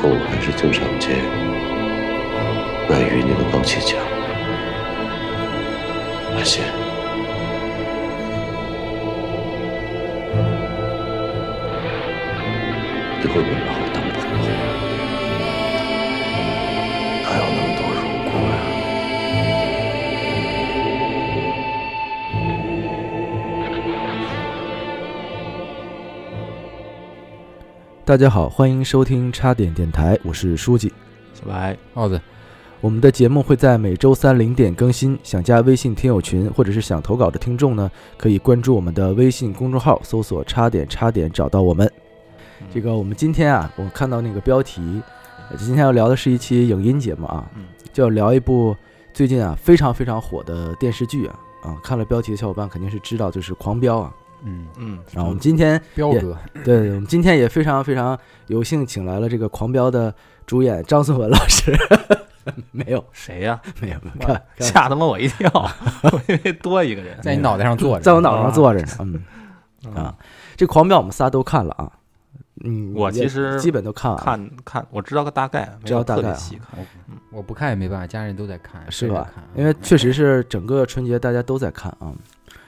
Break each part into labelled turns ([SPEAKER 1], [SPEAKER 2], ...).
[SPEAKER 1] 购还是经常见，难与你们高启强。安心，你会为我好当朋友，哪有那么多如果啊呀、
[SPEAKER 2] 大家好，欢迎收听插点电台，我是书记。
[SPEAKER 3] 小白，
[SPEAKER 4] 帽子，
[SPEAKER 2] 我们的节目会在每周三零点更新。想加微信听友群或者是想投稿的听众呢，可以关注我们的微信公众号，搜索“插点插点”，找到我们。这个我们今天啊，我看到那个标题，呃今天要聊的是一期影音节目啊
[SPEAKER 3] 嗯，
[SPEAKER 2] 就要聊一部最近啊非常非常火的电视剧啊啊，看了标题的小伙伴肯定是知道，就是《狂飙》啊。
[SPEAKER 4] 嗯，
[SPEAKER 3] 嗯，
[SPEAKER 2] 然后我们今天
[SPEAKER 4] 彪哥，
[SPEAKER 2] 对，我们今天也非常非常有幸请来了这个《狂飙》的主演张颂文老师。 没有，
[SPEAKER 3] 谁呀、
[SPEAKER 2] 没有，没有，
[SPEAKER 3] 哇
[SPEAKER 2] 看，看
[SPEAKER 3] 吓他妈我一 跳，我以为多一个人。
[SPEAKER 4] 在你脑袋上坐着，
[SPEAKER 2] 在我脑上坐着呢。 嗯啊，这《狂飙》我们仨都看了啊。嗯，
[SPEAKER 3] 我
[SPEAKER 2] 也
[SPEAKER 3] 其实
[SPEAKER 2] 基本都看完了。
[SPEAKER 3] 看看，我知道个大概，没有
[SPEAKER 2] 知道大概
[SPEAKER 3] 特
[SPEAKER 2] 啊
[SPEAKER 3] 别细看。
[SPEAKER 4] 我不看也没办法，家人都在看，
[SPEAKER 2] 是
[SPEAKER 4] 谁也
[SPEAKER 2] 吧
[SPEAKER 4] 看？嗯
[SPEAKER 2] 因为确实是整个春节大家都在看啊。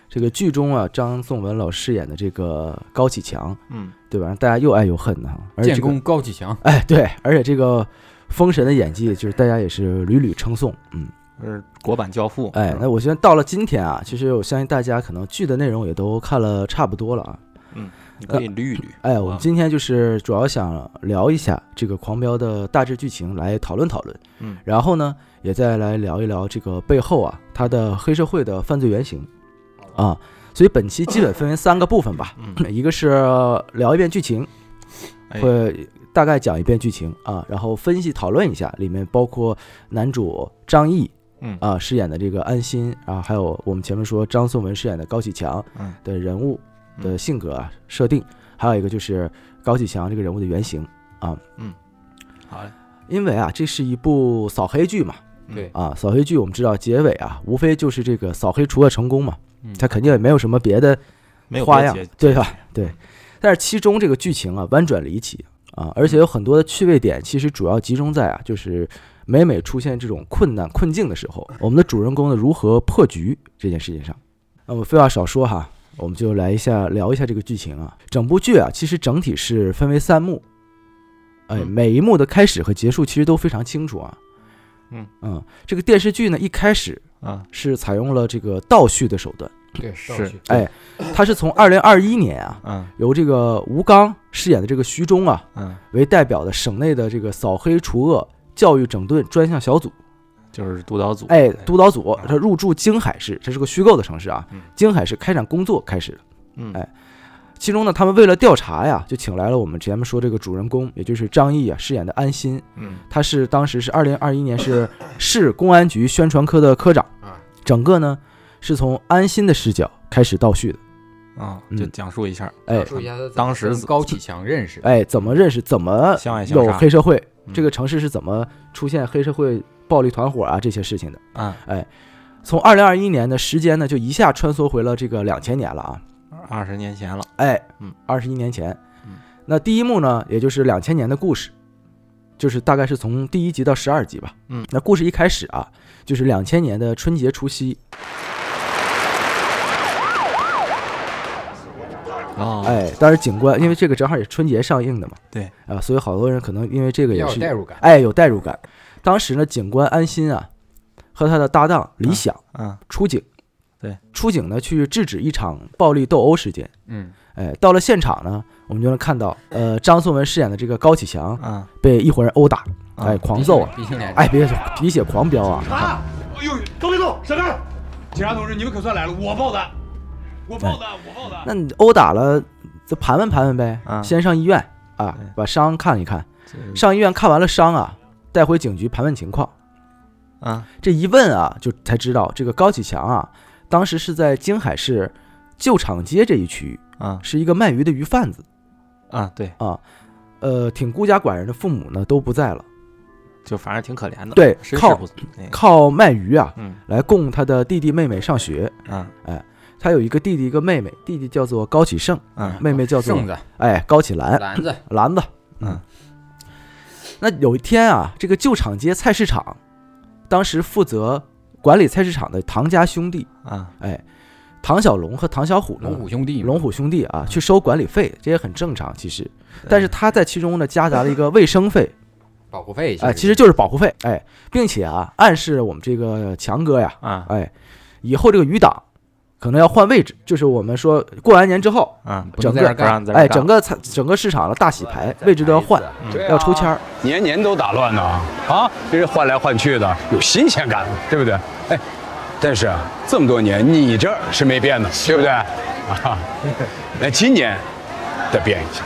[SPEAKER 2] 这个剧中啊，张颂文老师演的这个高启强，
[SPEAKER 3] 嗯，
[SPEAKER 2] 对吧？让大家又爱又恨的啊。而且
[SPEAKER 4] 建
[SPEAKER 2] 这个
[SPEAKER 4] 功高启强，
[SPEAKER 2] 哎，对，而且这个封神的演技，就是大家也是屡屡称颂。嗯，
[SPEAKER 3] 是国版教父。嗯
[SPEAKER 2] 哎，那我觉得到了今天啊，其实我相信大家可能剧的内容也都看了差不多了啊。
[SPEAKER 3] 你可以捋一捋。
[SPEAKER 2] 哎，我们
[SPEAKER 3] 啊
[SPEAKER 2] 今天就是主要想聊一下这个《狂飙》的大致剧情，来讨论讨论。
[SPEAKER 3] 嗯
[SPEAKER 2] 然后呢，也再来聊一聊这个背后啊，它的黑社会的犯罪原型啊。所以本期基本分为三个部分吧，
[SPEAKER 3] 嗯，
[SPEAKER 2] 一个是聊一遍剧情，
[SPEAKER 3] 哎
[SPEAKER 2] 会大概讲一遍剧情啊，然后分析讨论一下，里面包括男主张译
[SPEAKER 3] 嗯
[SPEAKER 2] 啊饰演的这个安心啊，还有我们前面说张颂文饰演的高启强
[SPEAKER 3] 嗯
[SPEAKER 2] 的人物
[SPEAKER 3] 嗯
[SPEAKER 2] 的性格啊设定，还有一个就是高启强这个人物的原型。
[SPEAKER 3] 好嘞，
[SPEAKER 2] 因为啊，这是一部扫黑剧嘛，
[SPEAKER 3] 嗯
[SPEAKER 4] 对，
[SPEAKER 2] 啊，扫黑剧我们知道结尾啊，无非就是这个扫黑除恶成功嘛，
[SPEAKER 4] 嗯
[SPEAKER 2] 它肯定也没有什么别的
[SPEAKER 3] 没有
[SPEAKER 2] 花
[SPEAKER 3] 别
[SPEAKER 2] 样
[SPEAKER 3] 的结，
[SPEAKER 2] 对吧？对。但是其中这个剧情啊，弯转离奇啊，而且有很多的趣味点，其实主要集中在啊，就是每每出现这种困难困境的时候，我们的主人公呢如何破局这件事情上。那么废话少说哈，我们就来一下聊一下这个剧情啊。整部剧啊，其实整体是分为三幕，哎，
[SPEAKER 3] 嗯
[SPEAKER 2] 每一幕的开始和结束其实都非常清楚啊。
[SPEAKER 3] 嗯
[SPEAKER 2] 嗯，这个电视剧呢，一开始
[SPEAKER 3] 啊，
[SPEAKER 2] 是采用了这个倒叙的手段，
[SPEAKER 4] 对，
[SPEAKER 3] 是
[SPEAKER 4] 倒叙
[SPEAKER 2] 哎，它是从二零二一年啊，
[SPEAKER 3] 嗯
[SPEAKER 2] 由这个吴刚饰演的这个徐忠啊
[SPEAKER 3] 嗯，
[SPEAKER 2] 为代表的省内的这个扫黑除恶教育整顿专项小组，
[SPEAKER 3] 就是督导组。
[SPEAKER 2] 哎，督导组
[SPEAKER 3] 嗯
[SPEAKER 2] 他入驻京海市，这是个虚构的城市啊
[SPEAKER 3] 嗯。
[SPEAKER 2] 京海市开展工作开始了，
[SPEAKER 3] 嗯
[SPEAKER 2] 哎其中呢，他们为了调查呀，就请来了我们前面说这个主人公，也就是张译啊饰演的安心，
[SPEAKER 3] 嗯
[SPEAKER 2] 他是当时是二零二一年是市公安局宣传科的科长
[SPEAKER 4] 啊，
[SPEAKER 2] 整个呢是从安心的视角开始倒叙的，
[SPEAKER 3] 啊，
[SPEAKER 2] 嗯
[SPEAKER 3] 就讲述一下。
[SPEAKER 2] 哎
[SPEAKER 4] 说一下他怎么
[SPEAKER 3] 当时
[SPEAKER 4] 跟高启强认识的，
[SPEAKER 2] 哎，怎么认识，怎么
[SPEAKER 3] 相爱相
[SPEAKER 2] 有
[SPEAKER 3] 杀
[SPEAKER 2] 黑社会，
[SPEAKER 3] 嗯
[SPEAKER 2] 这个城市是怎么出现黑社会暴力团伙啊这些事情的。
[SPEAKER 3] 啊，
[SPEAKER 2] 从二零二一年的时间呢，就一下穿梭回了这个两千年了啊，
[SPEAKER 3] 二十年前了。
[SPEAKER 2] 哎
[SPEAKER 3] 嗯，
[SPEAKER 2] 二十一年前
[SPEAKER 3] 嗯。
[SPEAKER 2] 那第一幕呢，也就是两千年的故事，就是大概是从第一集到十二集吧。
[SPEAKER 3] 嗯，
[SPEAKER 2] 那故事一开始啊，就是两千年的春节除夕，
[SPEAKER 3] 哦，
[SPEAKER 2] 哎，当时警官因为这个正好也是春节上映的嘛，
[SPEAKER 3] 对
[SPEAKER 2] 啊，所以好多人可能因为这个
[SPEAKER 4] 比
[SPEAKER 2] 也
[SPEAKER 4] 较有
[SPEAKER 2] 是
[SPEAKER 4] 代入感，
[SPEAKER 2] 哎，有代入感。当时呢，警官安心啊和他的搭档李想
[SPEAKER 3] 嗯
[SPEAKER 2] 出警，
[SPEAKER 3] 对，
[SPEAKER 2] 出警呢去制止一场暴力斗殴事件。
[SPEAKER 4] 嗯，
[SPEAKER 2] 哎，到了现场呢，我们就能看到，呃，张颂文饰演的这个高启强
[SPEAKER 3] 啊，
[SPEAKER 2] 被一伙人殴打，
[SPEAKER 3] 啊
[SPEAKER 2] 哎，狂揍啊，
[SPEAKER 4] 鼻青脸
[SPEAKER 2] 哎，别鼻血狂飙啊，
[SPEAKER 5] 啊！哎呦，都别动，闪开！警察同志，你们可算来了，我报的，我报的，
[SPEAKER 6] 哎
[SPEAKER 5] 我报的。
[SPEAKER 2] 那你殴打了，就盘问盘问呗，
[SPEAKER 3] 啊
[SPEAKER 2] 先上医院啊
[SPEAKER 3] 对，
[SPEAKER 2] 把伤看一看，
[SPEAKER 3] 这
[SPEAKER 2] 上医院看完了伤啊，带回警局盘问情况。
[SPEAKER 3] 啊，
[SPEAKER 2] 这一问啊，就才知道这个高启强啊，当时是在京海市旧厂街这一区域，
[SPEAKER 3] 啊
[SPEAKER 2] 是一个卖鱼的鱼贩子。
[SPEAKER 3] 啊，对，
[SPEAKER 2] 呃，挺孤家寡人的父母呢都不在了，
[SPEAKER 3] 就反正挺可怜的。
[SPEAKER 2] 对
[SPEAKER 3] 身世
[SPEAKER 2] 靠
[SPEAKER 3] 不那个
[SPEAKER 2] 靠卖鱼啊
[SPEAKER 3] 嗯
[SPEAKER 2] 来供他的弟弟妹妹上学。
[SPEAKER 3] 啊
[SPEAKER 2] 他有一个弟弟一个妹妹，弟弟叫做高启盛，
[SPEAKER 3] 啊
[SPEAKER 2] 妹妹叫做
[SPEAKER 4] 圣子嗯
[SPEAKER 2] 哎高启兰
[SPEAKER 4] 篮子，
[SPEAKER 2] 兰子。
[SPEAKER 3] 嗯，
[SPEAKER 2] 那有一天啊，这个旧厂街菜市场，当时负责管理菜市场的唐家兄弟，
[SPEAKER 3] 啊，
[SPEAKER 2] 哎，唐小龙和唐小虎呢
[SPEAKER 4] 龙，虎兄弟嘛，
[SPEAKER 2] 龙虎兄弟啊，去收管理费，这也很正常其实。
[SPEAKER 3] 对
[SPEAKER 2] 但是他在其中呢夹杂了一个卫生费，
[SPEAKER 4] 保护费
[SPEAKER 2] 哎，其实就是保护费，哎，并且啊暗示我们这个强哥呀，
[SPEAKER 3] 啊
[SPEAKER 2] 哎，以后这个余党可能要换位置，就是我们说过完年之后，
[SPEAKER 3] 啊，
[SPEAKER 4] 不能在这儿
[SPEAKER 3] 不让
[SPEAKER 4] 干，
[SPEAKER 3] 在这儿
[SPEAKER 2] 哎，
[SPEAKER 3] 干嗯
[SPEAKER 2] 整个菜整个市场的大洗牌，位置都要换，
[SPEAKER 5] 对啊
[SPEAKER 2] 要抽签儿。
[SPEAKER 5] 年年都打乱呢，啊，这是换来换去的，有新鲜感，对不对？哎，但是啊，这么多年你这儿是没变的，对不对？啊，那今年再变一下。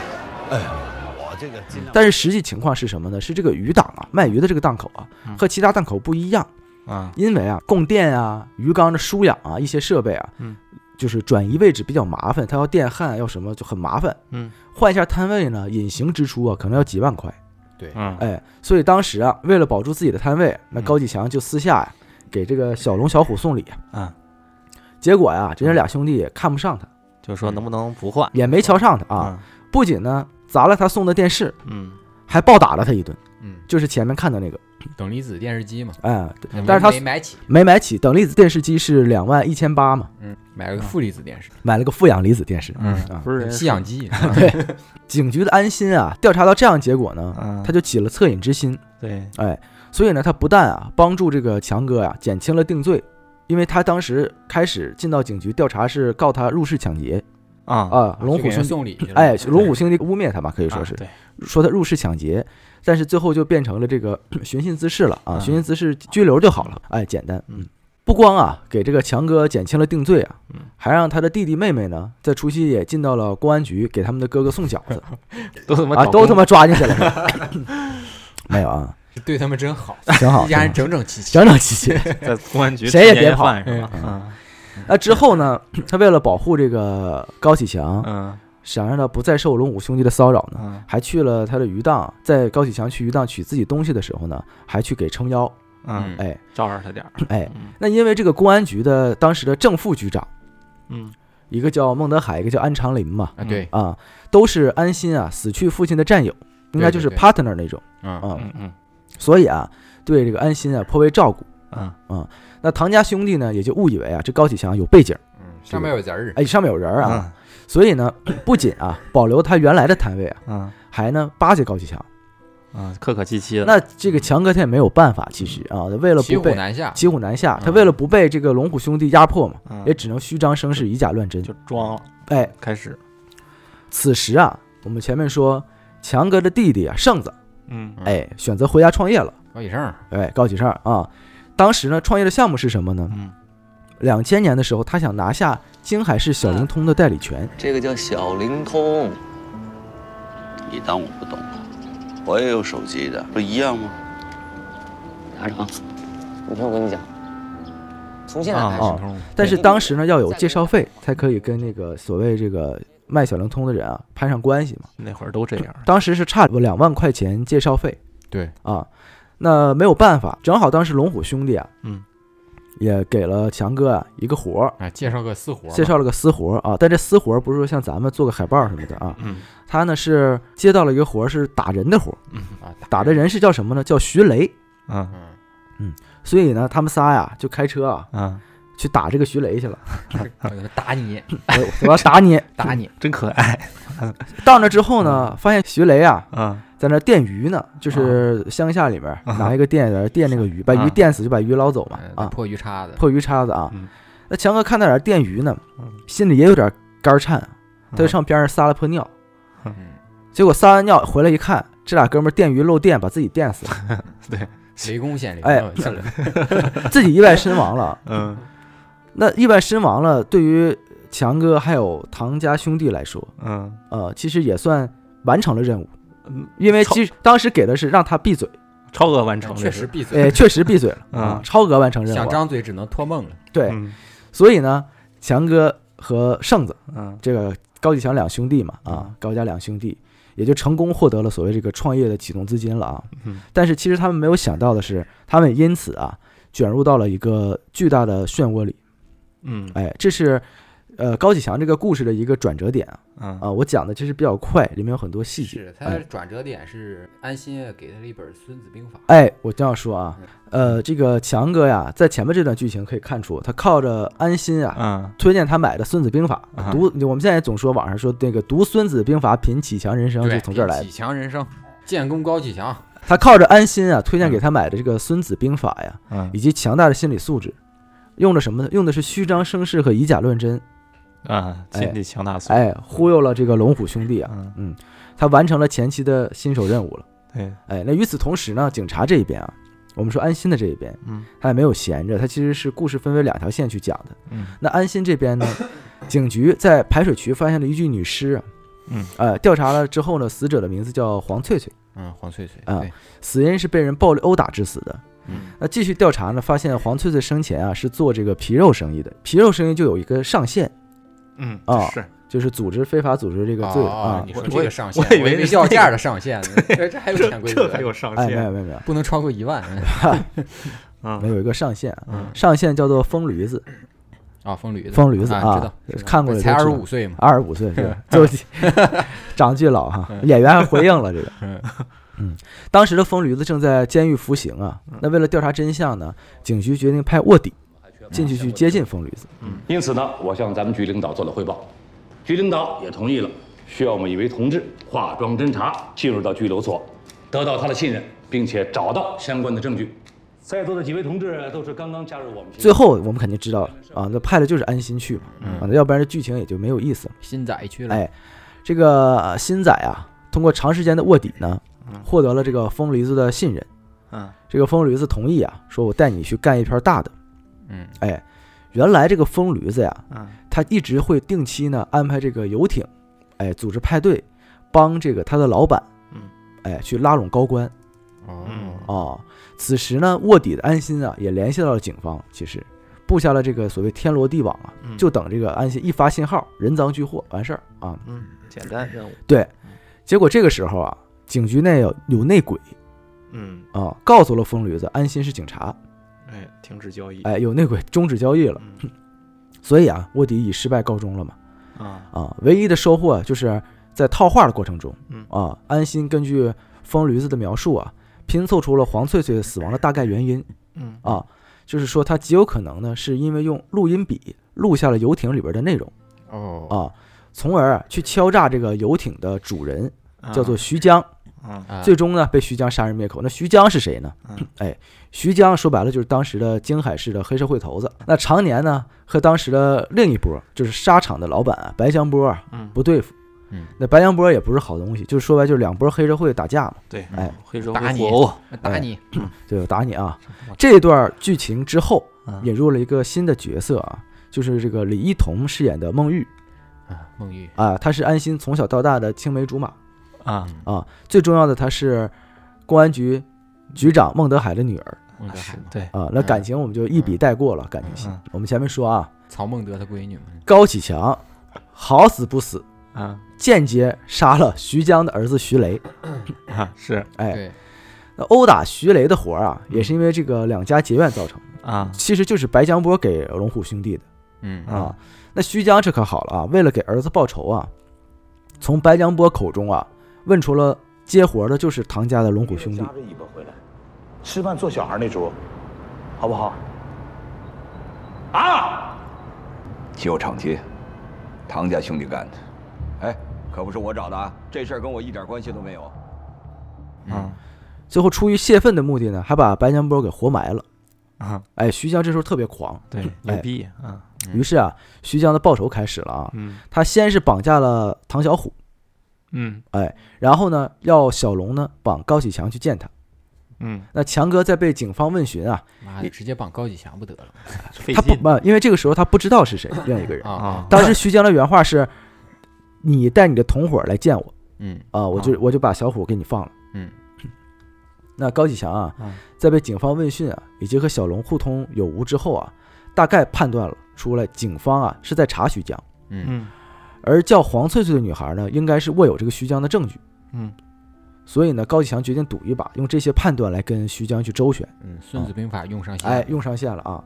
[SPEAKER 2] 但是实际情况是什么呢？是这个鱼档啊，卖鱼的这个档口啊，
[SPEAKER 3] 嗯
[SPEAKER 2] 和其他档口不一样，
[SPEAKER 3] 啊
[SPEAKER 2] 因为啊，供电啊、鱼缸的输氧啊、一些设备啊，
[SPEAKER 3] 嗯
[SPEAKER 2] 就是转移位置比较麻烦，它要电焊，啊要什么就很麻烦。
[SPEAKER 3] 嗯，
[SPEAKER 2] 换一下摊位呢，隐形支出啊，可能要几万块。
[SPEAKER 3] 嗯
[SPEAKER 2] 哎，所以当时啊，为了保住自己的摊位，那高启强就私下呀、给这个小龙小虎送礼啊。
[SPEAKER 3] 嗯，
[SPEAKER 2] 结果呀、这人俩兄弟也看不上他，
[SPEAKER 3] 就说能不能不换
[SPEAKER 2] 也没瞧上他啊，，不仅呢砸了他送的电视，
[SPEAKER 3] 嗯
[SPEAKER 2] 还暴打了他一顿，
[SPEAKER 4] 嗯，
[SPEAKER 2] 就是前面看的那个。
[SPEAKER 4] 等离子电视机嘛，
[SPEAKER 2] 哎，但是他
[SPEAKER 4] 没买起，
[SPEAKER 2] 没买起，等离子电视机是两万一千八嘛，
[SPEAKER 4] 嗯，买了个负离子电视，
[SPEAKER 2] 买了个负氧离子电视。
[SPEAKER 3] 嗯
[SPEAKER 2] 啊
[SPEAKER 3] 嗯，不是人
[SPEAKER 4] 吸氧 机，
[SPEAKER 2] 警局的安心啊，调查到这样结果呢，
[SPEAKER 3] 嗯，
[SPEAKER 2] 他就起了恻隐之心，
[SPEAKER 3] 对
[SPEAKER 2] 哎，所以呢，他不但啊帮助这个强哥呀、啊减轻了定罪，因为他当时开始进到警局调查是告他入室抢劫
[SPEAKER 3] 啊
[SPEAKER 2] 啊，龙虎兄弟。
[SPEAKER 4] 送礼去了，
[SPEAKER 2] 哎，龙虎兄弟污蔑他嘛，可以
[SPEAKER 3] 啊
[SPEAKER 2] 说是
[SPEAKER 3] 对
[SPEAKER 2] 说他入室抢劫，但是最后就变成了这个 寻衅滋事了啊，
[SPEAKER 3] 嗯
[SPEAKER 2] 寻衅滋事拘留就好了，哎，简单，
[SPEAKER 3] 嗯，
[SPEAKER 2] 不光啊给这个强哥减轻了定罪啊
[SPEAKER 3] 嗯，
[SPEAKER 2] 还让他的弟弟妹妹呢在除夕夜进到了公安局给他们的哥哥送饺子，
[SPEAKER 3] 都他妈
[SPEAKER 2] 啊，
[SPEAKER 3] 搞
[SPEAKER 2] 都
[SPEAKER 3] 公
[SPEAKER 2] 他妈抓进去了。 没有啊，
[SPEAKER 4] 对他们真好，
[SPEAKER 2] 挺好
[SPEAKER 4] 一，家人整整齐齐，
[SPEAKER 2] 整整齐齐。
[SPEAKER 3] 在公安局
[SPEAKER 2] 谁也
[SPEAKER 3] 吃年夜
[SPEAKER 2] 别跑
[SPEAKER 3] 饭是吧？嗯
[SPEAKER 2] 那之后呢，他为了保护这个高启强，
[SPEAKER 3] 嗯
[SPEAKER 2] 想让他不再受龙虎兄弟的骚扰呢，
[SPEAKER 3] 嗯
[SPEAKER 2] 还去了他的鱼档，在高启强去鱼档取自己东西的时候呢，还去给撑腰。
[SPEAKER 3] 嗯，
[SPEAKER 2] 哎
[SPEAKER 3] 照着他点儿，
[SPEAKER 2] 哎，
[SPEAKER 3] 嗯
[SPEAKER 2] 那因为这个公安局的当时的正副局长，
[SPEAKER 3] 嗯
[SPEAKER 2] 一个叫孟德海，一个叫安长林嘛，
[SPEAKER 4] 啊，对，
[SPEAKER 2] 啊，都是安心啊死去父亲的战友，应该就是
[SPEAKER 4] 对对对
[SPEAKER 2] partner 那种
[SPEAKER 4] 嗯，
[SPEAKER 2] 啊，
[SPEAKER 3] 嗯嗯
[SPEAKER 2] 所以啊，对这个安心啊颇为照顾。
[SPEAKER 3] 嗯
[SPEAKER 2] 那唐家兄弟呢，也就误以为啊，这高启强有背景，
[SPEAKER 4] 嗯上面有字儿，
[SPEAKER 2] 哎，上面有人儿啊，
[SPEAKER 3] 嗯
[SPEAKER 2] 所以呢， 不仅啊保留他原来的摊位啊，
[SPEAKER 3] 嗯
[SPEAKER 2] 还呢巴结高启强。
[SPEAKER 3] 嗯，客客气气的，
[SPEAKER 2] 那这个强哥他也没有办法，其实啊，为了
[SPEAKER 4] 骑
[SPEAKER 2] 不
[SPEAKER 4] 虎
[SPEAKER 2] 被
[SPEAKER 4] 难下，
[SPEAKER 2] 骑虎难下，他
[SPEAKER 4] 嗯
[SPEAKER 2] 为了不被这个龙虎兄弟压迫嘛，
[SPEAKER 3] 嗯
[SPEAKER 2] 也只能虚张声势，以假乱真。
[SPEAKER 3] 就装了，
[SPEAKER 2] 哎，
[SPEAKER 3] 开始，
[SPEAKER 2] 此时啊，我们前面说强哥的弟弟啊胜子，
[SPEAKER 3] 嗯
[SPEAKER 4] 嗯
[SPEAKER 2] 哎，选择回家创业了，
[SPEAKER 4] 高启盛，
[SPEAKER 2] 哎，高启盛啊。当时呢，创业的项目是什么呢？
[SPEAKER 3] 嗯
[SPEAKER 2] 两千年的时候，他想拿下京海市小灵通的代理权。
[SPEAKER 7] 这个叫小灵通。
[SPEAKER 1] 你当我不懂啊？我也有手机的，不一样吗？
[SPEAKER 7] 拿着啊，你听我跟你讲，从现在开
[SPEAKER 3] 啊
[SPEAKER 7] 始，
[SPEAKER 2] 哦
[SPEAKER 3] 啊，
[SPEAKER 2] 但是当时呢，要有介绍费才可以跟那个所谓这个卖小灵通的人啊攀上关系嘛。
[SPEAKER 3] 那会儿都这样，
[SPEAKER 2] 当时是差两万块钱介绍费
[SPEAKER 4] 对，
[SPEAKER 2] 啊，那没有办法，正好当时龙虎兄弟啊，
[SPEAKER 3] 嗯，
[SPEAKER 2] 也给了强哥啊一个活儿，
[SPEAKER 4] 啊，介绍个私活嘛，
[SPEAKER 2] 介绍了个私活儿啊。但这私活儿不是说像咱们做个海报什么的啊，
[SPEAKER 3] 嗯
[SPEAKER 2] 他呢是接到了一个活儿，是打人的活儿，
[SPEAKER 4] 啊，
[SPEAKER 2] 打的人是叫什么呢？叫徐雷。
[SPEAKER 3] 嗯
[SPEAKER 4] 嗯，
[SPEAKER 2] 所以呢，他们仨呀就开车啊
[SPEAKER 3] 嗯，
[SPEAKER 2] 去打这个徐雷去了，
[SPEAKER 4] 我给他 打你，
[SPEAKER 2] 我我要打你。
[SPEAKER 4] 打你，
[SPEAKER 3] 真可爱，
[SPEAKER 2] 到那之后呢，发现徐雷啊
[SPEAKER 3] 嗯
[SPEAKER 2] 在那电鱼呢，
[SPEAKER 3] 啊
[SPEAKER 2] 就是乡下里面拿一个电在那电那个鱼，把鱼电死就把鱼捞走嘛
[SPEAKER 4] 嗯
[SPEAKER 2] 啊，
[SPEAKER 4] 破鱼叉子，
[SPEAKER 2] 破鱼叉子啊
[SPEAKER 3] 哎嗯。
[SPEAKER 2] 那强哥看他在那电鱼呢
[SPEAKER 3] 嗯，
[SPEAKER 2] 心里也有点肝颤，啊他就
[SPEAKER 3] 嗯
[SPEAKER 2] 上边上撒了泼尿，
[SPEAKER 4] 嗯，
[SPEAKER 2] 结果撒完尿回来一看，这俩哥们儿电鱼漏电把自己电死了，
[SPEAKER 4] 雷公显灵
[SPEAKER 2] 哎
[SPEAKER 4] 了，进来
[SPEAKER 2] 自己意外身亡了。
[SPEAKER 3] 嗯
[SPEAKER 2] 那意外身亡了，对于强哥还有唐家兄弟来说，
[SPEAKER 3] 嗯，
[SPEAKER 2] 呃，其实也算完成了任务
[SPEAKER 3] 嗯，
[SPEAKER 2] 因为
[SPEAKER 3] 超
[SPEAKER 2] 其实当时给的是让他闭 嘴，
[SPEAKER 3] 超额完成，
[SPEAKER 4] 确实，闭嘴，
[SPEAKER 2] 呃，确实闭嘴了啊
[SPEAKER 3] 嗯，
[SPEAKER 2] 超额完成任
[SPEAKER 4] 想
[SPEAKER 2] 务啊。
[SPEAKER 4] 张嘴只能托梦了，
[SPEAKER 2] 对，
[SPEAKER 3] 嗯
[SPEAKER 2] 所以呢，强哥和胜子
[SPEAKER 3] 嗯
[SPEAKER 2] 这个高启强两兄弟嘛，啊，高家两兄弟也就成功获得了所谓这个创业的启动资金了啊。
[SPEAKER 3] 嗯
[SPEAKER 2] 但是其实他们没有想到的是，他们因此啊卷入到了一个巨大的漩涡里。
[SPEAKER 3] 嗯
[SPEAKER 2] 哎，这是呃高启强这个故事的一个转折点啊
[SPEAKER 3] 嗯
[SPEAKER 2] 啊，我讲的其实比较快，里面有很多细节。哎
[SPEAKER 4] 是他的转折点是安心给他了一本《孙子兵法》，
[SPEAKER 2] 哎，我这样说啊，呃，这个强哥呀，在前面这段剧情可以看出，他靠着安心啊，
[SPEAKER 3] 嗯
[SPEAKER 2] 推荐他买的《孙子兵法
[SPEAKER 3] 啊》，
[SPEAKER 2] 读我们现在总说网上说那个读《孙子兵法》品启强人生，就
[SPEAKER 4] 对，
[SPEAKER 2] 从这儿来的
[SPEAKER 4] 启。强人生，建功高启强，
[SPEAKER 2] 他靠着安心啊，推荐给他买的这个《孙子兵法》呀，
[SPEAKER 3] 嗯
[SPEAKER 2] 以及强大的心理素质，用的什么呢？用的是虚张声势和以假乱真，
[SPEAKER 3] 啊，心理强大素，
[SPEAKER 2] 哎，忽悠了这个龙虎兄弟啊，
[SPEAKER 3] 嗯，
[SPEAKER 2] 他完成了前期的新手任务了。
[SPEAKER 3] 对，
[SPEAKER 2] 哎，那与此同时呢，警察这一边啊，我们说安心的这一边，
[SPEAKER 3] 嗯，
[SPEAKER 2] 他也没有闲着，他其实是故事分为两条线去讲的。
[SPEAKER 3] 嗯，
[SPEAKER 2] 那安心这边呢，警局在排水渠发现了一具女尸啊，
[SPEAKER 3] 嗯，
[SPEAKER 2] 呃，调查了之后呢，死者的名字叫黄翠翠，
[SPEAKER 4] 嗯，黄翠翠，
[SPEAKER 2] 啊
[SPEAKER 4] 对，
[SPEAKER 2] 死因是被人暴力殴打致死的。
[SPEAKER 4] 嗯，
[SPEAKER 2] 那继续调查呢，发现黄翠翠生前啊是做这个皮肉生意的，皮肉生意就有一个上限，
[SPEAKER 3] 嗯
[SPEAKER 2] 啊
[SPEAKER 3] 是
[SPEAKER 2] 就是组织非法组织这个罪啊
[SPEAKER 4] 哦你。
[SPEAKER 3] 我
[SPEAKER 4] 说这
[SPEAKER 3] 我
[SPEAKER 4] 个上限，
[SPEAKER 3] 我以为
[SPEAKER 4] 是
[SPEAKER 3] 是
[SPEAKER 4] 要
[SPEAKER 3] 那
[SPEAKER 4] 价
[SPEAKER 3] 个
[SPEAKER 4] 的 上限呢，这这还有潜规则，
[SPEAKER 3] 上
[SPEAKER 2] 哎，没有没有没有，
[SPEAKER 4] 不能超过一 万
[SPEAKER 2] 没
[SPEAKER 3] 嗯
[SPEAKER 2] 有一个上限啊，
[SPEAKER 3] 嗯
[SPEAKER 2] 上限叫做疯驴子，
[SPEAKER 4] 啊！疯驴子，
[SPEAKER 2] 疯驴子
[SPEAKER 4] 啊，知
[SPEAKER 2] 啊
[SPEAKER 4] 道，知道
[SPEAKER 2] 看过的
[SPEAKER 4] 才
[SPEAKER 2] 都
[SPEAKER 4] 二
[SPEAKER 2] 知
[SPEAKER 4] 十
[SPEAKER 2] 道
[SPEAKER 4] 五岁嘛，
[SPEAKER 2] 二十五岁 是 就长巨老哈，演员还回应了这个
[SPEAKER 4] 嗯。
[SPEAKER 2] 嗯，当时的疯驴子正在监狱服刑啊。
[SPEAKER 4] 嗯
[SPEAKER 2] 那为了调查真相呢，警局决定派卧底进去去接近疯驴子。
[SPEAKER 4] 嗯
[SPEAKER 8] 因此呢，我向咱们局领导做了汇报，局领导也同意了，需要我们一位同志化妆侦查进入到拘留所，得到他的信任，并且找到相关的证据。在座的几位同志都是刚刚加入我们
[SPEAKER 2] 最后我们肯定知道啊，那派的就是安心去嘛，
[SPEAKER 4] 嗯
[SPEAKER 2] 啊，要不然这剧情也就没有意思了。
[SPEAKER 4] 新仔去了，
[SPEAKER 2] 哎，这个呃新仔啊，通过长时间的卧底呢，
[SPEAKER 4] 嗯
[SPEAKER 2] 获得了这个疯驴子的信任。
[SPEAKER 3] 嗯
[SPEAKER 2] 这个疯驴子同意啊，说我带你去干一篇大的。
[SPEAKER 4] 嗯，
[SPEAKER 2] 哎，原来这个疯驴子呀，
[SPEAKER 3] 嗯
[SPEAKER 2] 他一直会定期呢安排这个游艇，哎，组织派对，帮这个他的老板，
[SPEAKER 3] 嗯，
[SPEAKER 2] 哎，去拉拢高官
[SPEAKER 4] 哦
[SPEAKER 3] 嗯，
[SPEAKER 2] 啊、此时呢，卧底的安心啊也联系到了警方，其实布下了这个所谓天罗地网啊，
[SPEAKER 3] 嗯
[SPEAKER 2] 就等这个安心一发信号，人赃俱获，完事儿啊。
[SPEAKER 3] 嗯，简单任务，
[SPEAKER 2] 对，结果这个时候啊，警局内有有内鬼
[SPEAKER 3] 嗯，
[SPEAKER 2] 啊，告诉了疯驴子安心是警察，
[SPEAKER 3] 哎，停止交易，
[SPEAKER 2] 哎，有内鬼终止交易了，
[SPEAKER 3] 嗯
[SPEAKER 2] 所以啊，卧底以失败告终了嘛。
[SPEAKER 3] 啊，
[SPEAKER 2] 啊，唯一的收获啊就是在套话的过程中
[SPEAKER 3] 嗯，
[SPEAKER 2] 啊，安心根据疯驴子的描述啊，拼凑出了黄翠翠死亡的大概原因
[SPEAKER 3] 嗯
[SPEAKER 2] 啊，就是说她极有可能呢是因为用录音笔录下了游艇里边的内容
[SPEAKER 4] 哦，
[SPEAKER 2] 啊，从而啊去敲诈这个游艇的主人，
[SPEAKER 3] 啊
[SPEAKER 2] 叫做徐江，
[SPEAKER 3] 嗯
[SPEAKER 4] 啊
[SPEAKER 2] 最终呢被徐江杀人灭口。那徐江是谁呢
[SPEAKER 3] 嗯？
[SPEAKER 2] 哎，徐江说白了就是当时的京海市的黑社会头子，那常年呢和当时的另一波就是沙场的老板啊白香波啊
[SPEAKER 3] 嗯，
[SPEAKER 2] 不对付。
[SPEAKER 4] 嗯，
[SPEAKER 2] 那白杨波也不是好东西，就是说白就是两波黑社会打架嘛，
[SPEAKER 3] 对，
[SPEAKER 2] 哎，
[SPEAKER 3] 黑社
[SPEAKER 4] 打
[SPEAKER 3] 会
[SPEAKER 4] 你
[SPEAKER 3] 互殴，
[SPEAKER 4] 打你，
[SPEAKER 2] 对，我打你啊！这段剧情之后
[SPEAKER 3] 嗯
[SPEAKER 2] 引入了一个新的角色啊，就是这个李一桐饰演的孟玉
[SPEAKER 4] 啊，孟玉，
[SPEAKER 2] 啊，她是安心从小到大的青梅竹马
[SPEAKER 3] 啊，
[SPEAKER 2] 啊，最重要的她是公安局局长孟德海的女儿
[SPEAKER 4] 孟德海
[SPEAKER 3] 是
[SPEAKER 4] 嘛，
[SPEAKER 3] 对，
[SPEAKER 2] 啊，那感情我们就一笔带过了，感情戏
[SPEAKER 3] 嗯。
[SPEAKER 2] 我们前面说啊，
[SPEAKER 4] 曹孟德他闺女嘛，
[SPEAKER 2] 高启强好死不死，
[SPEAKER 3] 啊
[SPEAKER 2] 间接杀了徐江的儿子徐雷，
[SPEAKER 3] 啊是
[SPEAKER 2] 哎，
[SPEAKER 4] 对，
[SPEAKER 2] 那殴打徐雷的活儿啊，也是因为这个两家结怨造成的，
[SPEAKER 3] 啊
[SPEAKER 2] 其实就是白江波给龙虎兄弟的
[SPEAKER 4] 嗯，
[SPEAKER 2] 啊。那徐江这可好了啊，为了给儿子报仇啊，从白江波口中啊问出了接活儿的就是唐家的龙虎兄弟
[SPEAKER 9] 夹着尾巴回来，吃饭做小孩那桌，好不好？啊！
[SPEAKER 10] 西游厂街，唐家兄弟干的。哎，可不是我找的啊，这事儿跟我一点关系都没有。
[SPEAKER 2] 嗯
[SPEAKER 3] 啊
[SPEAKER 2] 最后出于泄愤的目的呢，还把白江波给活埋了。
[SPEAKER 3] 啊，
[SPEAKER 2] 哎，徐江这时候特别狂，
[SPEAKER 3] 对，牛逼啊，
[SPEAKER 2] 于是啊，徐江的报仇开始了啊。
[SPEAKER 3] 嗯
[SPEAKER 2] 他先是绑架了唐小虎，
[SPEAKER 3] 嗯
[SPEAKER 2] 哎，然后呢，要小龙呢绑高启强去见他。
[SPEAKER 3] 嗯，
[SPEAKER 2] 那强哥在被警方问询啊，
[SPEAKER 4] 妈的，直接绑高启强不得了
[SPEAKER 3] 费
[SPEAKER 2] 他不
[SPEAKER 3] 劲
[SPEAKER 2] 不，因为这个时候他不知道是谁，另一 个人。
[SPEAKER 4] 啊，
[SPEAKER 3] 啊，
[SPEAKER 2] 当时徐江的原话是：“你带你的同伙来见我
[SPEAKER 4] 嗯
[SPEAKER 2] 啊，我就我就把小虎给你放了。”
[SPEAKER 4] 嗯，
[SPEAKER 2] 那高启强啊
[SPEAKER 3] 嗯，
[SPEAKER 2] 在被警方问讯啊，以及和小龙互通有无之后啊，大概判断了出来，警方啊是在查徐江，
[SPEAKER 4] 嗯，
[SPEAKER 3] 嗯
[SPEAKER 2] 而叫黄翠翠的女孩呢，应该是握有这个徐江的证据。
[SPEAKER 3] 嗯
[SPEAKER 2] 所以呢，高启强决定赌一把，用这些判断来跟徐江去周旋。哎
[SPEAKER 3] 嗯
[SPEAKER 4] 嗯，《孙子兵法》用上线，
[SPEAKER 2] 哎，用上线了啊。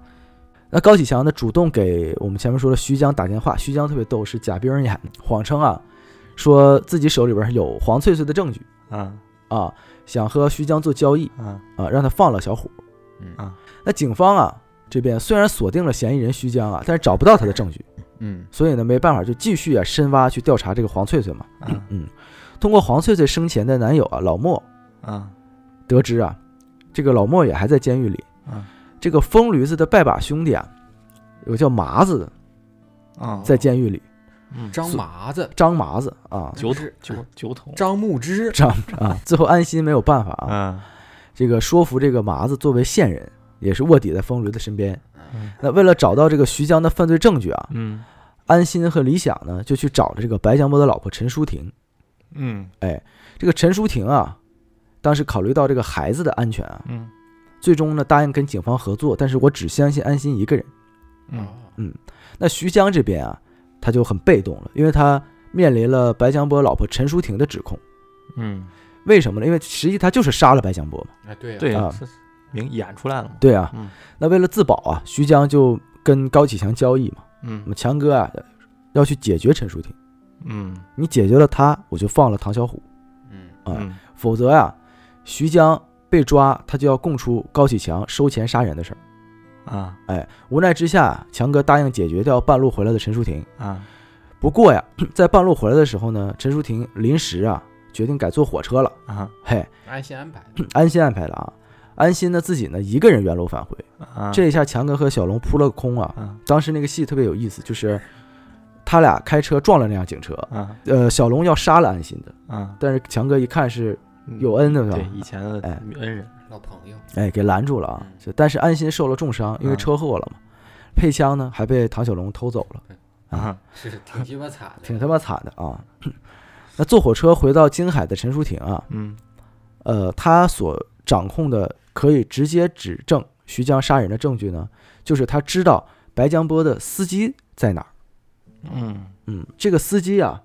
[SPEAKER 2] 那高启强呢，主动给我们前面说的徐江打电话，徐江特别逗，是贾冰儿演的，谎称啊，说自己手里边有黄翠翠的证据
[SPEAKER 3] 嗯
[SPEAKER 2] 啊，想和徐江做交易
[SPEAKER 3] 嗯
[SPEAKER 2] 啊，让他放了小虎。
[SPEAKER 3] 嗯
[SPEAKER 2] 那警方啊这边虽然锁定了嫌疑人徐江啊，但是找不到他的证据，
[SPEAKER 3] 嗯
[SPEAKER 2] 所以呢没办法就继续啊深挖去调查这个黄翠翠嘛。
[SPEAKER 3] 嗯
[SPEAKER 2] 通过黄翠翠生前的男友啊老莫
[SPEAKER 3] 嗯
[SPEAKER 2] 得知啊，这个老莫也还在监狱里。
[SPEAKER 3] 嗯
[SPEAKER 2] 这个疯驴子的拜把兄弟啊，有个叫麻子的
[SPEAKER 3] 嗯，
[SPEAKER 2] 在监狱里，
[SPEAKER 3] 嗯
[SPEAKER 4] 张麻子、
[SPEAKER 2] 张麻子啊，
[SPEAKER 3] 酒桶酒酒桶，
[SPEAKER 4] 张木之，
[SPEAKER 2] 张 啊，最后安心没有办法啊，
[SPEAKER 3] 嗯
[SPEAKER 2] 这个说服这个麻子作为线人，也是卧底在疯驴的身边
[SPEAKER 3] 嗯。
[SPEAKER 2] 那为了找到这个徐江的犯罪证据啊，
[SPEAKER 3] 嗯
[SPEAKER 2] 安心和李想呢就去找了这个白江波的老婆陈淑婷。
[SPEAKER 3] 嗯
[SPEAKER 2] 这个陈淑婷啊，当时考虑到这个孩子的安全啊，
[SPEAKER 3] 嗯
[SPEAKER 2] 最终呢答应跟警方合作，但是我只相信安心一个人。
[SPEAKER 3] 嗯
[SPEAKER 4] 啊
[SPEAKER 2] 那徐江这边啊，他就很被动了，因为他面临了白江波老婆陈淑婷的指控。
[SPEAKER 3] 嗯，
[SPEAKER 2] 为什么呢？因为实际他就是杀了白江波嘛。
[SPEAKER 4] 哎对啊
[SPEAKER 3] 对
[SPEAKER 2] 啊，
[SPEAKER 3] 是明演出来了嘛，
[SPEAKER 2] 对啊，
[SPEAKER 3] 嗯
[SPEAKER 2] 那为了自保啊，徐江就跟高启强交易嘛。那
[SPEAKER 3] 嗯
[SPEAKER 2] 么强哥啊，要去解决陈淑婷，
[SPEAKER 3] 嗯
[SPEAKER 2] 你解决了他，我就放了唐小虎，
[SPEAKER 4] 嗯
[SPEAKER 3] 嗯
[SPEAKER 2] 否则呀、啊徐江被抓，他就要供出高启强收钱杀人的事儿。
[SPEAKER 3] 啊
[SPEAKER 2] 无奈之下，强哥答应解决掉半路回来的陈淑婷。
[SPEAKER 3] 啊
[SPEAKER 2] 不过呀， 在半路回来的时候呢，陈淑婷临时啊决定改坐火车了。
[SPEAKER 3] 啊
[SPEAKER 2] 嘿，
[SPEAKER 4] 安心安排的，
[SPEAKER 2] 安心安排的啊。安心呢自己呢一个人原路返回，
[SPEAKER 3] 啊，
[SPEAKER 2] 这一下强哥和小龙扑了个空啊。
[SPEAKER 3] 啊
[SPEAKER 2] 当时那个戏特别有意思，就是他俩开车撞了那辆警车，
[SPEAKER 3] 啊
[SPEAKER 2] 呃，小龙要杀了安心的，
[SPEAKER 3] 啊，
[SPEAKER 2] 但是强哥一看是
[SPEAKER 3] 嗯
[SPEAKER 2] 有恩的是吧
[SPEAKER 3] 对以前的
[SPEAKER 2] 哎
[SPEAKER 3] 恩人，
[SPEAKER 4] 老朋友，
[SPEAKER 2] 哎给拦住了啊。
[SPEAKER 4] 嗯
[SPEAKER 2] 就但是安心受了重伤，因为
[SPEAKER 3] 嗯
[SPEAKER 2] 车祸了嘛。配枪呢还被唐小龙偷走了，
[SPEAKER 3] 啊
[SPEAKER 4] 是挺鸡巴惨的，
[SPEAKER 2] 挺他妈惨的啊。那坐火车回到京海的陈淑婷啊，
[SPEAKER 3] 嗯
[SPEAKER 2] 呃，他所掌控的可以直接指证徐江杀人的证据呢，就是他知道白江波的司机在哪儿。
[SPEAKER 3] 嗯，
[SPEAKER 2] 嗯，这个司机啊，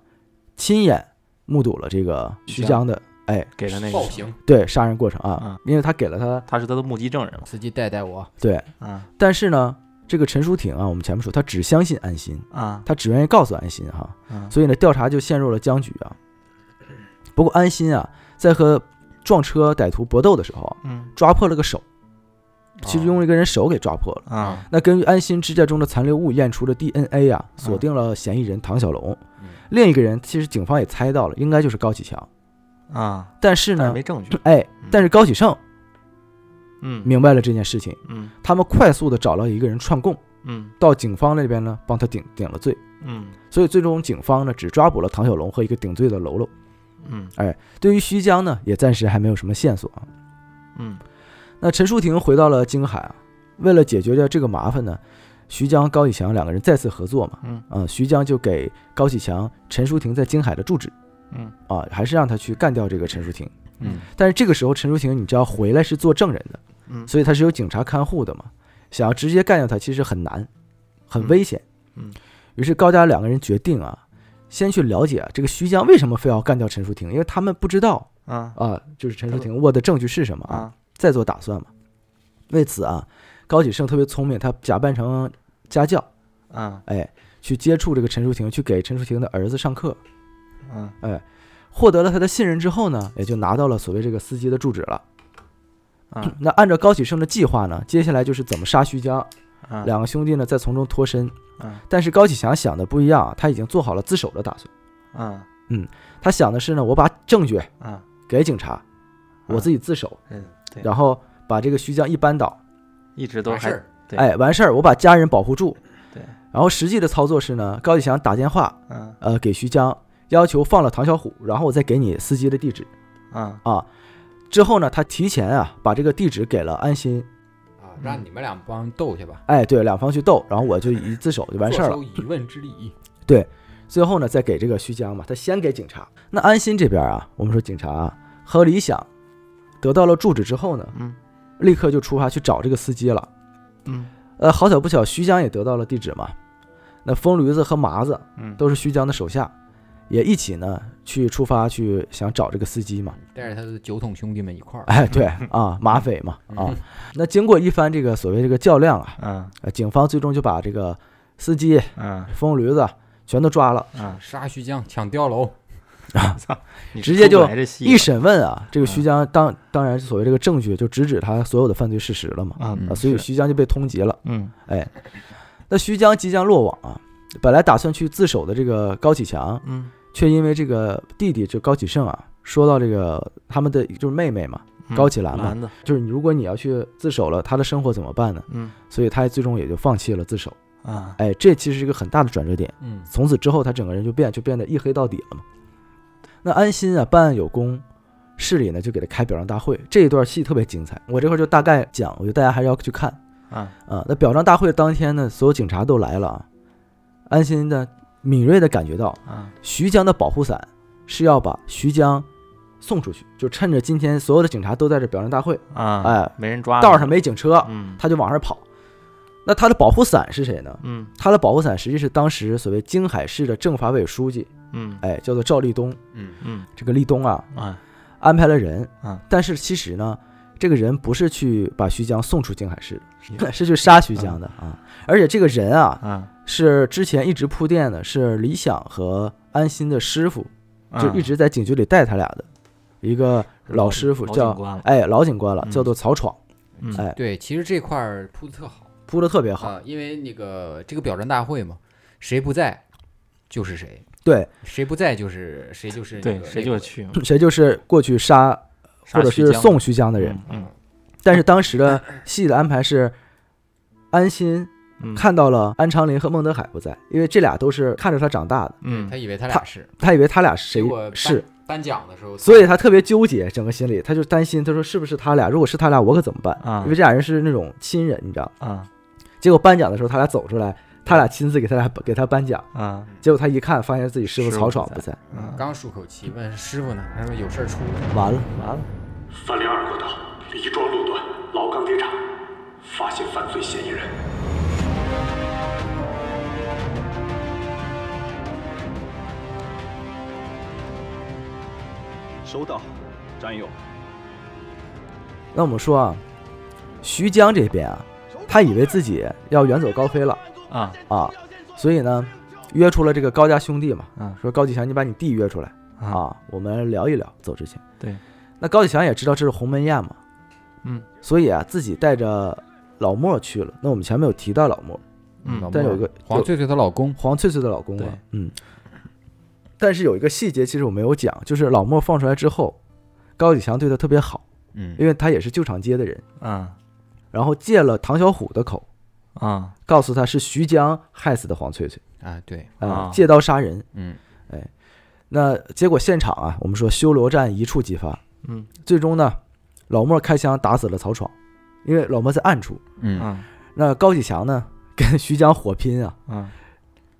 [SPEAKER 2] 亲眼目睹了这个徐江的，哎，
[SPEAKER 3] 给他那
[SPEAKER 4] 暴
[SPEAKER 3] 个，
[SPEAKER 4] 行。
[SPEAKER 2] 对，杀人过程啊
[SPEAKER 3] 嗯，
[SPEAKER 2] 因为他给了他
[SPEAKER 3] 他是他的目击证人嘛，
[SPEAKER 4] 司机带带我，
[SPEAKER 2] 对，
[SPEAKER 3] 啊
[SPEAKER 2] 但是呢，这个陈淑婷啊，我们前面说，她只相信安心，
[SPEAKER 3] 啊
[SPEAKER 2] 她只愿意告诉安心哈、
[SPEAKER 3] 啊，
[SPEAKER 2] 所以呢，调查就陷入了僵局啊。不过安心啊，在和撞车歹徒搏斗的时候啊，
[SPEAKER 3] 嗯
[SPEAKER 2] 抓破了个手，其
[SPEAKER 3] 哦
[SPEAKER 2] 中一个人手给抓破了。
[SPEAKER 3] 啊
[SPEAKER 2] 那根据安心指甲中的残留物验出的 DNA
[SPEAKER 3] 嗯
[SPEAKER 2] 啊，锁定了嫌疑人唐小龙。
[SPEAKER 4] 嗯
[SPEAKER 2] 另一个人其实警方也猜到了，应该就是高启强。
[SPEAKER 3] 啊，
[SPEAKER 2] 但是
[SPEAKER 3] 但是
[SPEAKER 2] 呢
[SPEAKER 3] 没，证据，
[SPEAKER 2] 哎，但是高启盛
[SPEAKER 3] 嗯
[SPEAKER 2] 明白了这件事情，
[SPEAKER 3] 嗯
[SPEAKER 2] 他们快速的找到一个人串供，
[SPEAKER 3] 嗯
[SPEAKER 2] 到警方那边呢帮他顶顶了罪。
[SPEAKER 3] 嗯
[SPEAKER 2] 所以最终警方呢只抓捕了唐小龙和一个顶罪的喽喽。
[SPEAKER 3] 嗯
[SPEAKER 2] 对于徐江呢，也暂时还没有什么线索啊。
[SPEAKER 3] 嗯
[SPEAKER 2] 那陈淑婷回到了京海啊，为了解决掉这个麻烦呢，徐江、高启强两个人再次合作嘛，
[SPEAKER 3] 嗯
[SPEAKER 2] 啊，徐江就给高启强陈淑婷在京海的住址，
[SPEAKER 3] 嗯
[SPEAKER 2] 啊，还是让他去干掉这个陈淑婷。
[SPEAKER 3] 嗯，
[SPEAKER 2] 但是这个时候陈淑婷你知道回来是做证人的，
[SPEAKER 3] 嗯
[SPEAKER 2] 所以他是有警察看护的嘛，想要直接干掉他其实很难，很危险。
[SPEAKER 3] 嗯嗯
[SPEAKER 2] 于是高家两个人决定啊，先去了解、啊、这个徐江为什么非要干掉陈淑婷，因为他们不知道
[SPEAKER 3] 啊
[SPEAKER 2] 啊，就是陈淑婷握的证据是什么啊，
[SPEAKER 3] 啊
[SPEAKER 2] 再做打算嘛。为此啊，高启盛特别聪明，他假扮成家教，
[SPEAKER 3] 啊
[SPEAKER 2] 哎，去接触这个陈淑婷，去给陈淑婷的儿子上课，
[SPEAKER 3] 啊
[SPEAKER 2] 获得了他的信任之后呢，也就拿到了所谓这个司机的住址了。
[SPEAKER 3] 啊
[SPEAKER 2] 那按照高启盛的计划呢，接下来就是怎么杀徐江，
[SPEAKER 3] 啊，
[SPEAKER 2] 两个兄弟呢再从中脱身。
[SPEAKER 3] 啊
[SPEAKER 2] 但是高启强想的不一样啊，他已经做好了自首的打算。
[SPEAKER 3] 啊
[SPEAKER 2] 他想的是呢，我把证据
[SPEAKER 3] 啊，
[SPEAKER 2] 给警察，我自己自首，
[SPEAKER 3] 嗯，对，
[SPEAKER 2] 然后把这个徐江一扳倒，
[SPEAKER 3] 一直都
[SPEAKER 4] 完事
[SPEAKER 3] 还
[SPEAKER 4] 儿，
[SPEAKER 3] 对
[SPEAKER 2] 哎，完事儿，我把家人保护住。
[SPEAKER 3] 对。
[SPEAKER 2] 然后实际的操作是呢，高启强打电话
[SPEAKER 3] 啊
[SPEAKER 2] 呃给徐江，要求放了唐小虎，然后我再给你司机的地址
[SPEAKER 3] 啊
[SPEAKER 2] 啊。之后呢，他提前啊把这个地址给了安心，
[SPEAKER 4] 啊，
[SPEAKER 3] 嗯
[SPEAKER 4] 让你们俩帮人斗去吧，
[SPEAKER 2] 哎，对，两方去斗，然后我就一自首就完事儿
[SPEAKER 4] 坐
[SPEAKER 2] 了。
[SPEAKER 4] 收疑问之利，
[SPEAKER 2] 最后呢，再给这个徐江嘛，他先给警察。那安心这边啊，我们说警察、啊、和李想得到了住址之后呢，
[SPEAKER 3] 嗯
[SPEAKER 2] 立刻就出发去找这个司机了。
[SPEAKER 3] 嗯
[SPEAKER 2] 呃，好巧不巧，徐江也得到了地址嘛。那疯驴子和麻子
[SPEAKER 3] 嗯
[SPEAKER 2] 都是徐江的手下，也一起呢去出发去想找这个司机嘛。
[SPEAKER 3] 嗯
[SPEAKER 4] 带着他的酒桶兄弟们一块儿，
[SPEAKER 2] 哎，对 啊，马匪嘛啊。那经过一番这个所谓这个较量啊，
[SPEAKER 3] 嗯
[SPEAKER 2] 呃警方最终就把这个司机、
[SPEAKER 3] 嗯
[SPEAKER 2] 疯驴子全都抓了。
[SPEAKER 3] 嗯，
[SPEAKER 4] 杀徐江，抢碉楼，
[SPEAKER 3] 你
[SPEAKER 2] 直接
[SPEAKER 3] 出不
[SPEAKER 2] 就
[SPEAKER 3] 来这戏
[SPEAKER 2] 一审问啊，
[SPEAKER 3] 嗯
[SPEAKER 2] 这个徐江当当然所谓这个证据就直指他所有的犯罪事实了嘛，
[SPEAKER 3] 啊，
[SPEAKER 4] 嗯
[SPEAKER 2] 啊，所以徐江就被通缉了。
[SPEAKER 3] 嗯
[SPEAKER 2] 哎，那徐江即将落网啊，本来打算去自首的这个高启强，
[SPEAKER 3] 嗯
[SPEAKER 2] 却因为这个弟弟就高启盛啊，说到这个他们的就是妹妹嘛，
[SPEAKER 3] 嗯
[SPEAKER 2] 高启兰嘛，
[SPEAKER 3] 子，
[SPEAKER 2] 就是你如果你要去自首了，他的生活怎么办呢？
[SPEAKER 3] 嗯
[SPEAKER 2] 所以他最终也就放弃了自首。
[SPEAKER 3] 啊，
[SPEAKER 2] 哎，这其实是一个很大的转折点。
[SPEAKER 4] 嗯，
[SPEAKER 2] 从此之后，他整个人就变就变得一黑到底了嘛。那安心啊，办案有功，市里呢就给他开表彰大会，这一段戏特别精彩。我这块就大概讲，我觉得大家还是要去看
[SPEAKER 3] 啊
[SPEAKER 2] 那表彰大会当天呢，所有警察都来了啊。安心呢，敏锐的感觉到
[SPEAKER 3] 啊
[SPEAKER 2] 徐江的保护伞是要把徐江送出去，就趁着今天所有的警察都在这表彰大会，
[SPEAKER 3] 啊，
[SPEAKER 2] 哎，
[SPEAKER 3] 没人抓，
[SPEAKER 2] 道上，没警车，
[SPEAKER 3] 嗯
[SPEAKER 2] 他就往上跑。那他的保护伞是谁呢？
[SPEAKER 3] 嗯
[SPEAKER 2] 他的保护伞实际是当时所谓京海市的政法委书记，
[SPEAKER 3] 嗯
[SPEAKER 2] 哎，叫做赵立东。
[SPEAKER 3] 嗯
[SPEAKER 2] 这个立东啊，
[SPEAKER 3] 啊
[SPEAKER 2] 安排了人，
[SPEAKER 3] 嗯
[SPEAKER 2] 但是其实呢，这个人不是去把徐江送出京海市的， 是去杀
[SPEAKER 3] 嗯
[SPEAKER 2] 徐江的啊。而且这个人啊，
[SPEAKER 3] 啊，
[SPEAKER 2] 是之前一直铺垫的，是李想和安心的师傅，
[SPEAKER 3] 啊
[SPEAKER 2] 就一直在警局里带他俩的一个老师傅
[SPEAKER 3] 嗯老
[SPEAKER 2] 叫
[SPEAKER 3] 警官了
[SPEAKER 2] 哎老警官了，
[SPEAKER 3] 嗯
[SPEAKER 2] 叫做曹闯，
[SPEAKER 3] 嗯
[SPEAKER 2] 哎，
[SPEAKER 4] 对，其实这块儿铺的特好
[SPEAKER 2] 铺的特别好。
[SPEAKER 4] 啊，因为那个这个表彰大会嘛，谁不在就是谁，
[SPEAKER 2] 对，
[SPEAKER 4] 谁不在就是谁就是那
[SPEAKER 3] 对，
[SPEAKER 4] 个
[SPEAKER 3] 谁
[SPEAKER 4] 内
[SPEAKER 3] 就
[SPEAKER 4] 鬼
[SPEAKER 3] 去
[SPEAKER 2] 谁就是过去杀哎
[SPEAKER 3] 杀
[SPEAKER 2] 或者
[SPEAKER 3] 徐
[SPEAKER 2] 是
[SPEAKER 3] 江
[SPEAKER 2] 送徐江的人。，
[SPEAKER 3] 嗯
[SPEAKER 2] 但是当时的戏的安排是，安心
[SPEAKER 3] 嗯，
[SPEAKER 2] 看到了安长林和孟德海不在，因为这俩都是看着他长大的，
[SPEAKER 3] 嗯
[SPEAKER 4] 他以为他俩是
[SPEAKER 2] 他以为他俩谁
[SPEAKER 4] 结果颁
[SPEAKER 2] 是，
[SPEAKER 4] 颁奖的时候，
[SPEAKER 2] 所以他特别纠结，整个心里他就担心，他说是不是他俩？如果是他俩，我可怎么办？
[SPEAKER 3] 啊
[SPEAKER 2] 因为这俩人是那种亲人，你知道。
[SPEAKER 3] 啊
[SPEAKER 2] 结果颁奖的时候，他俩走出来，他俩亲自给他俩给他颁奖。
[SPEAKER 3] 啊
[SPEAKER 2] 结果他一看，发现自己师傅
[SPEAKER 3] 师傅
[SPEAKER 2] 曹闯
[SPEAKER 3] 不
[SPEAKER 2] 不在，
[SPEAKER 3] 啊，
[SPEAKER 4] 刚舒口气问师傅呢，他说有事儿出来。
[SPEAKER 2] 完了，
[SPEAKER 3] 完了，
[SPEAKER 11] 三零二国道李庄路段老钢铁厂发现犯罪嫌疑人。
[SPEAKER 10] 收到，占用。
[SPEAKER 2] 那我们说啊，徐江这边啊，他以为自己啊要远走高飞了
[SPEAKER 3] 啊
[SPEAKER 2] 啊，所以呢，约出了这个高家兄弟嘛，
[SPEAKER 3] 嗯
[SPEAKER 2] 说高启强，你把你弟约出来
[SPEAKER 3] 啊，
[SPEAKER 2] 啊，我们聊一聊。走之前，
[SPEAKER 3] 对，
[SPEAKER 2] 那高启强也知道这是鸿门宴嘛，
[SPEAKER 3] 嗯，
[SPEAKER 2] 所以啊，自己带着老莫去了。那我们前面有提到老莫，
[SPEAKER 3] 嗯
[SPEAKER 4] 老
[SPEAKER 2] 但
[SPEAKER 4] 莫
[SPEAKER 2] 有一个
[SPEAKER 4] 黄
[SPEAKER 2] 有
[SPEAKER 4] 翠翠她老公，
[SPEAKER 2] 黄翠翠的老公
[SPEAKER 3] 对
[SPEAKER 2] 啊，嗯，但是有一个细节其实我没有讲，就是老莫放出来之后，高启强对他特别好，
[SPEAKER 4] 嗯
[SPEAKER 2] 因为他也是旧厂街的人，
[SPEAKER 3] 啊
[SPEAKER 2] 然后借了唐小虎的口。
[SPEAKER 3] 啊
[SPEAKER 2] 告诉他是徐江害死的黄翠翠
[SPEAKER 4] 啊，对，
[SPEAKER 2] 啊、
[SPEAKER 3] 啊
[SPEAKER 2] 借刀杀人。哎
[SPEAKER 4] 嗯，
[SPEAKER 2] 那结果现场啊，我们说修罗战一触即发，
[SPEAKER 3] 嗯
[SPEAKER 2] 最终呢，老莫开枪打死了曹闯，因为老莫在暗处。
[SPEAKER 4] 嗯，
[SPEAKER 3] 啊
[SPEAKER 2] 那高启强呢， 跟徐江火拼啊，
[SPEAKER 3] 啊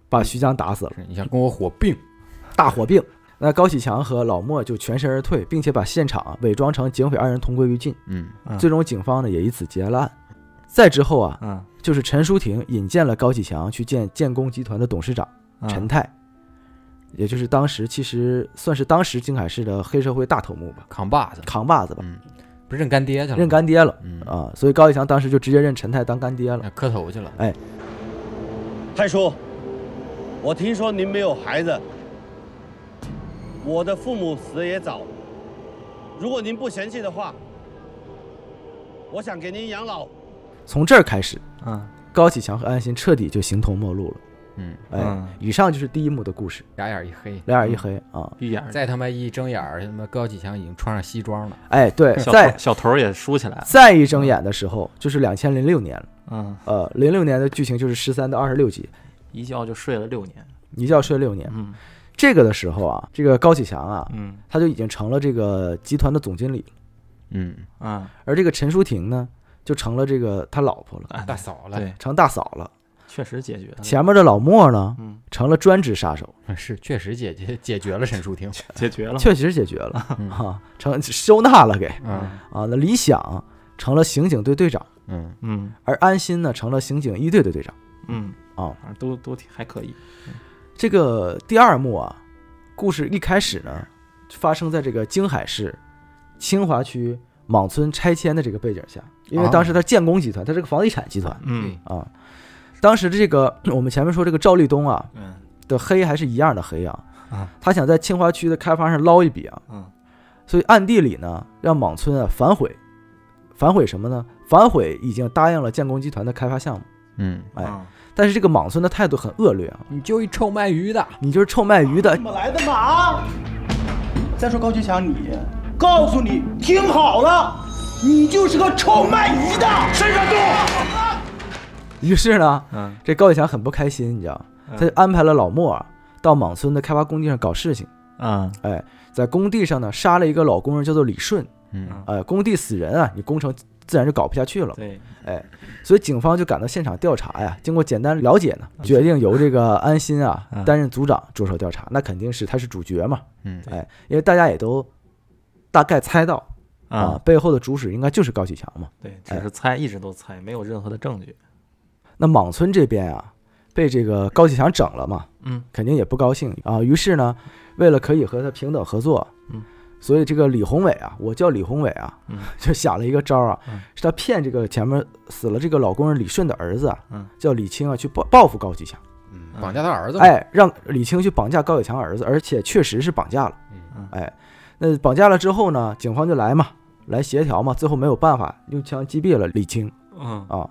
[SPEAKER 2] 把徐江打死了，
[SPEAKER 4] 是你想跟我火并，
[SPEAKER 2] 大火并。 那高启强和老莫就全身而退，并且把现场啊伪装成警匪二人同归于尽。
[SPEAKER 4] 嗯
[SPEAKER 3] 嗯
[SPEAKER 2] 最终，警方呢也以此结了案。再之后啊，
[SPEAKER 3] 啊，
[SPEAKER 2] 就是陈淑婷引荐了高启强去见建工集团的董事长。
[SPEAKER 3] 啊
[SPEAKER 4] 啊
[SPEAKER 2] 陈泰，也就是当时其实算是当时京海市的黑社会大头目吧，
[SPEAKER 4] 扛把子，
[SPEAKER 2] 扛把子吧，
[SPEAKER 4] 嗯，不是认干爹去了吗，
[SPEAKER 2] 认干爹了
[SPEAKER 4] 嗯
[SPEAKER 2] 啊，所以高启强当时就直接认陈泰当干爹了。哎
[SPEAKER 4] 啊磕头去了，
[SPEAKER 11] 太叔，我听说您没有孩子，我的父母死得也早。如果您不嫌弃的话，我想给您养老。
[SPEAKER 2] 从这儿开始，
[SPEAKER 3] 啊
[SPEAKER 2] 高启强和安心彻底就形同陌路了。
[SPEAKER 4] 嗯，
[SPEAKER 2] 哎
[SPEAKER 3] 嗯，
[SPEAKER 2] 以上就是第一幕的故事，
[SPEAKER 4] 俩眼一黑，
[SPEAKER 2] 两眼一黑啊。
[SPEAKER 3] 闭眼儿，
[SPEAKER 4] 再他妈一睁眼儿，他妈高启强已经穿上西装了，
[SPEAKER 2] 哎，对，
[SPEAKER 3] 小
[SPEAKER 2] 再
[SPEAKER 3] 头小头儿也梳起来了，
[SPEAKER 2] 再一睁眼的时候就是两千零六年了。
[SPEAKER 3] 嗯，
[SPEAKER 2] 呃，零六年的剧情就是十三到二十六集，
[SPEAKER 3] 一觉就睡了六年，
[SPEAKER 2] 一觉睡六年。
[SPEAKER 3] 嗯
[SPEAKER 2] 这个的时候啊，这个高启强啊，
[SPEAKER 3] 嗯
[SPEAKER 2] 他就已经成了这个集团的总经理了。
[SPEAKER 4] 嗯，
[SPEAKER 3] 啊，
[SPEAKER 2] 而这个陈淑婷呢，就成了这个他老婆了，
[SPEAKER 3] 哎
[SPEAKER 4] 大嫂了，
[SPEAKER 3] 对，
[SPEAKER 2] 成大嫂了。
[SPEAKER 3] 确实解决了，
[SPEAKER 2] 前面的老莫呢，
[SPEAKER 3] 嗯
[SPEAKER 2] 成了专职杀手，
[SPEAKER 4] 是确实解决解决了沈淑婷，
[SPEAKER 3] 解决了，
[SPEAKER 2] 确实解决了
[SPEAKER 4] 嗯
[SPEAKER 2] 啊，成收纳了给
[SPEAKER 4] 嗯
[SPEAKER 2] 啊。那李想成了刑警队队长，
[SPEAKER 4] 嗯，
[SPEAKER 3] 嗯
[SPEAKER 2] 而安心呢成了刑警一队的队长。
[SPEAKER 3] 嗯
[SPEAKER 2] 啊，
[SPEAKER 3] 反正都都挺还可以，
[SPEAKER 2] 这个第二幕啊，故事一开始呢，发生在这个京海市清华区莽村拆迁的这个背景下，因为当时它是建工集团，它是个房地产集团
[SPEAKER 3] 嗯
[SPEAKER 2] 啊。当时这个我们前面说这个赵立东啊
[SPEAKER 3] 嗯
[SPEAKER 2] 的黑还是一样的黑啊
[SPEAKER 3] 啊，
[SPEAKER 2] 他想在清华区的开发上捞一笔啊，
[SPEAKER 3] 嗯
[SPEAKER 2] 所以暗地里呢让莽村啊反悔，反悔什么呢？反悔已经答应了建工集团的开发项目，
[SPEAKER 4] 嗯，
[SPEAKER 2] 哎，
[SPEAKER 3] 嗯
[SPEAKER 2] 但是这个莽村的态度很恶劣啊，
[SPEAKER 4] 你就一臭卖鱼的，
[SPEAKER 2] 你就是臭卖 鱼的
[SPEAKER 6] 怎，么来的嘛啊！再说高群强，你告诉你，听好了，你就是个臭卖鱼的，身上动！
[SPEAKER 2] 于是呢，
[SPEAKER 3] 嗯
[SPEAKER 2] 这高启强很不开心，你知道吗，他就安排了老莫啊到莽村的开发工地上搞事情。
[SPEAKER 3] 嗯
[SPEAKER 2] 哎，在工地上呢杀了一个老工人，叫做李顺。
[SPEAKER 4] 嗯，
[SPEAKER 2] 呃，工地死人啊，你工程自然就搞不下去了。
[SPEAKER 3] 对，
[SPEAKER 2] 哎，所以警方就赶到现场调查呀。经过简单了解呢，决定由这个安心啊
[SPEAKER 3] 嗯
[SPEAKER 2] 担任组长着手调查。那肯定是他是主角嘛。
[SPEAKER 4] 嗯
[SPEAKER 2] 哎，因为大家也都大概猜到啊
[SPEAKER 3] 啊，
[SPEAKER 2] 背后的主使应该就是高启强嘛。
[SPEAKER 3] 对，只是猜，一直都猜，没有任何的证据。
[SPEAKER 2] 那莽村这边啊，被这个高启强整了嘛，
[SPEAKER 3] 嗯，
[SPEAKER 2] 肯定也不高兴啊。于是呢，为了可以和他平等合作，
[SPEAKER 3] 嗯，
[SPEAKER 2] 所以这个李宏伟啊，我叫李宏伟啊，
[SPEAKER 3] 嗯
[SPEAKER 2] 就想了一个招儿啊，
[SPEAKER 3] 嗯
[SPEAKER 2] 是他骗这个前面死了这个老工人李顺的儿子啊，
[SPEAKER 3] 嗯
[SPEAKER 2] 叫李青啊，去报报复高启强，
[SPEAKER 4] 绑架他儿子嘛，
[SPEAKER 2] 哎，让李青去绑架高启强儿子，而且确实是绑架了，
[SPEAKER 3] 嗯
[SPEAKER 2] 哎，那绑架了之后呢，警方就来嘛，来协调嘛，最后没有办法，用枪击毙了李青。
[SPEAKER 3] 嗯
[SPEAKER 2] 啊，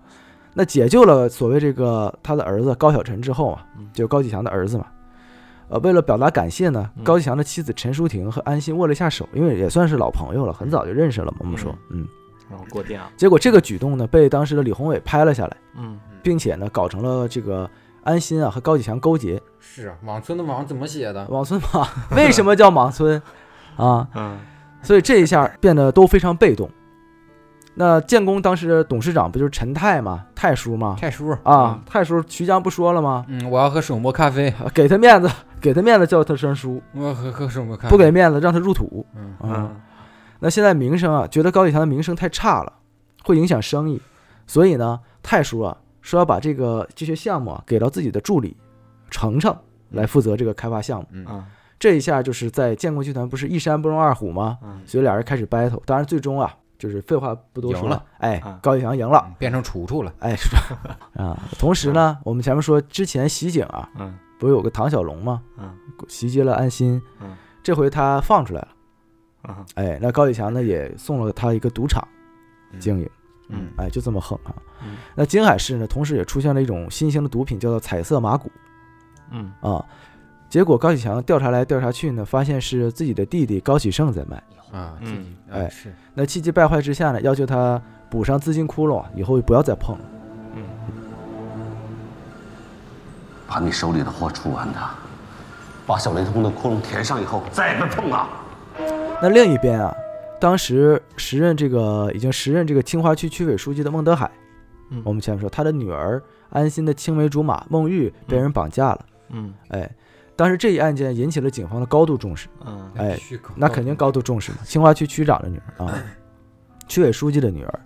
[SPEAKER 2] 那解救了所谓这个他的儿子高晓晨之后啊
[SPEAKER 3] 嗯，
[SPEAKER 2] 就是高启强的儿子嘛。呃，为了表达感谢呢，
[SPEAKER 3] 嗯
[SPEAKER 2] 高启强的妻子陈淑婷和安心握了一下手，因为也算是老朋友了，很早就认识了嘛。我们说，嗯，
[SPEAKER 3] 然后过电了。啊
[SPEAKER 2] 结果这个举动呢，被当时的李宏伟拍了下来，
[SPEAKER 3] 嗯
[SPEAKER 2] 并且呢，搞成了这个安心啊和高启强勾结。
[SPEAKER 4] 是啊，莽村的莽怎么写的？
[SPEAKER 2] 莽村嘛， 为什么叫莽村啊？
[SPEAKER 3] 嗯
[SPEAKER 2] 所以这一下变得都非常被动。那建工当时董事长不就是陈泰嘛，泰叔嘛，
[SPEAKER 4] 太叔，
[SPEAKER 3] 嗯
[SPEAKER 2] 啊，泰叔徐江不说了吗？
[SPEAKER 4] 嗯，我要喝手磨咖啡，
[SPEAKER 2] 啊给他面子，给他面子叫他声叔，
[SPEAKER 4] 我要喝喝手磨咖啡，
[SPEAKER 2] 不给面子让他入土。
[SPEAKER 4] 哎嗯
[SPEAKER 2] 啊，那现在名声啊，觉得高启强的名声太差了，会影响生意，所以呢，泰叔啊说要把这个这些项目啊给到自己的助理程程来负责这个开发项目。
[SPEAKER 3] 嗯
[SPEAKER 2] 这一下就是在建国集团不是一山不容二虎吗？
[SPEAKER 3] 嗯
[SPEAKER 2] 所以俩人开始 battle，当然最终啊就是废话不多
[SPEAKER 4] 赢
[SPEAKER 2] 说
[SPEAKER 4] 了
[SPEAKER 2] 了，哎
[SPEAKER 3] 啊，
[SPEAKER 2] 高启强赢了。
[SPEAKER 4] 嗯变成楚楚了，
[SPEAKER 2] 哎，是吧？ 啊，同时呢，我们前面说之前袭警啊，
[SPEAKER 3] 嗯
[SPEAKER 2] 不是有个唐小龙吗？
[SPEAKER 3] 嗯
[SPEAKER 2] 袭击了安心，
[SPEAKER 3] 嗯
[SPEAKER 2] 这回他放出来了，
[SPEAKER 3] 嗯
[SPEAKER 2] 哎，那高启强呢也送了他一个赌场经营，
[SPEAKER 3] 嗯
[SPEAKER 2] 哎，就这么横啊。
[SPEAKER 3] 嗯
[SPEAKER 2] 那京海市呢，同时也出现了一种新型的毒品，叫做彩色麻古
[SPEAKER 3] 嗯
[SPEAKER 2] 啊。结果高启强调查来调查去呢，发现是自己的弟弟高启盛在卖。
[SPEAKER 4] 啊，自己
[SPEAKER 3] 嗯
[SPEAKER 2] 哎
[SPEAKER 4] 啊是，
[SPEAKER 2] 那气急败坏之下呢，要求他补上资金窟窿，啊以后不要再碰了。
[SPEAKER 3] 嗯
[SPEAKER 1] 把你手里的货出完它，把小雷通的窟窿填上以后，再也别碰啊！
[SPEAKER 2] 那另一边啊，当时时任这个已经时任这个清华区区委书记的孟德海，
[SPEAKER 3] 嗯
[SPEAKER 2] 我们前面说他的女儿安心的青梅竹马孟玉被人绑架了，
[SPEAKER 3] 嗯
[SPEAKER 2] 哎，当时这一案件引起了警方的高度重视，
[SPEAKER 3] 嗯
[SPEAKER 2] 哎
[SPEAKER 4] 虚构
[SPEAKER 2] 那肯定高度重视嘛，清华区区长的女儿 啊，区委书记的女儿，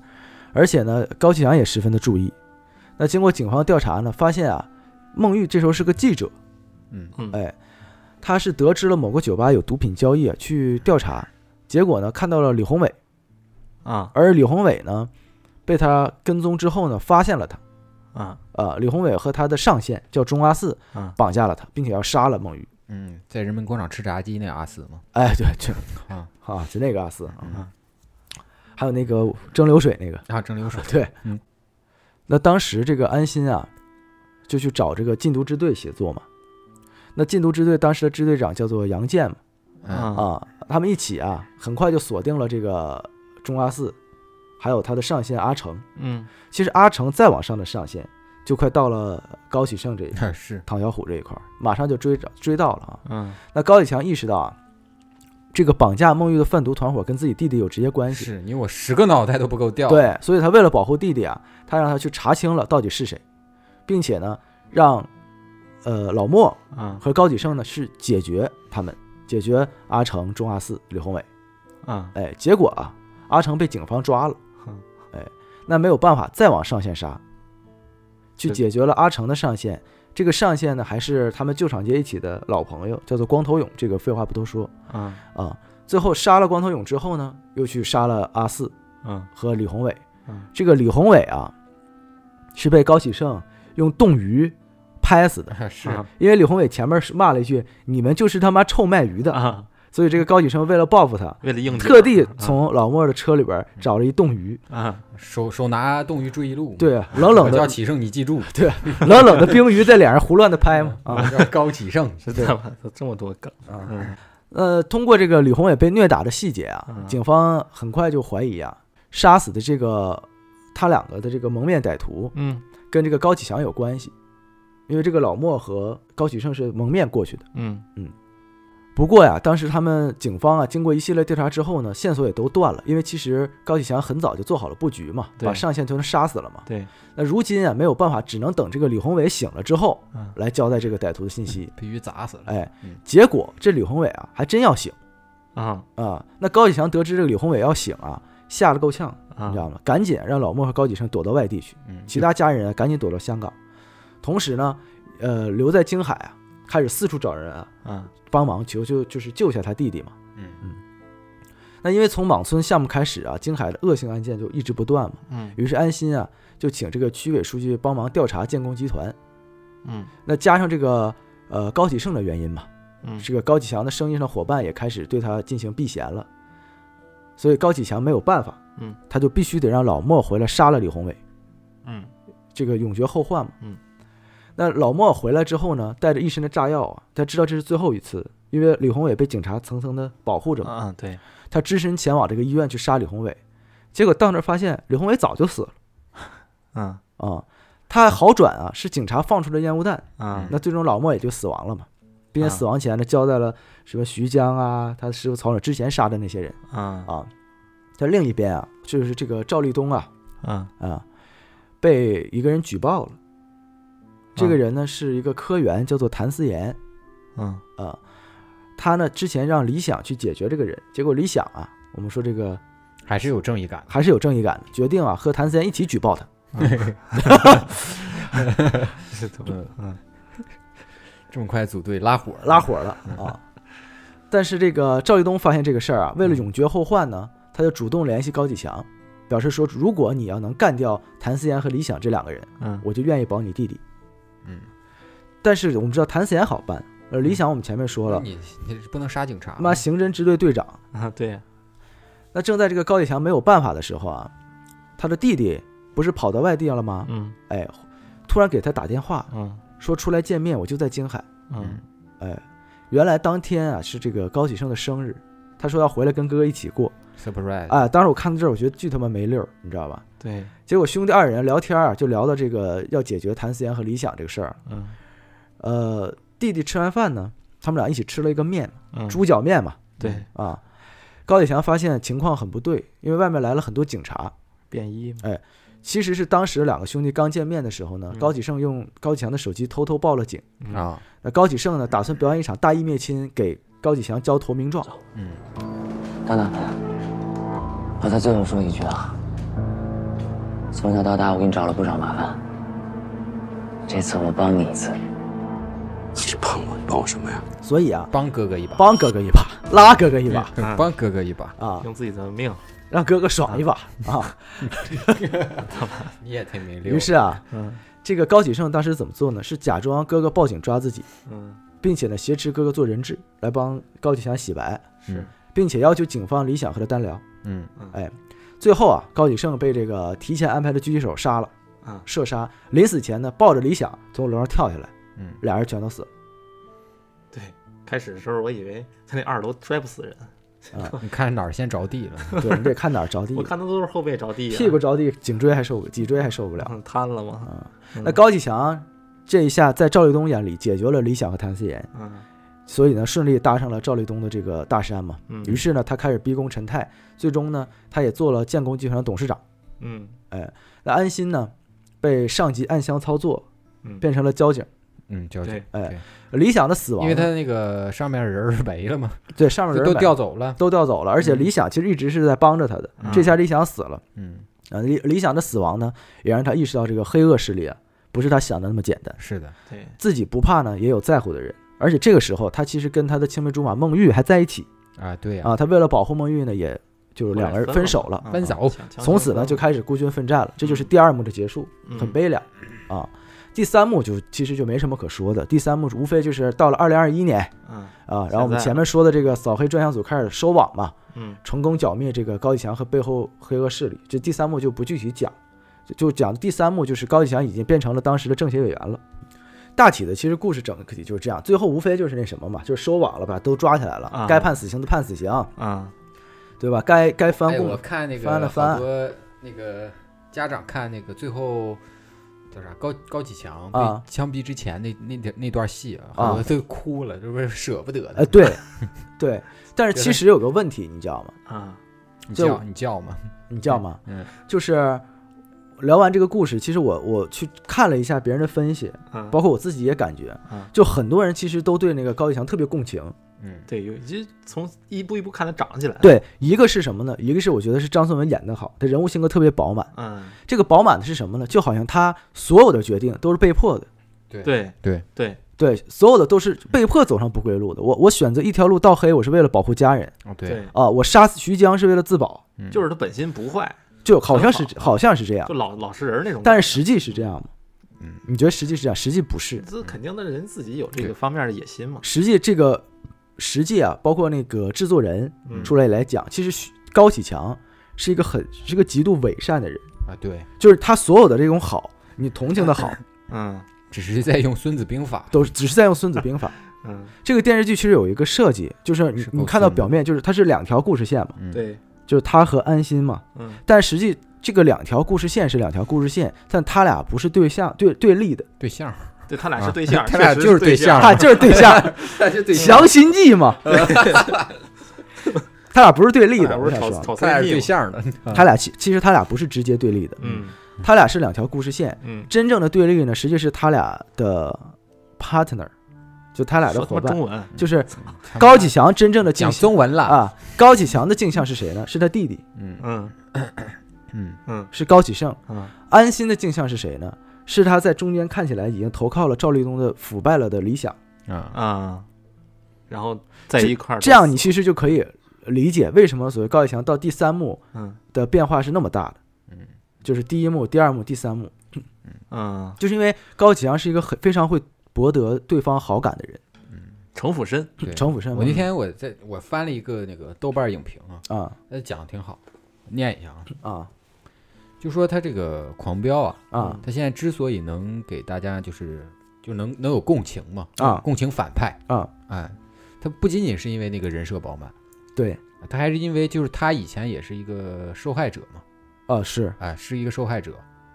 [SPEAKER 2] 而且呢，高启强也十分的注意。那经过警方调查呢，发现啊，孟玉这时候是个记者，
[SPEAKER 4] 嗯
[SPEAKER 3] 嗯
[SPEAKER 2] 哎，他是得知了某个酒吧有毒品交易啊，去调查，结果呢，看到了李宏伟。
[SPEAKER 3] 啊
[SPEAKER 2] 而李宏伟呢，被他跟踪之后呢，发现了他。
[SPEAKER 3] 啊
[SPEAKER 2] 呃，李宏伟和他的上线叫钟阿四
[SPEAKER 3] 嗯
[SPEAKER 2] 绑架了他，并且要杀了孟玉。
[SPEAKER 4] 嗯，在人民广场吃炸鸡那阿死嘛，
[SPEAKER 2] 哎，对，就
[SPEAKER 4] 啊
[SPEAKER 2] 啊，就那个阿四啊，
[SPEAKER 3] 嗯
[SPEAKER 2] 还有那个蒸馏水那个，
[SPEAKER 4] 啊，蒸馏 水，
[SPEAKER 2] 对，
[SPEAKER 4] 嗯。
[SPEAKER 2] 那当时这个安心啊，就去找这个禁毒支队协作嘛。那禁毒支队当时的支队长叫做杨健嘛，
[SPEAKER 4] 嗯
[SPEAKER 3] 啊
[SPEAKER 2] 啊，他们一起啊，很快就锁定了这个钟阿四，还有他的上线阿成。
[SPEAKER 3] 嗯
[SPEAKER 2] 其实阿成再往上的上限，就快到了高启盛这一 块，
[SPEAKER 4] 嗯是，
[SPEAKER 2] 唐小虎这一块，马上就追着追到了啊。
[SPEAKER 3] 嗯
[SPEAKER 2] 那高启强意识到啊，这个绑架孟玉的贩毒团伙跟自己弟弟有直接关系，
[SPEAKER 4] 是你我十个脑袋都不够掉，，
[SPEAKER 2] 对，所以他为了保护弟弟啊，他让他去查清了到底是谁，并且呢，让呃老莫
[SPEAKER 3] 啊
[SPEAKER 2] 和高启盛呢是解决他们，解决阿成、钟阿四、李宏伟。
[SPEAKER 3] 啊
[SPEAKER 2] 哎，结果啊，阿成被警方抓了
[SPEAKER 3] 哼，
[SPEAKER 2] 哎，那没有办法再往上线杀，去
[SPEAKER 3] 这
[SPEAKER 2] 解决了阿成的上线，这个上线呢，还是他们旧厂街一起的老朋友，叫做光头勇。这个废话不多说
[SPEAKER 3] 啊
[SPEAKER 2] 啊。最后杀了光头勇之后呢，又去杀了阿四，
[SPEAKER 3] 嗯，
[SPEAKER 2] 和李宏伟。
[SPEAKER 3] 嗯
[SPEAKER 2] 这个李宏伟啊，是被高启盛用冻鱼拍死的。
[SPEAKER 4] 是
[SPEAKER 2] 因为李宏伟前面是骂了一句：“你们就是他妈臭卖鱼的！”
[SPEAKER 3] 啊，
[SPEAKER 2] 所以这个高启盛为了报复他，
[SPEAKER 3] 为了应
[SPEAKER 2] 特地从老莫的车里边找了一冻鱼，
[SPEAKER 3] 啊，
[SPEAKER 4] 手手拿冻鱼坠一路，
[SPEAKER 2] 对啊冷冷的啊
[SPEAKER 4] 我叫启盛，你记住，
[SPEAKER 2] 对，冷冷的冰鱼在脸上胡乱的拍嘛
[SPEAKER 4] 我
[SPEAKER 2] 啊。
[SPEAKER 4] 叫高启盛，
[SPEAKER 3] 是这 样吧？这么多梗啊，嗯
[SPEAKER 2] 呃，通过这个李宏伟被虐打的细节啊，警方很快就怀疑啊，杀死的这个他两个的这个蒙面歹徒，
[SPEAKER 3] 嗯，
[SPEAKER 2] 跟这个高启强有关系，因为这个老莫和高启盛是蒙面过去的。
[SPEAKER 3] 嗯
[SPEAKER 2] 不过呀，当时他们警方啊，经过一系列调查之后呢，线索也都断了，因为其实高启强很早就做好了布局嘛，
[SPEAKER 3] 对
[SPEAKER 2] 把上线就能杀死了嘛。
[SPEAKER 3] 对，
[SPEAKER 2] 那如今啊，没有办法，只能等这个李宏伟醒了之后
[SPEAKER 3] 嗯，
[SPEAKER 2] 来交代这个歹徒的信息。
[SPEAKER 4] 被鱼砸死了，
[SPEAKER 2] 哎
[SPEAKER 4] 嗯，
[SPEAKER 2] 结果这李宏伟啊，还真要醒。
[SPEAKER 3] 啊
[SPEAKER 2] 啊，那高启强得知这个李宏伟要醒啊，吓得够呛，你知
[SPEAKER 3] 啊
[SPEAKER 2] 道吗？赶紧让老莫和高启盛躲到外地去，
[SPEAKER 4] 嗯，
[SPEAKER 2] 其他家人啊赶紧躲到香港。同时呢，呃，留在京海啊，开始四处找人啊
[SPEAKER 3] 啊
[SPEAKER 2] 帮忙求救，就是救下他弟弟嘛。
[SPEAKER 4] 嗯
[SPEAKER 2] 那因为从莽村项目开始啊，京海的恶性案件就一直不断嘛，
[SPEAKER 3] 嗯
[SPEAKER 2] 于是安心啊就请这个区委书记帮忙调查建工集团。
[SPEAKER 3] 嗯
[SPEAKER 2] 那加上这个呃高启盛的原因嘛，
[SPEAKER 3] 嗯
[SPEAKER 2] 这个高启强的生意上的伙伴也开始对他进行避嫌了，所以高启强没有办法，
[SPEAKER 3] 嗯，
[SPEAKER 2] 他就必须得让老莫回来杀了李宏伟，
[SPEAKER 3] 嗯
[SPEAKER 2] 这个永绝后患嘛，
[SPEAKER 3] 嗯。
[SPEAKER 2] 那老莫回来之后呢，带着一身的炸药啊，他知道这是最后一次，因为李宏伟被警察层层的保护着嘛，
[SPEAKER 3] 啊对
[SPEAKER 2] 他只身前往这个医院去杀李宏伟，结果到那儿发现李宏伟早就死了
[SPEAKER 3] 啊
[SPEAKER 2] 啊，他还好转啊，是警察放出了烟雾弹，
[SPEAKER 3] 啊
[SPEAKER 2] 那最终老莫也就死亡了嘛，并且
[SPEAKER 3] 啊
[SPEAKER 2] 死亡前呢交代了什么徐江啊，他师傅曹爽之前杀的那些人
[SPEAKER 3] 啊
[SPEAKER 2] 啊。在另一边啊，就是这个赵立东啊
[SPEAKER 3] 啊
[SPEAKER 2] 啊，被一个人举报了。这个
[SPEAKER 3] 啊
[SPEAKER 2] 人呢是一个科员，叫做谭思妍
[SPEAKER 3] 嗯
[SPEAKER 2] 啊。他呢之前让李想去解决这个人，结果李想啊，我们说这个
[SPEAKER 4] 还是有正义感的，
[SPEAKER 2] 还是有正义感的，决定啊和谭思妍一起举报他。
[SPEAKER 3] 是怎么
[SPEAKER 4] 啊
[SPEAKER 3] 嗯
[SPEAKER 4] 这么快组队拉火了
[SPEAKER 2] 拉火了 啊。但是这个赵立东发现这个事儿啊，
[SPEAKER 3] 嗯
[SPEAKER 2] 为了永绝后患呢，他就主动联系高启强，表示说，如果你要能干掉谭思妍和李想这两个人，
[SPEAKER 3] 嗯
[SPEAKER 2] 我就愿意保你弟弟。
[SPEAKER 4] 嗯，
[SPEAKER 2] 但是我们知道谭思妍好办，呃，
[SPEAKER 3] 嗯
[SPEAKER 2] 李想我们前面说了，
[SPEAKER 4] 你你不能杀警察，
[SPEAKER 2] 妈刑侦支队队长。
[SPEAKER 3] 啊对
[SPEAKER 2] 那正在这个高启强没有办法的时候啊，他的弟弟不是跑到外地了吗？
[SPEAKER 3] 嗯
[SPEAKER 2] 哎，突然给他打电话
[SPEAKER 3] 嗯
[SPEAKER 2] 说出来见面，我就在京海。
[SPEAKER 3] 嗯
[SPEAKER 2] 哎，原来当天啊是这个高启盛的生日，他说要回来跟哥哥一起过。
[SPEAKER 4] surprise，
[SPEAKER 2] 啊，当时我看到这儿，我觉得巨他妈没溜儿，你知道吧？
[SPEAKER 3] 对
[SPEAKER 2] 结果兄弟二人聊天啊，就聊到这个要解决谭思妍和李想这个事儿。
[SPEAKER 3] 嗯
[SPEAKER 2] 呃，弟弟吃完饭呢，他们俩一起吃了一个面，
[SPEAKER 3] 嗯
[SPEAKER 2] 猪脚面嘛。
[SPEAKER 3] 对
[SPEAKER 2] 啊，高启强发现情况很不对，因为外面来了很多警察。
[SPEAKER 3] 便衣嘛
[SPEAKER 2] 其实是当时两个兄弟刚见面的时候呢，
[SPEAKER 3] 嗯
[SPEAKER 2] 高启盛用高启强的手机偷偷报了警。
[SPEAKER 4] 啊，
[SPEAKER 2] 那高启盛呢，打算表演一场大义灭亲，给高启强交投名状。
[SPEAKER 4] 嗯，
[SPEAKER 7] 等等，我在最后说一句啊，从小到大我给你找了不少麻烦，这次我帮你一次。
[SPEAKER 1] 你是帮我，你帮我什么呀？
[SPEAKER 2] 所以啊，
[SPEAKER 4] 帮哥哥一把，
[SPEAKER 2] 帮哥哥一把，拉哥哥一把
[SPEAKER 3] 啊
[SPEAKER 4] 帮哥哥一把，
[SPEAKER 2] 啊，
[SPEAKER 3] 用自己的命
[SPEAKER 2] 让哥哥爽一把啊。
[SPEAKER 4] 你也挺没溜
[SPEAKER 2] 于，是啊，
[SPEAKER 3] 嗯
[SPEAKER 2] 这个高启盛当时怎么做呢？是假装哥哥报警抓自己，
[SPEAKER 3] 嗯
[SPEAKER 2] 并且呢挟持哥哥做人质来帮高启强洗白，
[SPEAKER 4] 是
[SPEAKER 2] 并且要求警方李想和他单聊。哎
[SPEAKER 4] 嗯
[SPEAKER 2] 最后啊，高启盛被这个提前安排的狙击手杀了，
[SPEAKER 3] 啊
[SPEAKER 2] 射杀。临死前呢，抱着李想从楼上跳下来，
[SPEAKER 4] 嗯，
[SPEAKER 2] 俩人全都死 了。
[SPEAKER 3] 对，开始的时候我以为他那二楼摔不死人，
[SPEAKER 4] 你看哪儿先着地了？
[SPEAKER 2] 对你得看哪儿着地
[SPEAKER 3] 我，看他都是后背着地啊，
[SPEAKER 2] 屁股着地，颈椎还受不，脊椎还受不了。啊
[SPEAKER 3] 嗯瘫了嘛，
[SPEAKER 2] 那高启强这一下在赵立东眼里解决了李想和谭思妍，
[SPEAKER 3] 嗯
[SPEAKER 2] 所以呢顺利搭上了赵立东的这个大山嘛。
[SPEAKER 3] 嗯
[SPEAKER 2] 于是呢，他开始逼宫陈泰，最终呢，他也做了建工集团的董事长。
[SPEAKER 3] 嗯
[SPEAKER 2] 那安心呢，被上级暗箱操作，
[SPEAKER 3] 嗯
[SPEAKER 2] 变成了交警。
[SPEAKER 4] 嗯，交警，
[SPEAKER 2] 哎
[SPEAKER 4] 对，
[SPEAKER 2] 理想的死亡呢，
[SPEAKER 4] 因为他那个上面人儿没了嘛，
[SPEAKER 2] 对上面
[SPEAKER 4] 就
[SPEAKER 2] 人
[SPEAKER 4] 都
[SPEAKER 2] 买
[SPEAKER 4] 调走了，
[SPEAKER 2] 都调走了，而且理想其实一直是在帮着他的。
[SPEAKER 3] 嗯
[SPEAKER 2] 这下理想死了，
[SPEAKER 4] 嗯
[SPEAKER 2] 啊，理理想的死亡呢，也让他意识到这个黑恶势力啊不是他想的那么简单。
[SPEAKER 4] 是的，
[SPEAKER 3] 对，
[SPEAKER 2] 自己不怕呢，也有在乎的人。而且这个时候，他其实跟他的青梅竹马孟玉还在一起
[SPEAKER 4] 啊，对呀、
[SPEAKER 2] 啊。他为了保护孟玉呢，也就是两个人分手了，
[SPEAKER 4] 分
[SPEAKER 3] 嗯
[SPEAKER 4] 手，
[SPEAKER 2] 从此呢就开始孤军奋战了。这就是第二幕的结束，很悲凉啊。第三幕就其实就没什么可说的，第三幕无非就是到了二零二一年，
[SPEAKER 3] 嗯
[SPEAKER 2] 啊，然后我们前面说的这个扫黑专项组开始收网嘛，
[SPEAKER 3] 嗯，
[SPEAKER 2] 成功剿灭这个高启强和背后黑恶势力。这第三幕就不具体讲，就就讲第三幕就是高启强已经变成了当时的政协委员了。大体的其实故事整体就是这样，最后无非就是那什么嘛，就是收网了吧，都抓起来了，
[SPEAKER 3] 啊
[SPEAKER 2] 该判死刑的判死刑，
[SPEAKER 3] 啊，
[SPEAKER 2] 对吧？该该翻
[SPEAKER 4] 哎
[SPEAKER 2] 供、
[SPEAKER 4] 我看那个
[SPEAKER 2] 翻了
[SPEAKER 4] 好
[SPEAKER 2] 翻，
[SPEAKER 4] 多那个家长看那个最后叫啥高高启强被
[SPEAKER 2] 啊
[SPEAKER 4] 枪毙之前那、那点那段戏啊，
[SPEAKER 2] 啊
[SPEAKER 4] 我都哭了，这不是舍不得的。
[SPEAKER 2] 哎，对， 对。但是其实有个问题，你知道吗？
[SPEAKER 3] 啊，
[SPEAKER 4] 你
[SPEAKER 2] 就
[SPEAKER 4] 叫你叫 吗？
[SPEAKER 2] 你知道吗？
[SPEAKER 4] 嗯，
[SPEAKER 2] 就是聊完这个故事，其实我我去看了一下别人的分析，
[SPEAKER 3] 嗯
[SPEAKER 2] 包括我自己也感觉
[SPEAKER 3] 嗯，
[SPEAKER 2] 就很多人其实都对那个高启强特别共情。
[SPEAKER 4] 嗯
[SPEAKER 3] 对，有就从一步一步看他长起来，，
[SPEAKER 2] 对，一个是什么呢？一个是我觉得是张颂文演得好，他人物性格特别饱满。
[SPEAKER 3] 嗯，
[SPEAKER 2] 这个饱满的是什么呢？就好像他所有的决定都是被迫的，
[SPEAKER 3] 对
[SPEAKER 4] 对
[SPEAKER 3] 对，
[SPEAKER 2] 对，所有的都是被迫走上不归路的。我我选择一条路到黑，我是为了保护家人
[SPEAKER 4] 哦，
[SPEAKER 3] 对，
[SPEAKER 2] 啊，我杀死徐江是为了自保，
[SPEAKER 3] 就是他本心不坏，
[SPEAKER 2] 就好像是好像是这样
[SPEAKER 3] 就，老老实人那种感觉，
[SPEAKER 2] 但是实际是这样吗？嗯，你觉得实际是这样？实际不是，
[SPEAKER 3] 这肯定的人自己有这个方面的野心嘛，
[SPEAKER 2] 实际这个实际啊，包括那个制作人
[SPEAKER 3] 嗯
[SPEAKER 2] 出来来讲，其实徐高启强是一个很是个极度伪善的人，
[SPEAKER 4] 啊，对，
[SPEAKER 2] 就是他所有的这种好，你同情的好，
[SPEAKER 3] 嗯
[SPEAKER 4] 只是在用《孙子兵法
[SPEAKER 2] 都是只是在用《孙子兵法》。
[SPEAKER 3] 嗯，
[SPEAKER 2] 这个电视剧其实有一个设计，就是你你看到表面就是它是两条故事线嘛，
[SPEAKER 3] 对，
[SPEAKER 2] 就是他和安心嘛，
[SPEAKER 3] 嗯，
[SPEAKER 2] 但实际这个两条故事线是两条故事线，但他俩不是对象对对立的，》
[SPEAKER 4] 对象，啊
[SPEAKER 3] 对他俩是 对象，
[SPEAKER 4] 他俩
[SPEAKER 3] 确实
[SPEAKER 4] 就是是对象
[SPEAKER 3] 象，
[SPEAKER 2] 他就是对象，
[SPEAKER 4] 但是 对
[SPEAKER 2] 强心剂嘛， 他俩不是对立的，
[SPEAKER 3] 不
[SPEAKER 2] 我
[SPEAKER 3] 是
[SPEAKER 2] 想
[SPEAKER 3] 炒
[SPEAKER 2] 说。
[SPEAKER 3] 炒
[SPEAKER 4] 他俩是对
[SPEAKER 3] 象，
[SPEAKER 4] 象的，
[SPEAKER 2] 他俩其其实他俩不是直接对立的，
[SPEAKER 3] 嗯
[SPEAKER 2] 他俩是两条故事线。
[SPEAKER 3] 嗯，
[SPEAKER 2] 真正的对立呢，实际是他俩的 partner，就他俩的
[SPEAKER 3] 说他
[SPEAKER 2] 伙
[SPEAKER 3] 妈中
[SPEAKER 2] 伴。
[SPEAKER 3] 文，
[SPEAKER 2] 就是高启强真正的镜
[SPEAKER 4] 啊讲
[SPEAKER 2] 像
[SPEAKER 4] 中文了，
[SPEAKER 2] 啊，高启强的镜像是谁呢？是他弟弟，
[SPEAKER 4] 嗯
[SPEAKER 3] 嗯
[SPEAKER 4] 嗯
[SPEAKER 3] 嗯
[SPEAKER 2] 是高启盛。
[SPEAKER 3] 嗯
[SPEAKER 2] 安心的镜像是谁呢？是他在中间看起来已经投靠了赵立东的腐败了的理想。
[SPEAKER 4] 啊，
[SPEAKER 3] 啊，然后在一块儿
[SPEAKER 2] 这样你其实就可以理解为什么所谓高启强到第三幕
[SPEAKER 3] 嗯
[SPEAKER 2] 的变化是那么大的。
[SPEAKER 4] 嗯，
[SPEAKER 2] 就是第一幕、第二幕、第三幕，
[SPEAKER 3] 嗯
[SPEAKER 2] 就是因为高启强是一个很非常会博得对方好感的人。
[SPEAKER 3] 城府深，
[SPEAKER 4] 对
[SPEAKER 2] 城府深，
[SPEAKER 4] 我那天我在我翻了一个那个豆瓣影评啊，
[SPEAKER 2] 啊
[SPEAKER 4] 那讲的挺好，念一下啊，
[SPEAKER 2] 啊
[SPEAKER 4] 就说他这个狂飙啊，
[SPEAKER 2] 啊
[SPEAKER 4] 他现在之所以能给大家就是就能能有共情嘛，
[SPEAKER 2] 啊
[SPEAKER 4] 共情反派，
[SPEAKER 2] 啊，
[SPEAKER 4] 哎，他不仅仅是因为那个人设饱满，
[SPEAKER 2] 对
[SPEAKER 4] 他还是因为就是他以前也是一个受害者嘛，
[SPEAKER 2] 啊是
[SPEAKER 4] 哎，是一个受害者，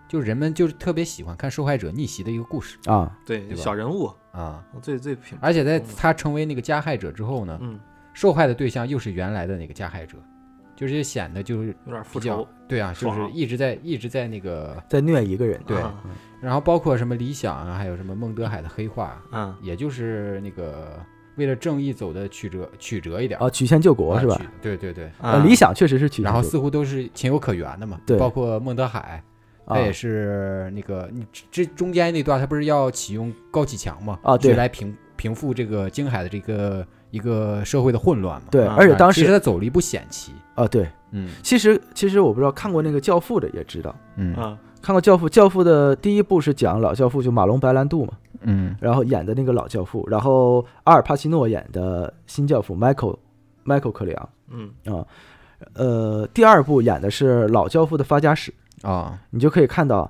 [SPEAKER 4] 就是人们就是特别喜欢看受害者逆袭的一个故事
[SPEAKER 2] 啊
[SPEAKER 3] 对
[SPEAKER 4] 对吧
[SPEAKER 3] 小人物
[SPEAKER 4] 啊。
[SPEAKER 3] 最最平，
[SPEAKER 2] 哎
[SPEAKER 4] 而且在他成为那个加害者之后呢，
[SPEAKER 3] 嗯，
[SPEAKER 4] 受害的对象又是原来的那个加害者，就是显得就是
[SPEAKER 3] 有点
[SPEAKER 4] 比
[SPEAKER 3] 复
[SPEAKER 4] 较
[SPEAKER 3] 仇，
[SPEAKER 4] 对啊，就是
[SPEAKER 3] 爽
[SPEAKER 4] 一直在一直在那个
[SPEAKER 2] 在虐一个人，
[SPEAKER 4] 对
[SPEAKER 3] 啊，
[SPEAKER 4] 然后包括什么理想啊，还有什么孟德海的黑化啊，
[SPEAKER 3] 嗯
[SPEAKER 4] 也就是那个为了正义走的曲折曲折一点儿
[SPEAKER 2] 啊，曲线救国是吧
[SPEAKER 4] 曲？对对对，
[SPEAKER 2] 呃
[SPEAKER 3] 啊，
[SPEAKER 2] 理想确实是曲线救
[SPEAKER 4] 然
[SPEAKER 2] 国，
[SPEAKER 4] 后似乎都是情有可原的嘛。
[SPEAKER 2] 对
[SPEAKER 4] 包括孟德海，他
[SPEAKER 2] 啊
[SPEAKER 4] 哎也是那个你这这中间那段，他不是要启用高启强嘛？
[SPEAKER 2] 啊对
[SPEAKER 4] 是来平平复这个京海的这个一个社会的混乱嘛。
[SPEAKER 2] 对，
[SPEAKER 3] 啊
[SPEAKER 2] 而且
[SPEAKER 4] 啊
[SPEAKER 2] 当
[SPEAKER 4] 其实
[SPEAKER 2] 时
[SPEAKER 4] 他走了一步险棋。
[SPEAKER 2] 啊对，
[SPEAKER 4] 嗯
[SPEAKER 2] 其实其实我不知道看过那个《教父》的也知道，
[SPEAKER 4] 嗯
[SPEAKER 3] 啊
[SPEAKER 2] 看过《教父》，《教父》的第一部是讲老教父就马龙白兰度嘛，
[SPEAKER 4] 嗯
[SPEAKER 2] 然后演的那个老教父，然后阿尔帕西诺演的新教父 Michael Michael 克里昂，
[SPEAKER 3] 嗯
[SPEAKER 2] 啊呃，第二部演的是老教父的发家史，
[SPEAKER 4] 啊
[SPEAKER 2] 你就可以看到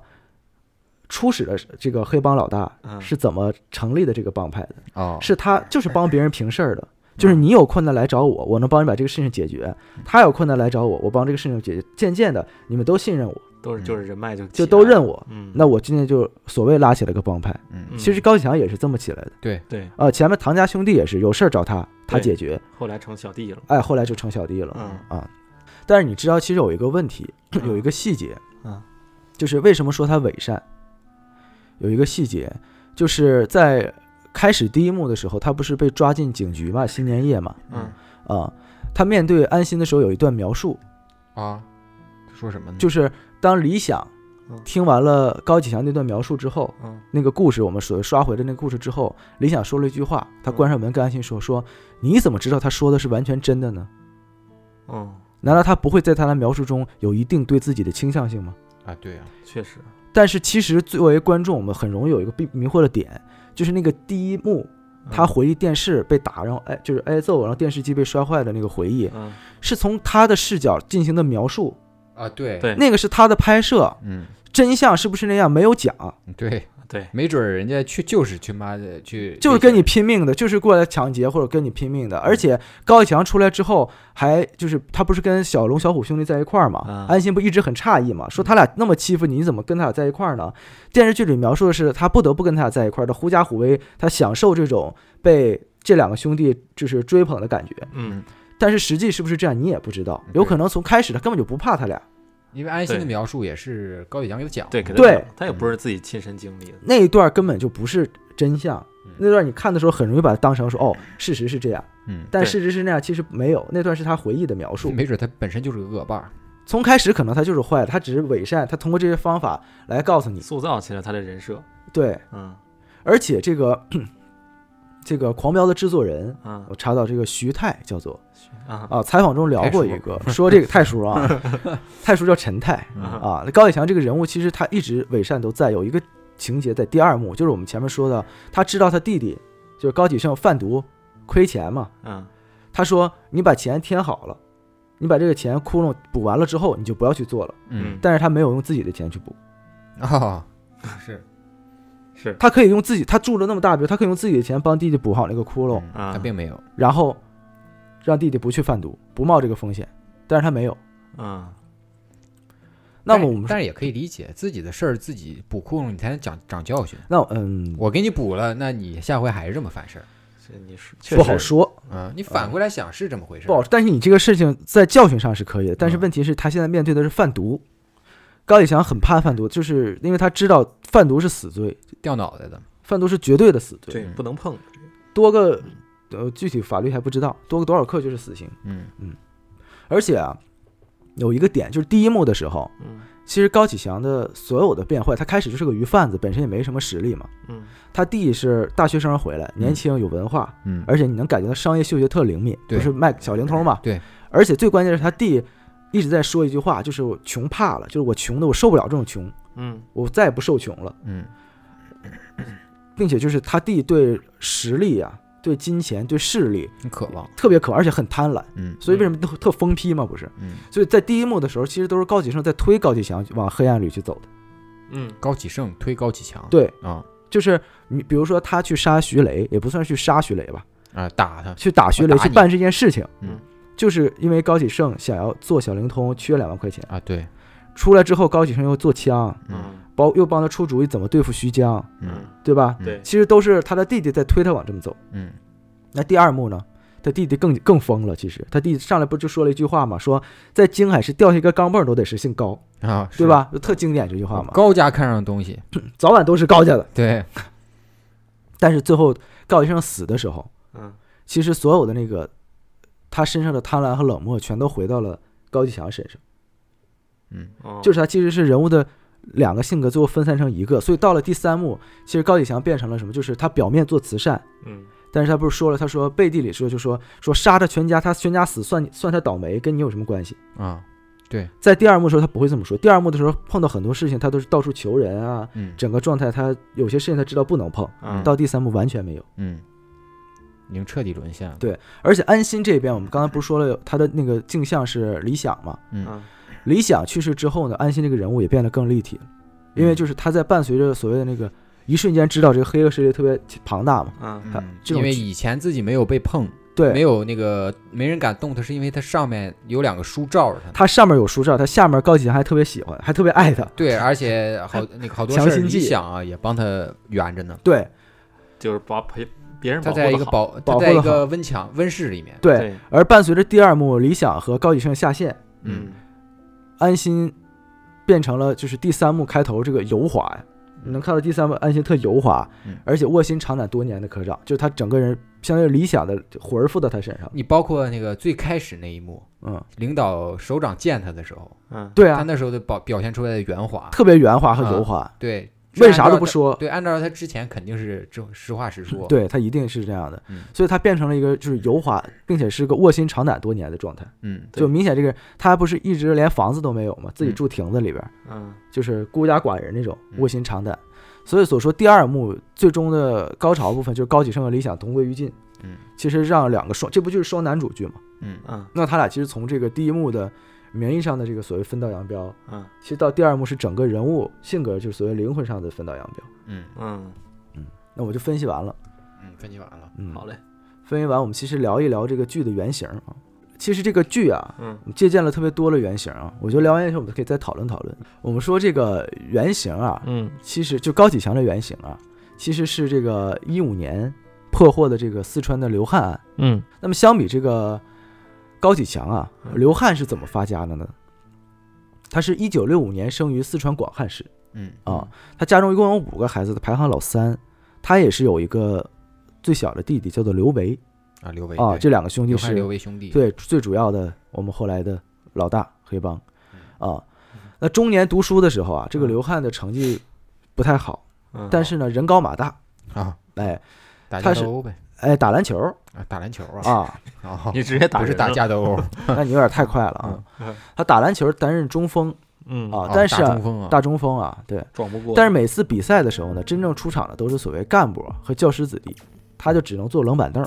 [SPEAKER 2] 初始的这个黑帮老大
[SPEAKER 3] 嗯
[SPEAKER 2] 是怎么成立的这个帮派的，
[SPEAKER 4] 哦
[SPEAKER 2] 是他就是帮别人平事儿的，
[SPEAKER 3] 嗯
[SPEAKER 2] 就是你有困难来找我，我能帮你把这个事情解决；
[SPEAKER 3] 嗯
[SPEAKER 2] 他有困难来找我，我帮这个事情解决。渐渐的，你们都信任我，
[SPEAKER 3] 都是就是人脉就
[SPEAKER 2] 嗯就都认
[SPEAKER 3] 我，
[SPEAKER 2] 我，
[SPEAKER 3] 嗯，
[SPEAKER 2] 那我今天就所谓拉起了个帮派。
[SPEAKER 4] 嗯
[SPEAKER 3] 嗯
[SPEAKER 2] 其实高启强也是这么起来的，
[SPEAKER 4] 对
[SPEAKER 3] 对，
[SPEAKER 2] 啊，前面唐家兄弟也是有事儿找他，他
[SPEAKER 3] 对
[SPEAKER 2] 解决，
[SPEAKER 3] 后来成小弟了，
[SPEAKER 2] 哎，后来就成小弟了。
[SPEAKER 3] 嗯
[SPEAKER 2] 啊。但是你知道，其实有一个问题，有一个细节，
[SPEAKER 3] 嗯，
[SPEAKER 2] 就是为什么说他伪善？有一个细节，就是在开始第一幕的时候，他不是被抓进警局嘛，新年夜嘛，
[SPEAKER 3] 嗯
[SPEAKER 2] 啊，他面对安心的时候有一段描述，
[SPEAKER 4] 啊，说什么呢？
[SPEAKER 2] 就是当理想
[SPEAKER 3] 嗯
[SPEAKER 2] 听完了高启强那段描述之后，那个故事我们所刷回的那个故事之后，李想说了一句话，
[SPEAKER 3] 嗯
[SPEAKER 2] 他关上门跟安心说：“说你怎么知道他说的是完全真的呢？
[SPEAKER 3] 嗯，
[SPEAKER 2] 难道他不会在他的描述中有一定对自己的倾向性吗？”
[SPEAKER 4] 啊，对呀、
[SPEAKER 3] 确实，
[SPEAKER 2] 但是其实作为观众，我们很容易有一个被迷惑的点，就是那个第一幕，
[SPEAKER 3] 嗯
[SPEAKER 2] 他回忆电视被打，然后挨就是挨揍，然后电视机被摔坏的那个回
[SPEAKER 3] 嗯
[SPEAKER 2] 忆，是从他的视角进行的描述，
[SPEAKER 4] 啊，对
[SPEAKER 2] 那个是他的拍摄，
[SPEAKER 4] 嗯，
[SPEAKER 2] 真相是不是那样没有讲，
[SPEAKER 4] 对
[SPEAKER 3] 对，
[SPEAKER 4] 没准儿人家去就是去妈的去，
[SPEAKER 2] 嗯就是跟你拼命的，就是过来抢劫或者跟你拼命的。而且高启强出来之后，还就是他不是跟小龙、小虎兄弟在一块儿嘛？安心不一直很诧异嘛，说他俩那么欺负你，你怎么跟他俩在一块儿呢？电视剧里描述的是他不得不跟他俩在一块儿的，狐假虎威，他享受这种被这两个兄弟就是追捧的感觉。
[SPEAKER 3] 嗯，
[SPEAKER 2] 但是实际是不是这样，你也不知道，有可能从开始他根本就不怕他俩。
[SPEAKER 4] 因为安心的
[SPEAKER 3] 对
[SPEAKER 4] 描述也是高启强给他讲的，
[SPEAKER 3] 对，给他
[SPEAKER 2] 对
[SPEAKER 3] 讲他也不是自己亲身经历的，
[SPEAKER 2] 那一段根本就不是真相，那段你看的时候很容易把它当成说哦，事实是这样，
[SPEAKER 4] 嗯
[SPEAKER 2] 但
[SPEAKER 4] 对
[SPEAKER 2] 事实是那样，其实没有，那段是他回忆的描述，
[SPEAKER 4] 没准他本身就是个恶霸，
[SPEAKER 2] 从开始可能他就是坏的，他只是伪善，他通过这些方法来告诉你，
[SPEAKER 3] 塑造起了他的人设。
[SPEAKER 2] 对，
[SPEAKER 3] 嗯，
[SPEAKER 2] 而且这个 这个狂飙的制作人，
[SPEAKER 3] 嗯
[SPEAKER 2] 我查到这个徐泰叫做
[SPEAKER 3] 啊
[SPEAKER 2] 采访中聊过一个
[SPEAKER 3] 太叔
[SPEAKER 2] 说这个太叔啊，太叔叫陈泰
[SPEAKER 3] 嗯
[SPEAKER 2] 啊，高启强这个人物其实他一直伪善都在，有一个情节在第二幕，就是我们前面说的，他知道他弟弟就是高启盛贩毒亏钱嘛，
[SPEAKER 3] 嗯，
[SPEAKER 2] 他说你把钱填好了，你把这个钱窟窿补完了之后，你就不要去做了，
[SPEAKER 4] 嗯
[SPEAKER 2] 但是他没有用自己的钱去补。
[SPEAKER 4] 啊，是
[SPEAKER 3] 是
[SPEAKER 2] 他可以用自己，他住了那么大病，他可以用自己的钱帮弟弟补好那个窟窿，
[SPEAKER 4] 嗯他并没有，
[SPEAKER 2] 然后让弟弟不去贩毒，不冒这个风险，但是他没有。
[SPEAKER 3] 嗯，
[SPEAKER 2] 那么我们
[SPEAKER 4] 但是也可以理解，自己的事儿自己补窟窿，你才能长长教训。
[SPEAKER 2] 那嗯，
[SPEAKER 4] 我给你补了，那你下回还是这么犯事儿，
[SPEAKER 3] 这你是
[SPEAKER 2] 不好说，
[SPEAKER 4] 嗯，你反回来想是这么回事
[SPEAKER 2] 不好。但是你这个事情在教训上是可以的，但是问题是，他现在面对的是贩毒。高启强很怕贩毒，就是因为他知道贩毒是死罪，
[SPEAKER 4] 掉脑袋的，
[SPEAKER 2] 贩毒是绝对的死罪，
[SPEAKER 3] 对，不能碰。
[SPEAKER 2] 多个呃具体法律还不知道，多个多少克就是死刑。
[SPEAKER 4] 嗯
[SPEAKER 2] 嗯，而且啊，有一个点就是第一幕的时候，
[SPEAKER 3] 嗯
[SPEAKER 2] 其实高启强的所有的变坏，他开始就是个鱼贩子，本身也没什么实力嘛。
[SPEAKER 3] 嗯
[SPEAKER 2] 他弟是大学生回来，年轻有文化，
[SPEAKER 4] 嗯
[SPEAKER 2] 而且你能感觉到商业嗅觉特灵敏，
[SPEAKER 4] 对
[SPEAKER 2] 不是卖小灵通嘛？
[SPEAKER 4] 对，
[SPEAKER 2] 而且最关键是他弟一直在说一句话，就是我穷怕了，就是我穷的我受不了这种穷，
[SPEAKER 3] 嗯
[SPEAKER 2] 我再也不受穷了，
[SPEAKER 4] 嗯，
[SPEAKER 2] 并且就是他弟对实力啊、对金钱、对势力
[SPEAKER 4] 很渴望，
[SPEAKER 2] 特别渴望，而且很贪婪，
[SPEAKER 4] 嗯
[SPEAKER 2] 所以为什么都特疯批嘛？不是，
[SPEAKER 4] 嗯，
[SPEAKER 2] 所以在第一幕的时候，其实都是高启盛在推高启强往黑暗里去走的。
[SPEAKER 3] 嗯，
[SPEAKER 4] 高启盛推高启强，
[SPEAKER 2] 对
[SPEAKER 4] 啊
[SPEAKER 2] 就是你比如说他去杀徐雷，也不算去杀徐雷吧，
[SPEAKER 4] 啊，打他
[SPEAKER 2] 去打徐雷
[SPEAKER 4] 啊打
[SPEAKER 2] 去
[SPEAKER 4] 你
[SPEAKER 2] 办这件事情，
[SPEAKER 4] 嗯，
[SPEAKER 2] 就是因为高启盛想要做小灵通，缺两万块钱
[SPEAKER 4] 啊，对，
[SPEAKER 2] 出来之后高启盛又做枪，
[SPEAKER 4] 嗯，
[SPEAKER 2] 包又帮他出主意怎么对付徐江，
[SPEAKER 4] 嗯，
[SPEAKER 2] 对吧？
[SPEAKER 3] 对
[SPEAKER 2] 其实都是他的弟弟在推他往这么走。
[SPEAKER 4] 嗯，
[SPEAKER 2] 那第二幕呢？他弟弟更更疯了，其实他弟弟上来不就说了一句话嘛，说在京海市掉下一个钢镚儿都得是姓高，
[SPEAKER 4] 啊，是
[SPEAKER 2] 对？吧？就特经典这句话嘛，
[SPEAKER 4] 高家看上的东西，
[SPEAKER 2] 早晚都是高家的。
[SPEAKER 4] 对，
[SPEAKER 2] 但是最后高启盛死的时候，
[SPEAKER 3] 嗯，
[SPEAKER 2] 其实所有的那个他身上的贪婪和冷漠，全都回到了高启强身上。
[SPEAKER 4] 嗯，
[SPEAKER 3] 哦
[SPEAKER 2] 就是他其实是人物的两个性格最后分散成一个，所以到了第三幕，其实高启强变成了什么？就是他表面做慈善，
[SPEAKER 3] 嗯，
[SPEAKER 2] 但是他不是说了，他说背地里说就说说杀他全家，他全家死算你算他倒霉，跟你有什么关系？
[SPEAKER 4] 啊，对，
[SPEAKER 2] 在第二幕的时候，他不会这么说。第二幕的时候，碰到很多事情，他都是到处求人啊，
[SPEAKER 4] 嗯
[SPEAKER 2] 整个状态他有些事情他知道不能碰，
[SPEAKER 4] 嗯
[SPEAKER 2] 到第三幕完全没有。
[SPEAKER 4] 嗯，已经彻底沦陷了，
[SPEAKER 2] 对，而且安心这边，我们刚才不是说了，他的那个镜像是理想嘛？
[SPEAKER 4] 嗯，
[SPEAKER 2] 理想去世之后呢，安心这个人物也变得更立体了，因
[SPEAKER 4] 嗯
[SPEAKER 2] 为就是他在伴随着所谓的那个一瞬间知道这个黑恶势力特别庞大嘛，
[SPEAKER 3] 嗯
[SPEAKER 2] 他这
[SPEAKER 4] 因
[SPEAKER 2] 种
[SPEAKER 4] 为以前自己没有被碰，
[SPEAKER 2] 对
[SPEAKER 4] 没有那个没人敢动他，是因为他上面有两个书罩着他，
[SPEAKER 2] 他上面有书照，他下面高启强还特别喜欢，还特别爱他，
[SPEAKER 4] 对，而且好那个好多
[SPEAKER 2] 强
[SPEAKER 4] 事儿
[SPEAKER 2] 心
[SPEAKER 4] 理
[SPEAKER 2] 剂
[SPEAKER 4] 想啊也帮他圆着呢，
[SPEAKER 2] 对，
[SPEAKER 3] 就是把陪别人
[SPEAKER 4] 他
[SPEAKER 3] 保护
[SPEAKER 4] 在一个
[SPEAKER 3] 得好
[SPEAKER 4] 保
[SPEAKER 2] 保
[SPEAKER 4] 他
[SPEAKER 2] 护
[SPEAKER 4] 在一
[SPEAKER 2] 得
[SPEAKER 4] 个
[SPEAKER 2] 好
[SPEAKER 4] 温墙温室里面，
[SPEAKER 2] 对，而伴随着第二幕理想和高启盛下线，
[SPEAKER 4] 嗯，
[SPEAKER 2] 安心变成了就是第三幕开头这个油滑呀，你能看到第三部安心特油滑，而且卧薪尝胆多年的科长，就是他整个人相当于理想的魂儿附到他身上。
[SPEAKER 4] 你包括那个最开始那一幕，
[SPEAKER 2] 嗯，
[SPEAKER 4] 领导首长见他的时候，
[SPEAKER 3] 嗯，
[SPEAKER 2] 对啊
[SPEAKER 4] 他那时候的表表现出来的圆滑，
[SPEAKER 2] 特别圆滑和油滑
[SPEAKER 4] 嗯对，
[SPEAKER 2] 为啥都不说
[SPEAKER 4] 对，按照他之前肯定是这种实话实说，
[SPEAKER 2] 对他一定是这样的
[SPEAKER 4] 啊嗯，
[SPEAKER 2] 所以他变成了一个就是油滑，并且是个卧薪尝胆多年的状态。
[SPEAKER 4] 嗯
[SPEAKER 2] 就明显这个人他不是一直连房子都没有吗？自己住亭子里边，
[SPEAKER 3] 嗯，
[SPEAKER 2] 就是孤家寡人那种卧薪尝胆。所以所说第二幕最终的高潮部分就是高启盛和理想同归于尽。
[SPEAKER 4] 嗯，
[SPEAKER 2] 其实让两个双，这不就是双男主剧嘛？
[SPEAKER 4] 嗯
[SPEAKER 3] 嗯
[SPEAKER 2] 那他俩其实从这个第一幕的名义上的这个所谓分道扬镳，
[SPEAKER 3] 嗯，
[SPEAKER 2] 其实到第二幕是整个人物性格，就是所谓灵魂上的分道扬镳。
[SPEAKER 4] 嗯
[SPEAKER 3] 嗯
[SPEAKER 2] 那我就分析完了。
[SPEAKER 4] 嗯，分析完了，
[SPEAKER 2] 嗯，
[SPEAKER 3] 好嘞。
[SPEAKER 2] 分析完，我们其实聊一聊这个剧的原型啊。其实这个剧啊，
[SPEAKER 3] 嗯，
[SPEAKER 2] 借鉴了特别多的原型啊。我觉得聊完以后，我们可以再讨论讨论。我们说这个原型啊，
[SPEAKER 3] 嗯，
[SPEAKER 2] 其实就高启强的原型啊，其实是这个一五年破获的这个四川的流汉案。
[SPEAKER 3] 嗯，
[SPEAKER 2] 那么相比这个高启强啊，
[SPEAKER 4] 嗯
[SPEAKER 2] 刘汉是怎么发家的呢？他是一九六五年生于四川广汉市，
[SPEAKER 4] 嗯
[SPEAKER 2] 啊，他家中一共有五个孩子，排行老三。他也是有一个最小的弟弟，叫做刘维
[SPEAKER 4] 啊刘维
[SPEAKER 2] 啊，
[SPEAKER 4] 对
[SPEAKER 2] 这两个兄弟
[SPEAKER 4] 刘汉
[SPEAKER 2] 是
[SPEAKER 4] 刘维兄弟
[SPEAKER 2] 对最主要的我们后来的老大黑帮
[SPEAKER 4] 嗯
[SPEAKER 2] 啊。那中年读书的时候啊，这个刘汉的成绩不太好，
[SPEAKER 4] 嗯
[SPEAKER 2] 但是呢人高马大
[SPEAKER 4] 啊，
[SPEAKER 2] 哎，
[SPEAKER 4] 打
[SPEAKER 2] 他
[SPEAKER 4] 架
[SPEAKER 2] 是
[SPEAKER 4] 斗殴呗，
[SPEAKER 2] 哎打篮球
[SPEAKER 4] 啊打篮球啊
[SPEAKER 2] 啊，
[SPEAKER 4] 哦不是打架斗殴
[SPEAKER 2] 啊那你有点太快了啊。
[SPEAKER 4] 嗯
[SPEAKER 2] 他打篮球担任中锋，
[SPEAKER 3] 嗯
[SPEAKER 2] 啊
[SPEAKER 4] 哦，
[SPEAKER 2] 但是
[SPEAKER 4] 大中锋啊
[SPEAKER 2] 大中锋啊，对，
[SPEAKER 3] 撞不过
[SPEAKER 2] 但是每次比赛的时候呢，真正出场的都是所谓干部和教师子弟，他就只能坐冷板凳。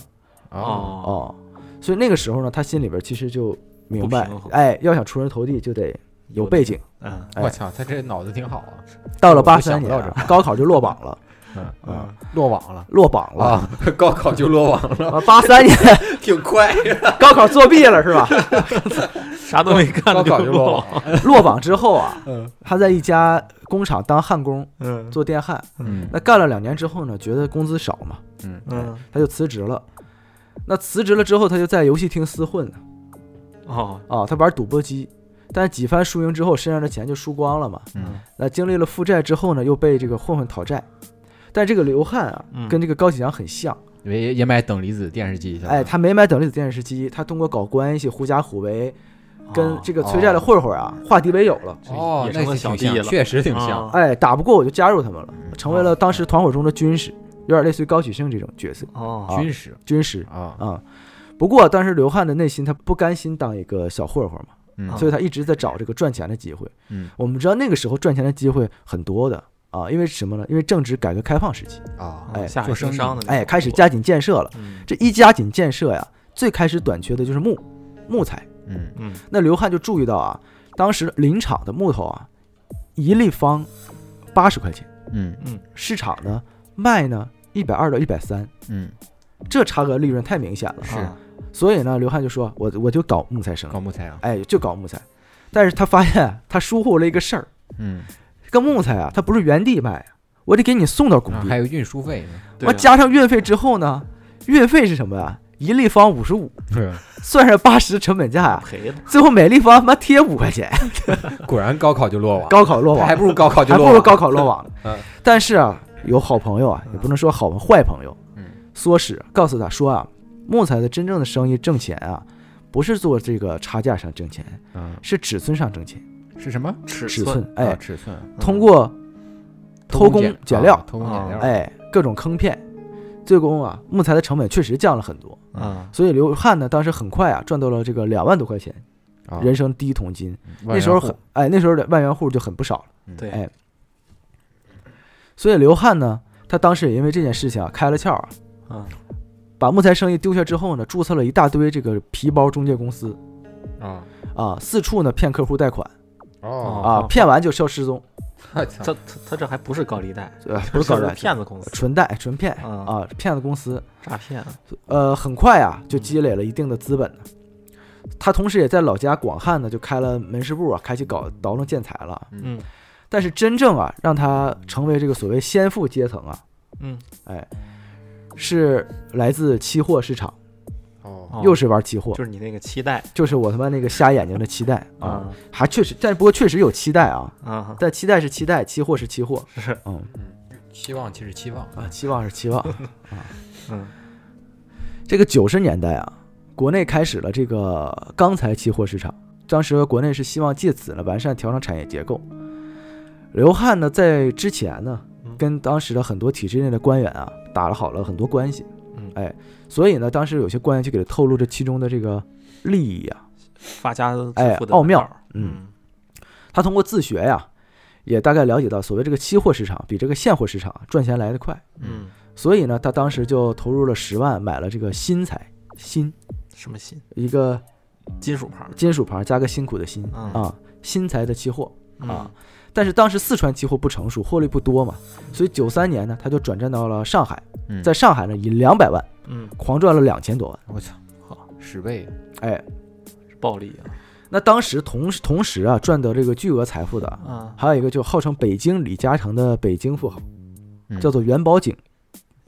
[SPEAKER 3] 哦
[SPEAKER 2] 所以那个时候呢，他心里边其实就明白
[SPEAKER 4] 不平，衡
[SPEAKER 2] 哎，要想出人头地就得有背景。
[SPEAKER 3] 嗯
[SPEAKER 2] 哎
[SPEAKER 4] 我操，他这脑子挺好啊，
[SPEAKER 2] 到了
[SPEAKER 4] 我都
[SPEAKER 2] 八三
[SPEAKER 4] 想不
[SPEAKER 2] 年
[SPEAKER 4] 到
[SPEAKER 2] 啊
[SPEAKER 4] 这儿，
[SPEAKER 2] 高考就落榜了。
[SPEAKER 4] 嗯
[SPEAKER 2] 嗯，
[SPEAKER 4] 落网了，
[SPEAKER 2] 落榜了
[SPEAKER 4] 啊，高考就落网了，
[SPEAKER 2] 八三年
[SPEAKER 4] 挺快，
[SPEAKER 2] 高考作弊了是吧？
[SPEAKER 3] 啥都没干
[SPEAKER 4] 高考
[SPEAKER 3] 就
[SPEAKER 4] 就
[SPEAKER 3] 落
[SPEAKER 4] 落
[SPEAKER 3] 网
[SPEAKER 4] 网了，
[SPEAKER 2] 落榜之后啊
[SPEAKER 4] 嗯，
[SPEAKER 2] 他在一家工厂当焊工，
[SPEAKER 3] 嗯
[SPEAKER 2] 做电焊，
[SPEAKER 4] 嗯
[SPEAKER 2] 那干了两年之后呢，觉得工资少嘛，
[SPEAKER 4] 嗯
[SPEAKER 3] 嗯，
[SPEAKER 2] 他就辞职了。那辞职了之后，他就在游戏厅厮混呢，
[SPEAKER 3] 哦
[SPEAKER 2] 啊，他玩赌博机，但几番输赢之后，身上的钱就输光了嘛。
[SPEAKER 4] 嗯，
[SPEAKER 2] 那经历了负债之后呢，又被这个混混讨债。但这个刘汉啊，
[SPEAKER 4] 嗯
[SPEAKER 2] 跟这个高启强很像，
[SPEAKER 4] 也也买等离子电视机去了，啊
[SPEAKER 2] 哎，他没买等离子电视机，他通过搞关系狐假虎威，
[SPEAKER 3] 哦
[SPEAKER 2] 跟这个催债的混混啊，化敌为友了。
[SPEAKER 4] 哦那是挺像，确实挺像，
[SPEAKER 3] 哦
[SPEAKER 2] 哎，打不过我就加入他们了，
[SPEAKER 4] 嗯
[SPEAKER 2] 成为了当时团伙中的军师，有点类似于高启盛这种角色。
[SPEAKER 3] 哦
[SPEAKER 2] 啊
[SPEAKER 4] 军师，
[SPEAKER 2] 军师
[SPEAKER 4] 啊
[SPEAKER 2] 不过当时刘汉的内心他不甘心当一个小混混嘛，
[SPEAKER 4] 嗯
[SPEAKER 2] 所以他一直在找这个赚钱的机会。
[SPEAKER 4] 嗯
[SPEAKER 2] 我们知道那个时候赚钱的机会很多的啊，因为什么呢？因为正值改革开放时期
[SPEAKER 4] 啊
[SPEAKER 2] 哎，
[SPEAKER 3] 下海做经生商的那
[SPEAKER 2] 哎，
[SPEAKER 3] 种
[SPEAKER 2] 开始加紧建设了。
[SPEAKER 4] 嗯
[SPEAKER 2] 这一加紧建设呀，最开始短缺的就是木木材。
[SPEAKER 4] 嗯
[SPEAKER 3] 嗯，
[SPEAKER 2] 那刘汉就注意到啊，当时林场的木头啊，一立方八十块钱，
[SPEAKER 4] 嗯
[SPEAKER 3] 嗯，
[SPEAKER 2] 市场呢卖呢一百二到一百三，
[SPEAKER 4] 嗯，
[SPEAKER 2] 这差额利润太明显了。
[SPEAKER 3] 嗯
[SPEAKER 4] 是啊，
[SPEAKER 2] 所以呢，刘汉就说我我就搞木材生意，搞
[SPEAKER 4] 木材啊，
[SPEAKER 2] 哎，就搞木材。但是他发现他疏忽了一个事儿，
[SPEAKER 4] 嗯，
[SPEAKER 2] 这个木材啊，它不是原地卖啊，我得给你送到工地，
[SPEAKER 4] 啊还有啊运输费呢，
[SPEAKER 2] 我加上运费之后呢，运费是什么呀？一立方五十五，算上八十成本价呀，
[SPEAKER 3] 赔了。
[SPEAKER 2] 最后每立方他妈贴五块钱，
[SPEAKER 4] 果然高考就落网，
[SPEAKER 2] 高考落网，
[SPEAKER 4] 还不如高考就
[SPEAKER 2] 还
[SPEAKER 4] 落
[SPEAKER 2] 不
[SPEAKER 4] 网，
[SPEAKER 2] 如高考落网。
[SPEAKER 4] 嗯，
[SPEAKER 2] 但是啊，有好朋友啊，也不能说好朋友坏朋友，
[SPEAKER 4] 嗯，
[SPEAKER 2] 唆使告诉他说啊，木材的真正的生意挣钱啊，不是做这个差价上挣钱，
[SPEAKER 4] 嗯
[SPEAKER 2] 是尺寸上挣钱。
[SPEAKER 4] 是什么
[SPEAKER 2] 尺
[SPEAKER 4] 寸
[SPEAKER 2] 哎、
[SPEAKER 4] 啊尺寸
[SPEAKER 2] 通过
[SPEAKER 4] 偷
[SPEAKER 2] 偷
[SPEAKER 4] 工
[SPEAKER 2] 工
[SPEAKER 4] 减
[SPEAKER 2] 减
[SPEAKER 4] 啊
[SPEAKER 2] 料，
[SPEAKER 4] 偷工减料
[SPEAKER 2] 哎，各种坑骗，最终啊，木材的成本确实降了很多。
[SPEAKER 3] 嗯
[SPEAKER 2] 所以刘汉呢，当时很快啊，赚到了这个两万多块钱，
[SPEAKER 4] 啊
[SPEAKER 2] 哎人生第一桶金。
[SPEAKER 4] 万
[SPEAKER 2] 那时候
[SPEAKER 4] 元户
[SPEAKER 2] 很哎，那时候的万元户就很不少了。
[SPEAKER 3] 对
[SPEAKER 2] 哎，所以刘汉呢，他当时也因为这件事情啊，开了窍啊，
[SPEAKER 3] 嗯
[SPEAKER 2] 把木材生意丢下之后呢，注册了一大堆这个皮包中介公司
[SPEAKER 3] 嗯
[SPEAKER 4] 啊
[SPEAKER 2] 啊，四处呢骗客户贷款啊
[SPEAKER 3] 哦，
[SPEAKER 2] 骗完就消失踪。
[SPEAKER 3] 他他他这还不是高利贷，
[SPEAKER 2] 对，不是搞
[SPEAKER 3] 这
[SPEAKER 2] 诈
[SPEAKER 3] 是骗子公司，
[SPEAKER 2] 纯贷纯骗
[SPEAKER 3] 嗯
[SPEAKER 2] 啊，骗子公司
[SPEAKER 3] 诈骗。啊
[SPEAKER 2] 呃，很快啊就积累了一定的资本呢。他同时也在老家广汉呢就开了门市部啊，开始搞倒腾建材了。啊
[SPEAKER 3] 嗯
[SPEAKER 2] 但是真正啊让他成为这个所谓先富阶层啊，
[SPEAKER 3] 嗯
[SPEAKER 2] 哎，是来自期货市场。
[SPEAKER 4] 哦
[SPEAKER 3] 哦
[SPEAKER 2] 又是玩期货，
[SPEAKER 3] 就是你那个期待
[SPEAKER 2] 就是我他妈那个瞎眼睛的期待啊
[SPEAKER 3] 啊，
[SPEAKER 2] 还确实，但不过确实有期待啊，
[SPEAKER 3] 啊，
[SPEAKER 2] 但期待是期待，期货是期货，
[SPEAKER 3] 是
[SPEAKER 2] 嗯
[SPEAKER 4] 期望其实期望
[SPEAKER 2] 啊，期望是 期望啊，
[SPEAKER 3] 嗯，
[SPEAKER 2] 这个九十年代啊，国内开始了这个钢材期货市场，当时国内是希望借此呢完善调整产业结构。刘汉呢，在之前呢，
[SPEAKER 3] 嗯
[SPEAKER 2] 跟当时的很多体制内的官员啊打了好了很多关系，
[SPEAKER 3] 嗯
[SPEAKER 2] 哎，所以呢，当时有些官员就给他透露这其中的这个利益啊，
[SPEAKER 3] 发家致
[SPEAKER 2] 哎
[SPEAKER 3] 富的
[SPEAKER 2] 奥妙
[SPEAKER 3] 门道，
[SPEAKER 2] 嗯，他通过自学呀、也大概了解到所谓这个期货市场比这个现货市场赚钱来得快，
[SPEAKER 3] 嗯，
[SPEAKER 2] 所以呢，他当时就投入了十万买了这个锌材，锌
[SPEAKER 3] 什么心？
[SPEAKER 2] 一个
[SPEAKER 3] 金属牌，
[SPEAKER 2] 金属牌加个辛苦的辛、
[SPEAKER 3] 嗯
[SPEAKER 2] 啊，锌材的期货啊
[SPEAKER 3] 嗯。
[SPEAKER 2] 但是当时四川期货不成熟，获利不多嘛，所以九三年呢，他就转战到了上海，
[SPEAKER 4] 嗯
[SPEAKER 2] 在上海呢以两百万，
[SPEAKER 3] 嗯，
[SPEAKER 2] 狂赚了两千多万，
[SPEAKER 4] 我操，
[SPEAKER 3] 好
[SPEAKER 4] 十倍，
[SPEAKER 2] 哎，
[SPEAKER 3] 暴利啊，
[SPEAKER 2] 那当时同时同时啊赚得这个巨额财富的啊，
[SPEAKER 3] 啊
[SPEAKER 2] 还有一个就号称北京李嘉诚的北京富豪，
[SPEAKER 4] 嗯
[SPEAKER 2] 叫做袁宝景，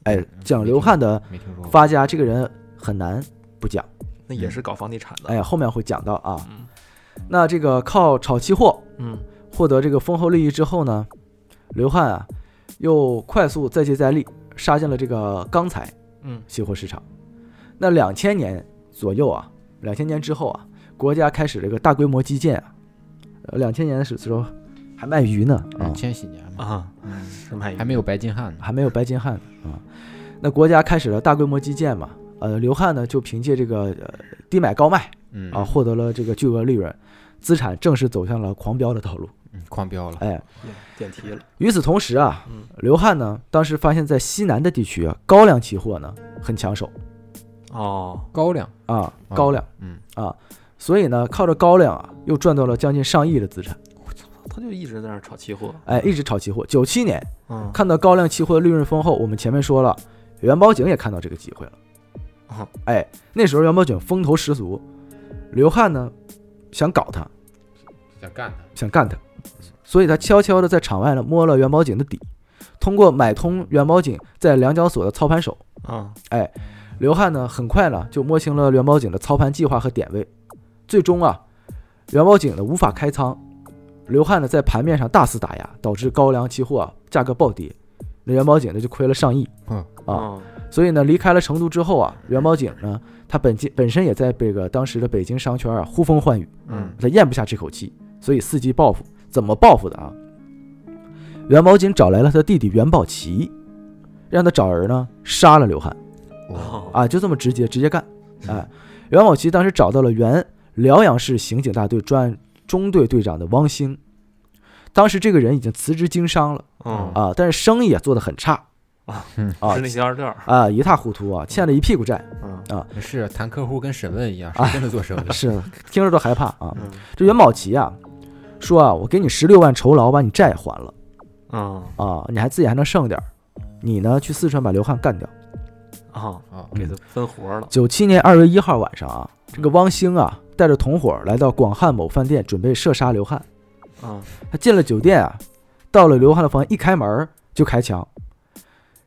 [SPEAKER 2] 哎，讲刘汉的
[SPEAKER 4] 没听说过
[SPEAKER 2] 发家，这个人很难不讲。
[SPEAKER 3] 那也是搞房地产的，
[SPEAKER 2] 哎，后面会讲到啊。那这个靠炒期货，
[SPEAKER 3] 嗯，
[SPEAKER 2] 获得这个丰厚利益之后呢，刘汉啊，又快速再接再厉，杀进了这个钢材，
[SPEAKER 3] 嗯，
[SPEAKER 2] 期货市场。那两千年左右啊，两千年之后啊，国家开始这个大规模基建啊，两千年的时候还卖鱼呢啊，
[SPEAKER 4] 千禧年嘛，
[SPEAKER 3] 啊，是卖
[SPEAKER 4] 还没有白金汉呢，
[SPEAKER 2] 还没有白金汉呢啊。那国家开始了大规模基建嘛，呃，刘汉呢就凭借这个、呃、低买高卖，
[SPEAKER 4] 嗯
[SPEAKER 2] 啊，获得了这个巨额利润，资产正式走向了狂飙的道路。
[SPEAKER 4] 嗯狂飙了，
[SPEAKER 2] 哎，
[SPEAKER 3] 电梯了，
[SPEAKER 2] 与此同时啊，刘汉呢当时发现，在西南的地区啊，高粱期货呢很抢手
[SPEAKER 3] 哦，
[SPEAKER 4] 高粱，
[SPEAKER 2] 啊，
[SPEAKER 4] 啊
[SPEAKER 2] 高粱，
[SPEAKER 4] 嗯
[SPEAKER 2] 啊，所以呢，靠着高粱啊，又赚到了将近上亿的资产。
[SPEAKER 3] 他就一直在那儿炒期货，
[SPEAKER 2] 哎，一直炒期货。九七年
[SPEAKER 3] 嗯，
[SPEAKER 2] 看到高粱期货利润丰厚，我们前面说了，元宝井也看到这个机会了。
[SPEAKER 3] 哦
[SPEAKER 2] 哎，那时候元宝井风头十足，刘汉呢想搞他，
[SPEAKER 4] 想干他，
[SPEAKER 2] 想干他，所以他悄悄地在场外呢摸了元宝井的底，通过买通元宝井在两角所的操盘手，
[SPEAKER 3] 啊，
[SPEAKER 2] 哎，刘汉呢很快呢就摸清了元宝井的操盘计划和点位，最终啊，元宝井呢无法开仓，刘汉呢在盘面上大肆打压，导致高粱期货啊价格暴跌，那元啊宝井呢就亏了上亿
[SPEAKER 4] 嗯
[SPEAKER 2] 啊，
[SPEAKER 3] 哦，
[SPEAKER 2] 所以呢离开了成都之后啊，元宝井呢他本进本身也在这个当时的北京商圈啊呼风唤雨，
[SPEAKER 3] 嗯
[SPEAKER 2] 他咽不下这口气，所以伺机报复。怎么报复的啊？元宝井找来了他弟弟元宝奇，让他找人呢杀了刘汉
[SPEAKER 3] 哦，
[SPEAKER 2] 啊，就这么直接直接干。
[SPEAKER 3] 嗯
[SPEAKER 2] 哎，元宝奇当时找到了原辽阳市刑警大队专案中队队长的汪兴，当时这个人已经辞职经商了
[SPEAKER 3] 嗯
[SPEAKER 2] 啊，但是生意也做得很差啊
[SPEAKER 3] 是那些二料，
[SPEAKER 2] 啊，一塌糊涂啊，欠了一屁股 债。
[SPEAKER 3] 哦嗯
[SPEAKER 4] 是谈客户跟审问一样，谁跟他做生意？
[SPEAKER 2] 是听着都害怕啊。
[SPEAKER 3] 嗯
[SPEAKER 2] 这元宝奇啊，说啊，我给你十六万酬劳，把你债还了。
[SPEAKER 3] 嗯
[SPEAKER 2] 啊，你还自己还能剩点儿，你呢去四川把刘汉干掉。
[SPEAKER 3] 啊，
[SPEAKER 4] 啊，
[SPEAKER 3] 给他分活了，
[SPEAKER 2] 九七年二月一号晚上啊，这个汪兴啊带着同伙儿来到广汉某饭店，准备射杀刘汉。
[SPEAKER 3] 啊，
[SPEAKER 2] 他进了酒店啊，到了刘汉的房间，一开门儿就开枪，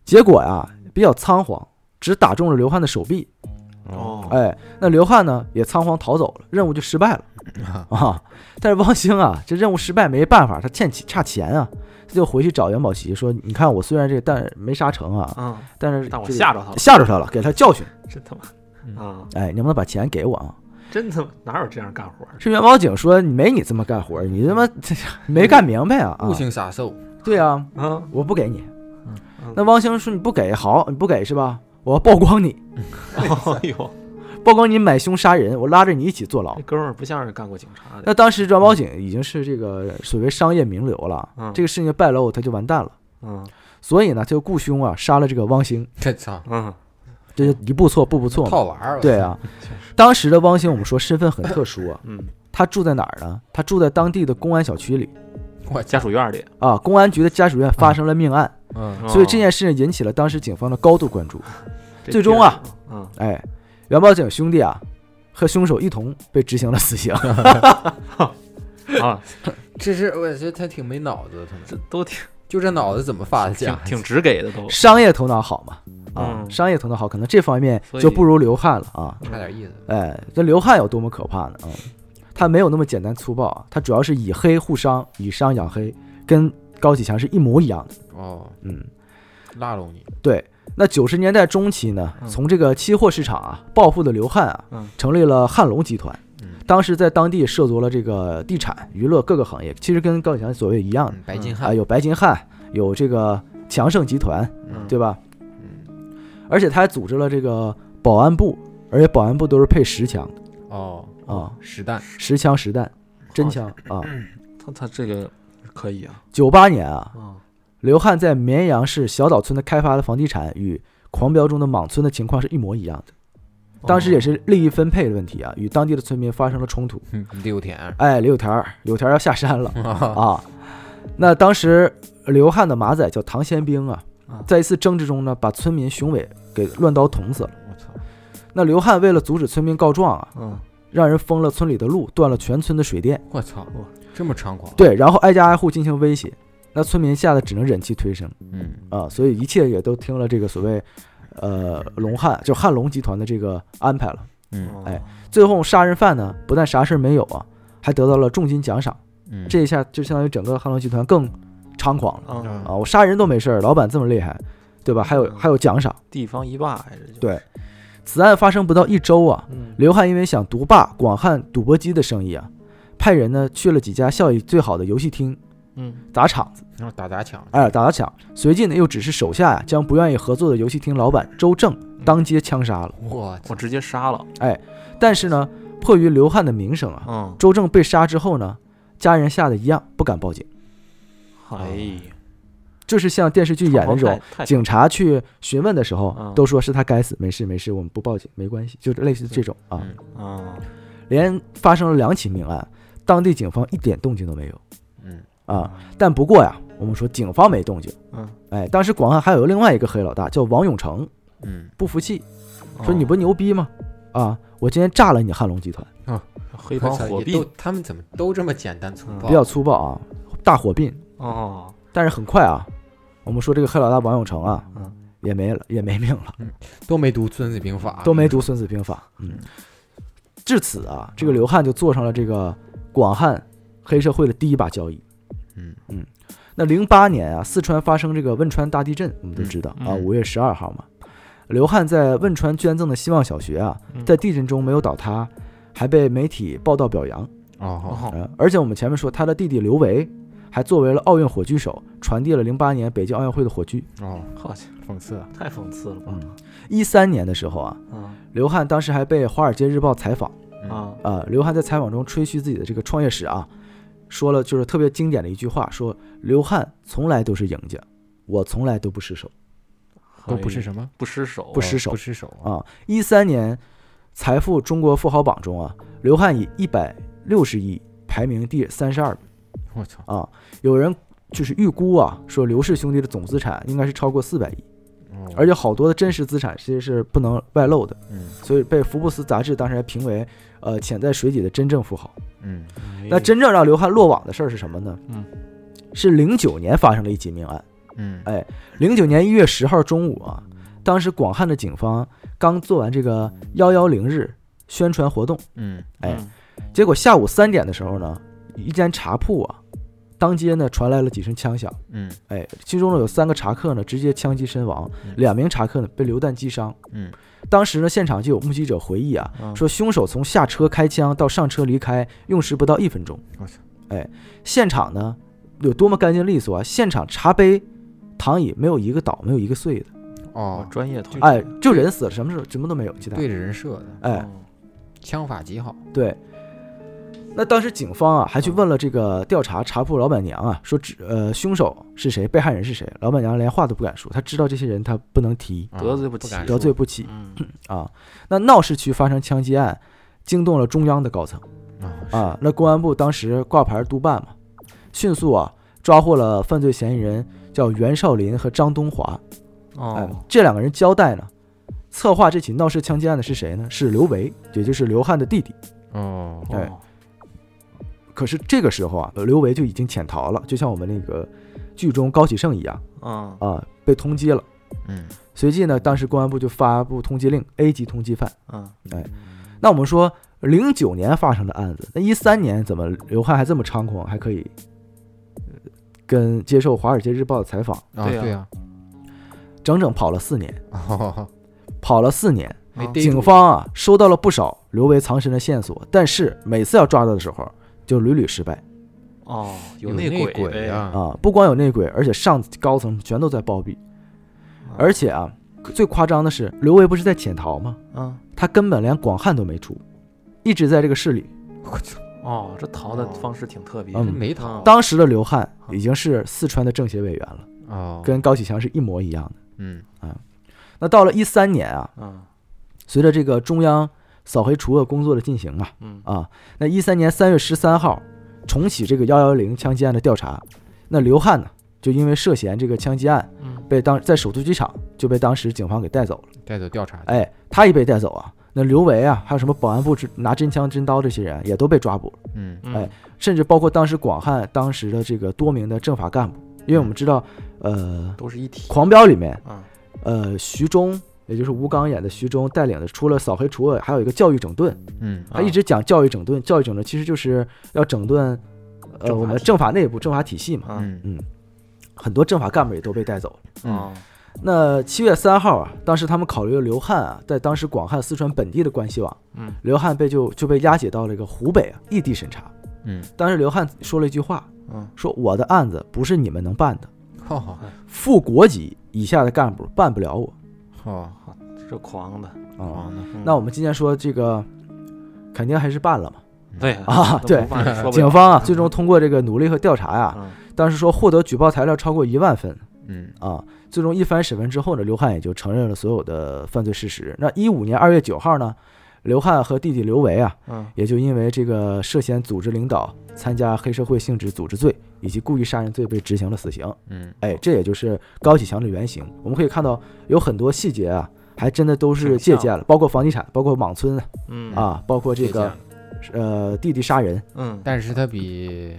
[SPEAKER 2] 结果呀、比较仓皇，只打中了刘汉的手臂。
[SPEAKER 3] 哦，
[SPEAKER 2] 哎，那刘汉呢也仓皇逃走了，任务就失败了啊。但是汪兴啊，这任务失败没办法，他欠钱差钱啊，他就回去找元宝奇说：“你看我虽然这个但没杀成啊，
[SPEAKER 3] 嗯，
[SPEAKER 2] 但是
[SPEAKER 3] 但我
[SPEAKER 2] 这个
[SPEAKER 3] 吓着他了
[SPEAKER 2] 吓着他了，给他教训。
[SPEAKER 3] 真他妈啊，
[SPEAKER 2] 哎，能不能把钱给我啊？
[SPEAKER 3] 真他妈哪有这样干活的？
[SPEAKER 2] 是元宝警说你没你这么干活儿，你他妈 没干明白啊！啊
[SPEAKER 4] 物，性杀手，
[SPEAKER 2] 对啊，
[SPEAKER 3] 啊，
[SPEAKER 2] 我不给你
[SPEAKER 3] 嗯。
[SPEAKER 2] 那汪兴说你不给好，你不给是吧？我要曝光你，
[SPEAKER 3] 哎呦，
[SPEAKER 2] 曝光你买凶杀人，我拉着你一起坐牢
[SPEAKER 3] 这。哥们儿不像是干过警察的，
[SPEAKER 2] 那当时元宝警已经是这个所谓商业名流了，
[SPEAKER 3] 嗯
[SPEAKER 2] 这个事情败露他就完蛋了。
[SPEAKER 3] 嗯
[SPEAKER 2] 所以呢，他就雇凶啊杀了这个汪兴，
[SPEAKER 4] 这操，
[SPEAKER 3] 嗯，
[SPEAKER 2] 这就一步错步步错嘛。
[SPEAKER 4] 套娃儿，我
[SPEAKER 2] 对啊，当时的汪兴我们说身份很特殊啊，
[SPEAKER 3] 嗯，
[SPEAKER 2] 他住在哪儿呢？他住在当地的公安小区里
[SPEAKER 4] 我
[SPEAKER 3] 家属院里，
[SPEAKER 2] 啊。公安局的家属院发生了命案，
[SPEAKER 4] 嗯，
[SPEAKER 3] 哦
[SPEAKER 2] 所以这件事情引起了当时警方的高度关注。
[SPEAKER 3] 这
[SPEAKER 2] 最终啊
[SPEAKER 3] 地儿，嗯，
[SPEAKER 2] 哎，元宝井兄弟啊和凶手一同被执行了死刑。
[SPEAKER 3] 啊，嗯
[SPEAKER 4] 这是我觉得他挺没脑子的，他 们
[SPEAKER 3] 这都挺
[SPEAKER 4] 就这脑子怎么发的家？
[SPEAKER 3] 挺直给的都。
[SPEAKER 2] 商业头脑好嘛，啊，商业头脑好，可能这方面就不如刘汉了啊，
[SPEAKER 4] 差点意思。
[SPEAKER 2] 哎，这刘汉有多么可怕呢？啊，他没有那么简单粗暴啊，他主要是以黑护商，以商养黑，跟高启强是一模一样的。
[SPEAKER 4] 哦，
[SPEAKER 2] 嗯，
[SPEAKER 4] 拉拢你。
[SPEAKER 2] 对，那九十年代中期呢，
[SPEAKER 4] 嗯
[SPEAKER 2] 从这个期货市场啊暴富的刘汉啊，成立了汉龙集团。
[SPEAKER 4] 嗯
[SPEAKER 2] 当时在当地涉足了这个地产、娱乐各个行业，其实跟高启强所谓一样的、
[SPEAKER 4] 嗯，白金
[SPEAKER 2] 汉啊、呃，有白金汉，有这个强盛集团，
[SPEAKER 4] 嗯、
[SPEAKER 2] 对吧？嗯，而且他还组织了这个保安部，而且保安部都是配十强的
[SPEAKER 4] 哦
[SPEAKER 2] 啊，
[SPEAKER 4] 实弹、
[SPEAKER 2] 十枪、实弹、真枪啊。
[SPEAKER 3] 他他这个可以啊。
[SPEAKER 2] 九八年啊，哦、刘汉在绵阳市小岛村的开发的房地产与《狂飙》中的莽村的情况是一模一样的。当
[SPEAKER 4] 哦
[SPEAKER 2] 时也是利益分配的问题啊，与当地的村民发生了冲突。
[SPEAKER 4] 嗯、柳田，
[SPEAKER 2] 哎，柳田，柳田要下山了
[SPEAKER 4] 哦
[SPEAKER 2] 啊。那当时刘汉的马仔叫唐先兵啊，在一次争执中呢，把村民熊伟给乱刀捅死了。
[SPEAKER 4] 我操！
[SPEAKER 2] 那刘汉为了阻止村民告状啊，
[SPEAKER 3] 哦
[SPEAKER 2] 嗯、让人封了村里的路，断了全村的水电。
[SPEAKER 4] 我操！这么猖狂？
[SPEAKER 2] 对，然后挨家挨户进行威胁，那村民吓得只能忍气吞声。
[SPEAKER 4] 嗯
[SPEAKER 2] 啊，所以一切也都听了这个所谓。呃，龙汉就汉龙集团的这个安排了，
[SPEAKER 4] 嗯，
[SPEAKER 2] 哎，最后杀人犯呢，不但啥事儿没有啊，还得到了重金奖赏，
[SPEAKER 4] 嗯，
[SPEAKER 2] 这一下就相当于整个汉龙集团更猖狂了、
[SPEAKER 3] 哦
[SPEAKER 2] 嗯、啊！我杀人都没事儿，老板这么厉害，对吧？还有、嗯、还有奖赏，
[SPEAKER 3] 地方一霸还是、就是、
[SPEAKER 2] 对。此案发生不到一周啊，刘汉因为想独霸广汉赌博机的生意啊，派人呢去了几家效益最好的游戏厅，
[SPEAKER 3] 嗯，
[SPEAKER 2] 砸场子。
[SPEAKER 4] 然后打砸抢，
[SPEAKER 2] 哎，打砸抢。随即呢，又指示手下呀，将不愿意合作的游戏厅老板周正当街枪杀
[SPEAKER 4] 嗯
[SPEAKER 2] 了。
[SPEAKER 4] 我
[SPEAKER 3] 我直接杀了。
[SPEAKER 2] 哎，但是呢，迫于刘汉的名声啊，
[SPEAKER 3] 嗯，
[SPEAKER 2] 周正被杀之后呢，家人吓得一样不敢报警。
[SPEAKER 3] 哎呀，
[SPEAKER 2] 就是像电视剧演那种警察去询问的时候，都说是他该死，没事没事，我们不报警，没关系，就类似这种啊。
[SPEAKER 3] 啊，
[SPEAKER 2] 连发生了两起命案，当地警方一点动静都没有。
[SPEAKER 4] 嗯
[SPEAKER 2] 啊，但不过呀。我们说警方没动静，
[SPEAKER 3] 嗯，
[SPEAKER 2] 哎，当时广汉还有另外一个黑老大叫王永成，
[SPEAKER 4] 嗯，
[SPEAKER 2] 不服气，
[SPEAKER 3] 哦
[SPEAKER 2] 说你不牛逼吗？哦、啊，我今天炸了你汉龙集团
[SPEAKER 4] 啊，
[SPEAKER 3] 黑帮火并，
[SPEAKER 4] 他们怎么都这么简单粗暴？
[SPEAKER 2] 比较粗暴啊，大火并
[SPEAKER 3] 哦，
[SPEAKER 2] 但是很快啊，我们说这个黑老大王永成啊，嗯、也没了，也没命了，
[SPEAKER 4] 嗯，都没读《孙子兵法》，
[SPEAKER 2] 都没读《孙子兵法》，嗯，至此啊，这个刘汉就做上了这个广汉黑社会的第一把交易，
[SPEAKER 4] 嗯
[SPEAKER 2] 嗯。那零八年啊，四川发生这个汶川大地震，我们都知道、
[SPEAKER 3] 嗯嗯、
[SPEAKER 2] 啊，五月十二号嘛。刘汉在汶川捐赠的希望小学啊，在地震中没有倒塌，还被媒体报道表扬。
[SPEAKER 4] 哦、
[SPEAKER 2] 呃，而且我们前面说他的弟弟刘维还作为了奥运火炬手，传递了零八年北京奥运会的火炬。
[SPEAKER 4] 哦，
[SPEAKER 3] 好家
[SPEAKER 4] 伙，讽刺啊，
[SPEAKER 3] 太讽刺了吧！
[SPEAKER 2] 一三、嗯、年的时候啊，刘汉当时还被《华尔街日报》采访
[SPEAKER 3] 啊
[SPEAKER 2] 啊、呃，刘汉在采访中吹嘘自己的这个创业史啊。说了就是特别经典的一句话，说刘汉从来都是赢家，我从来都不失手，嗯
[SPEAKER 4] 都不是什么
[SPEAKER 3] 不失手，
[SPEAKER 2] 不失手，
[SPEAKER 4] 不失手
[SPEAKER 2] 啊！一三年财富中国富豪榜中啊，刘汉以一百六十亿排名第三十二名。
[SPEAKER 4] 我操
[SPEAKER 2] 啊！有人就是预估啊，说刘氏兄弟的总资产应该是超过四百亿，
[SPEAKER 4] 哦
[SPEAKER 2] 而且好多的真实资产其实是不能外露的，
[SPEAKER 4] 嗯，
[SPEAKER 2] 所以被福布斯杂志当时还评为呃潜在水底的真正富豪。
[SPEAKER 4] 嗯，
[SPEAKER 2] 那真正让刘汉落网的事儿是什么呢？
[SPEAKER 3] 嗯，
[SPEAKER 2] 是零九年发生的一起命案。
[SPEAKER 4] 嗯，
[SPEAKER 2] 哎，零九年一月十号中午啊，当时广汉的警方刚做完这个幺幺零日宣传活动。
[SPEAKER 4] 嗯，
[SPEAKER 2] 哎，结果下午三点的时候呢，一间茶铺啊，当街呢传来了几声枪响。
[SPEAKER 4] 嗯，
[SPEAKER 2] 哎，其中呢有三个茶客呢直接枪击身亡，两名茶客呢被流弹击伤。
[SPEAKER 4] 嗯。
[SPEAKER 2] 当时呢，现场就有目击者回忆啊，说凶手从下车开枪到上车离开，用时不到一分钟。
[SPEAKER 4] 我操！
[SPEAKER 2] 哎，现场呢有多么干净利索啊！现场茶杯、躺椅没有一个倒，没有一个碎的。
[SPEAKER 4] 哦，
[SPEAKER 3] 专业团
[SPEAKER 2] 哎，就人死了，什么事什么都没有，其他
[SPEAKER 4] 对着人射的。
[SPEAKER 2] 哎，
[SPEAKER 3] 嗯
[SPEAKER 4] 枪法极好。
[SPEAKER 2] 对。那当时警方啊还去问了这个调查茶铺老板娘啊，说指呃凶手是谁，被害人是谁？老板娘连话都不敢说，她知道这些人她不能提，
[SPEAKER 3] 得罪不起，
[SPEAKER 2] 得罪不起、
[SPEAKER 3] 嗯、
[SPEAKER 2] 啊。那闹市区发生枪击案，惊动了中央的高层啊。那公安部当时挂牌督办嘛，迅速啊抓获了犯罪嫌疑人叫袁少林和张东华。
[SPEAKER 3] 哦、
[SPEAKER 2] 哎，这两个人交代呢，策划这起闹市枪击案的是谁呢？是刘维，也就是刘汉的弟弟。
[SPEAKER 4] 哦，
[SPEAKER 2] 哎。可是这个时候啊，刘维就已经潜逃了，就像我们那个剧中高启盛一样
[SPEAKER 3] 啊
[SPEAKER 2] 啊被通缉了。
[SPEAKER 4] 嗯，
[SPEAKER 2] 随即呢，当时公安部就发布通缉令，A 级通缉犯。
[SPEAKER 3] 啊，
[SPEAKER 2] 哎，那我们说零九年发生的案子，那一三年怎么刘汉还这么猖狂，还可以呃跟接受《华尔街日报》的采访？
[SPEAKER 4] 啊对呀对呀，
[SPEAKER 2] 整整跑了四年，跑了四年
[SPEAKER 4] 没，逮住
[SPEAKER 2] 警方啊收到了不少刘维藏身的线索，但是每次要抓到的时候就屡屡失败。
[SPEAKER 3] 哦，有
[SPEAKER 4] 有
[SPEAKER 3] 内
[SPEAKER 4] 内
[SPEAKER 3] 鬼
[SPEAKER 4] 鬼
[SPEAKER 3] 呗
[SPEAKER 4] 啊
[SPEAKER 2] 啊，不光有内鬼，而且上高层全都在包庇，而且啊，最夸张的是，刘维不是在潜逃吗？
[SPEAKER 3] 啊，
[SPEAKER 2] 他根本连广汉都没出，一直在这个市里。
[SPEAKER 3] 哦，这逃的方式挺特别，
[SPEAKER 2] 嗯，
[SPEAKER 3] 啊
[SPEAKER 2] 当时的刘汉已经是四川的政协委员了，
[SPEAKER 4] 哦
[SPEAKER 2] 跟高启强是一模一样的。
[SPEAKER 4] 嗯
[SPEAKER 2] 啊，那到了一三年啊，
[SPEAKER 3] 啊，
[SPEAKER 2] 随着这个中央扫黑除恶工作的进行啊，
[SPEAKER 3] 嗯
[SPEAKER 2] 啊，那一三年三月十三号重启这个幺幺零枪击案的调查，那刘汉呢就因为涉嫌这个枪击案
[SPEAKER 3] 嗯
[SPEAKER 2] 被当在首都机场就被当时警方给带走了。
[SPEAKER 4] 带走调查去，
[SPEAKER 2] 哎，他一被带走啊，那刘维啊，还有什么保安部之拿真枪真刀这些人也都被抓捕了。
[SPEAKER 4] 嗯
[SPEAKER 2] 哎，甚至包括当时广汉当时的这个多名的政法干部，因为我们知道，呃，
[SPEAKER 3] 都是一体
[SPEAKER 2] 狂飙里面，
[SPEAKER 4] 嗯
[SPEAKER 3] 啊，
[SPEAKER 2] 呃，徐忠，也就是吴刚演的徐忠带领的，除了扫黑除恶，还有一个教育整顿。
[SPEAKER 4] 嗯
[SPEAKER 2] 他一直讲教育整顿，教育整顿其实就是要整顿，呃，我们的政法内部政法体系嘛。
[SPEAKER 4] 嗯
[SPEAKER 2] 嗯，很多政法干部也都被带走了。
[SPEAKER 3] 哦，
[SPEAKER 2] 那七月三号啊，当时他们考虑了刘汉啊，在当时广汉四川本地的关系网，
[SPEAKER 3] 嗯
[SPEAKER 2] 刘汉被就就被押解到了一个湖北啊异地审查。
[SPEAKER 4] 嗯，
[SPEAKER 2] 当时刘汉说了一句话，
[SPEAKER 3] 嗯，
[SPEAKER 2] 说我的案子不是你们能办的，
[SPEAKER 4] 好好
[SPEAKER 2] 副国级以下的干部办不了我
[SPEAKER 4] 好，
[SPEAKER 3] 这狂的，
[SPEAKER 2] 啊、
[SPEAKER 3] 嗯
[SPEAKER 2] 那我们今天说这个，肯定还是办了嘛。
[SPEAKER 3] 对
[SPEAKER 4] 嗯
[SPEAKER 2] 啊，对，警方啊，最终通过这个努力和调查呀、
[SPEAKER 3] 嗯
[SPEAKER 2] 当时说获得举报材料超过一万份
[SPEAKER 4] 嗯
[SPEAKER 2] 啊，最终一番审问之后呢，刘汉也就承认了所有的犯罪事实。那一五年二月九号呢，刘汉和弟弟刘维啊，
[SPEAKER 3] 嗯
[SPEAKER 2] 也就因为这个涉嫌组织领导、参加黑社会性质组织罪以及故意杀人罪被执行了死刑。
[SPEAKER 4] 嗯，
[SPEAKER 2] 哎，这也就是高启强的原型。我们可以看到有很多细节啊，还真的都是借鉴了，包括房地产，包括莽村啊
[SPEAKER 3] 嗯
[SPEAKER 2] 啊，包括这个呃弟弟杀人，
[SPEAKER 3] 嗯，
[SPEAKER 4] 但是他比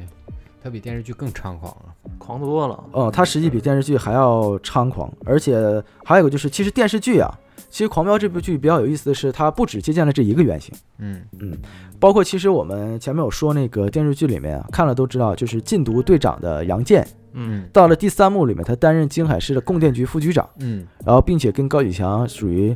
[SPEAKER 4] 他比电视剧更猖狂啊了，
[SPEAKER 3] 狂多了，
[SPEAKER 2] 哦、它实际比电视剧还要猖狂，而且还有一个就是，其实电视剧啊，其实《狂飙》这部剧比较有意思的是，它不只借鉴了这一个原型，
[SPEAKER 4] 嗯
[SPEAKER 2] 嗯，包括其实我们前面有说那个电视剧里面啊，看了都知道，就是禁毒队长的杨健，
[SPEAKER 3] 嗯
[SPEAKER 2] 到了第三幕里面，他担任京海市的供电局副局长，
[SPEAKER 4] 嗯
[SPEAKER 2] 然后并且跟高启强属于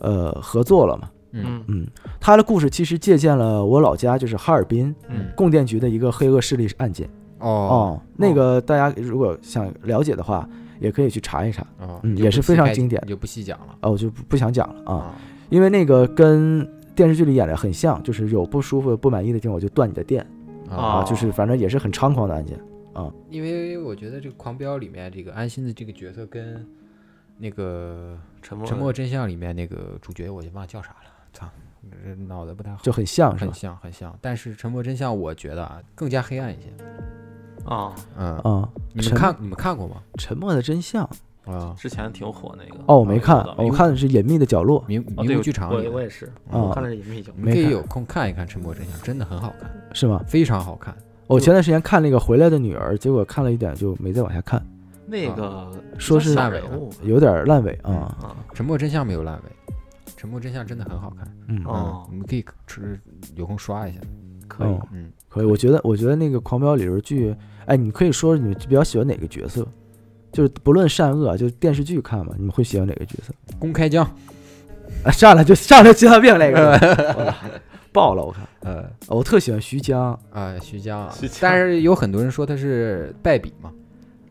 [SPEAKER 2] 呃合作了嘛，
[SPEAKER 4] 嗯
[SPEAKER 2] 嗯，他的故事其实借鉴了我老家就是哈尔滨
[SPEAKER 4] 嗯
[SPEAKER 2] 供电局的一个黑恶势力案件。
[SPEAKER 4] 哦
[SPEAKER 2] 哦，那个大家如果想了解的话，也可以去查一查，
[SPEAKER 4] 哦，
[SPEAKER 2] 嗯，
[SPEAKER 4] 就
[SPEAKER 2] 也
[SPEAKER 4] 不
[SPEAKER 2] 是
[SPEAKER 4] 细
[SPEAKER 2] 非常
[SPEAKER 4] 开
[SPEAKER 2] 经典。
[SPEAKER 4] 就不细讲了
[SPEAKER 2] 哦，我就不不想讲了啊，因为那个跟电视剧里演的很像，就是有不舒服、不满意的地方，我就断你的电啊，
[SPEAKER 3] 哦
[SPEAKER 2] 就是反正也是很猖狂的案件啊。
[SPEAKER 4] 因为我觉得这个《狂飙》里面这个安心的这个角色跟那个
[SPEAKER 3] 沉
[SPEAKER 4] 《
[SPEAKER 3] 默
[SPEAKER 4] 沉默真相》里面那个主角，我就忘叫啥了，操，这脑子不太好，
[SPEAKER 2] 就很像是吧
[SPEAKER 4] 很像很像。但是《沉默真相》我觉得啊更加黑暗一些。
[SPEAKER 3] 啊，
[SPEAKER 4] 嗯
[SPEAKER 2] 啊
[SPEAKER 4] 你们
[SPEAKER 2] 沉
[SPEAKER 4] 看你们看过吗？
[SPEAKER 2] 沉默的真相
[SPEAKER 4] 啊，
[SPEAKER 3] 之前挺火那个，
[SPEAKER 2] 哦，我没看，
[SPEAKER 3] 啊
[SPEAKER 2] 我看的是《隐秘的角落》
[SPEAKER 4] 明
[SPEAKER 3] 哦
[SPEAKER 4] 明
[SPEAKER 3] 对
[SPEAKER 4] 雾剧场
[SPEAKER 3] 我
[SPEAKER 4] 里的
[SPEAKER 3] 我也是，
[SPEAKER 2] 啊
[SPEAKER 3] 我看的是隐秘角
[SPEAKER 4] 你
[SPEAKER 3] 落，
[SPEAKER 4] 们
[SPEAKER 2] 没
[SPEAKER 4] 可以
[SPEAKER 2] 看
[SPEAKER 4] 有空看一看《沉默真相》，真的很好看，
[SPEAKER 2] 是吗？
[SPEAKER 4] 非常好看。
[SPEAKER 2] 我前段时间看那个《回来的女儿》，结果看了一点就没再往下看，
[SPEAKER 3] 那个
[SPEAKER 2] 嗯说是
[SPEAKER 3] 小人物
[SPEAKER 2] 有点烂尾啊。
[SPEAKER 3] 啊，
[SPEAKER 4] 《沉默真相》没有烂尾，《沉默真相》真的很好看。
[SPEAKER 2] 嗯
[SPEAKER 3] 哦
[SPEAKER 4] 你们可以吃有空刷一下。
[SPEAKER 3] 可以
[SPEAKER 2] 哦，
[SPEAKER 4] 嗯，
[SPEAKER 2] 可以，我觉得，我觉得那个《狂飙》里边剧，哎，你可以说你比较喜欢哪个角色，就是不论善恶啊，就电视剧看嘛，你们会喜欢哪个角色？
[SPEAKER 4] 公开讲，
[SPEAKER 2] 啊，上来就上来心脏病那 个，我靠爆了！我看，
[SPEAKER 4] 呃
[SPEAKER 2] 哦我特喜欢徐江，
[SPEAKER 4] 啊，徐江啊
[SPEAKER 3] 徐江，
[SPEAKER 4] 但是有很多人说他是败笔嘛，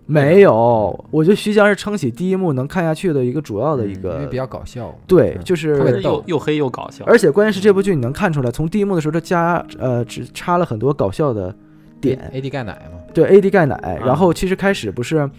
[SPEAKER 2] 没有，我觉得徐江是撑起第一幕能看下去的一个主要的一
[SPEAKER 4] 嗯因为
[SPEAKER 2] 个
[SPEAKER 4] 比，较搞笑嘛。
[SPEAKER 2] 对，
[SPEAKER 4] 嗯
[SPEAKER 2] 就
[SPEAKER 4] 特
[SPEAKER 2] 是
[SPEAKER 4] 别
[SPEAKER 3] 又
[SPEAKER 4] 逗，
[SPEAKER 3] 又黑又搞笑，
[SPEAKER 2] 而且关键是这部剧你能看出来，从第一幕的时候，它加呃只插了很多搞笑的点，
[SPEAKER 4] A D 钙奶嘛，
[SPEAKER 2] 对 AD 钙
[SPEAKER 4] 啊
[SPEAKER 2] 奶，然后其实开始不是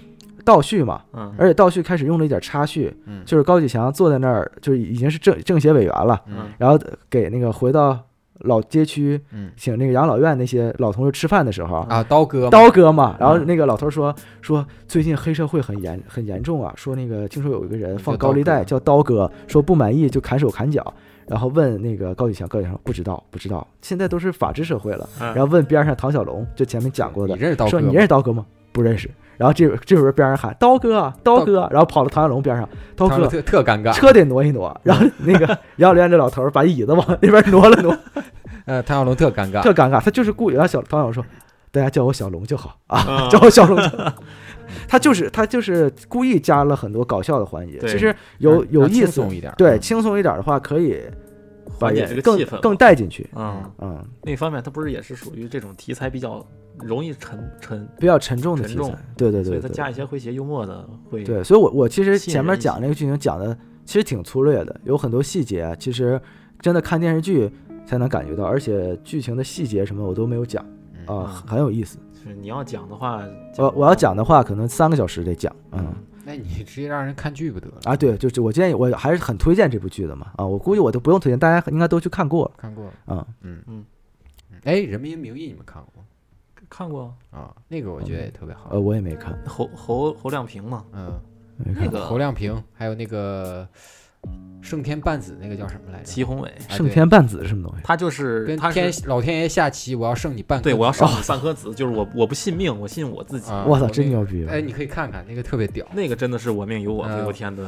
[SPEAKER 2] 倒叙嘛，
[SPEAKER 3] 嗯
[SPEAKER 2] 而且倒叙开始用了一点插叙，
[SPEAKER 4] 嗯
[SPEAKER 2] 就是高启强坐在那儿，就是已经是政政协委员了，
[SPEAKER 3] 嗯
[SPEAKER 2] 然后给那个回到老街区，
[SPEAKER 4] 嗯
[SPEAKER 2] 请那个养老院那些老同志吃饭的时候，
[SPEAKER 4] 啊，刀哥嘛，
[SPEAKER 2] 刀哥嘛，然后那个老头说说最近黑社会很严很严重啊，说那个听说有一个人放高利贷叫
[SPEAKER 4] 叫
[SPEAKER 2] 刀哥，说不满意就砍手砍脚，然后问那个高启强，高启强说不知道不知道，现在都是法治社会了，
[SPEAKER 3] 嗯
[SPEAKER 2] 然后问边上唐小龙，就前面讲过的
[SPEAKER 4] 你，认识刀哥
[SPEAKER 2] 说
[SPEAKER 4] 吗？
[SPEAKER 2] 你认识刀哥吗？不不认识。然后这这会儿边上喊刀哥，啊刀哥，然后跑到唐小龙边上，刀
[SPEAKER 4] 唐小
[SPEAKER 2] 哥啊
[SPEAKER 4] 龙特特尴尬
[SPEAKER 2] 车得挪一挪。然后那个 杨柳岩这老头儿把椅子往那边挪了挪，
[SPEAKER 4] 呃，唐小龙特尴尬，
[SPEAKER 2] 特尴尬。他就是故意让小唐小龙说，大家叫我小龙就好啊，
[SPEAKER 4] 啊
[SPEAKER 2] 叫我小龙就好。他就是他就是故意加了很多搞笑的环节，
[SPEAKER 4] 对
[SPEAKER 2] 其实有
[SPEAKER 4] 让
[SPEAKER 2] 有
[SPEAKER 4] 让
[SPEAKER 2] 意
[SPEAKER 4] 嗯轻
[SPEAKER 2] 思
[SPEAKER 4] 松一点
[SPEAKER 2] 对，轻松一点的话可以把
[SPEAKER 3] 缓解
[SPEAKER 2] 人
[SPEAKER 3] 这个
[SPEAKER 2] 更
[SPEAKER 3] 气氛嘛
[SPEAKER 2] 更带进去。
[SPEAKER 3] 嗯
[SPEAKER 2] 嗯，
[SPEAKER 3] 另一方面，它不是也是属于这种题材比较容易沉沉
[SPEAKER 2] 比较沉重的
[SPEAKER 3] 沉
[SPEAKER 2] 题材
[SPEAKER 3] 重
[SPEAKER 2] 对对对
[SPEAKER 3] 所以它
[SPEAKER 2] 对
[SPEAKER 3] 加一些诙谐幽默的会
[SPEAKER 2] 对，所以我我其实
[SPEAKER 3] 吸引
[SPEAKER 2] 前面
[SPEAKER 3] 人一
[SPEAKER 2] 讲那个剧情讲的其实挺粗略的，有很多细节啊，其实真的看电视剧才能感觉到，而且剧情的细节什么我都没有讲啊，很有意思。
[SPEAKER 3] 就是你要讲的话，
[SPEAKER 2] 我我要讲的话，可能三个小时得讲，嗯。
[SPEAKER 4] 那你直接让人看剧不得了？
[SPEAKER 2] 啊，对，就是我建议，我还是很推荐这部剧的嘛，啊，我估计我都不用推荐，大家应该都去看过了，
[SPEAKER 4] 看过了
[SPEAKER 2] 啊，
[SPEAKER 4] 嗯
[SPEAKER 3] 嗯，
[SPEAKER 4] 哎，《人民名义》你们看过吗？
[SPEAKER 3] 看过
[SPEAKER 4] 啊，那个我觉得也特别好。
[SPEAKER 2] 呃，我也没看，
[SPEAKER 3] 侯侯侯亮平嘛，
[SPEAKER 4] 嗯，
[SPEAKER 3] 那个
[SPEAKER 4] 侯亮平，还有那个胜天半子，那个叫什么来着？
[SPEAKER 3] 祁宏伟
[SPEAKER 4] 啊
[SPEAKER 2] 胜
[SPEAKER 4] 对
[SPEAKER 2] 天半子是什么东西？
[SPEAKER 3] 他就是
[SPEAKER 4] 跟
[SPEAKER 3] 他
[SPEAKER 4] 天哦
[SPEAKER 3] 是
[SPEAKER 4] 老天爷下棋，我要胜你半颗子。
[SPEAKER 3] 对我要上你半颗子，就是我我不信命，我信我自己。
[SPEAKER 4] 啊
[SPEAKER 2] 我操，真牛逼！
[SPEAKER 4] 哎，你可以看看那个特别屌。
[SPEAKER 3] 那个真的是我命由我
[SPEAKER 4] 嗯
[SPEAKER 3] 不由天的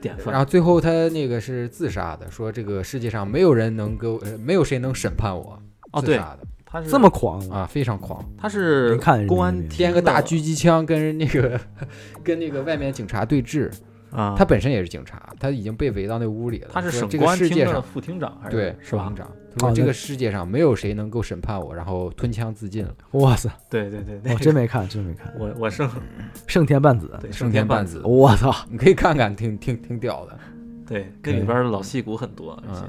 [SPEAKER 3] 典范。
[SPEAKER 4] 然后最后他那个是自杀的，说这个世界上没有人能给我，呃没有谁能审判我。
[SPEAKER 3] 哦，
[SPEAKER 4] 自
[SPEAKER 3] 对
[SPEAKER 4] 杀的，
[SPEAKER 3] 他是
[SPEAKER 2] 这么狂
[SPEAKER 4] 啊，非常狂。
[SPEAKER 3] 他是公安
[SPEAKER 4] 添个大狙击枪跟那个跟那个外面警察对峙
[SPEAKER 3] 啊
[SPEAKER 4] 他本身也是警察，他已经被围到那屋里了。
[SPEAKER 3] 他是
[SPEAKER 4] 说
[SPEAKER 3] 省
[SPEAKER 4] 这
[SPEAKER 3] 公
[SPEAKER 4] 个
[SPEAKER 3] 安
[SPEAKER 4] 世
[SPEAKER 3] 厅
[SPEAKER 4] 界
[SPEAKER 3] 的
[SPEAKER 4] 上
[SPEAKER 3] 副厅长还是
[SPEAKER 4] 对
[SPEAKER 3] 是吧
[SPEAKER 4] 副厅长，他说
[SPEAKER 2] 哦
[SPEAKER 4] 这
[SPEAKER 2] 那
[SPEAKER 4] 个世界上没有谁能够审判我，然后吞枪 自尽了。
[SPEAKER 2] 哇塞，
[SPEAKER 3] 对对 对，那
[SPEAKER 2] 我
[SPEAKER 3] 个
[SPEAKER 2] 真没看，真没看，
[SPEAKER 3] 我我胜
[SPEAKER 2] 胜天半子，
[SPEAKER 3] 对
[SPEAKER 4] 胜
[SPEAKER 3] 胜
[SPEAKER 4] 天
[SPEAKER 3] 天
[SPEAKER 4] 半
[SPEAKER 3] 半
[SPEAKER 4] 子
[SPEAKER 3] 子，
[SPEAKER 2] 我操，
[SPEAKER 4] 你可以看看，挺挺挺屌的。
[SPEAKER 3] 对
[SPEAKER 4] 可
[SPEAKER 3] 那
[SPEAKER 4] 以
[SPEAKER 3] 里边的老戏骨很多，而且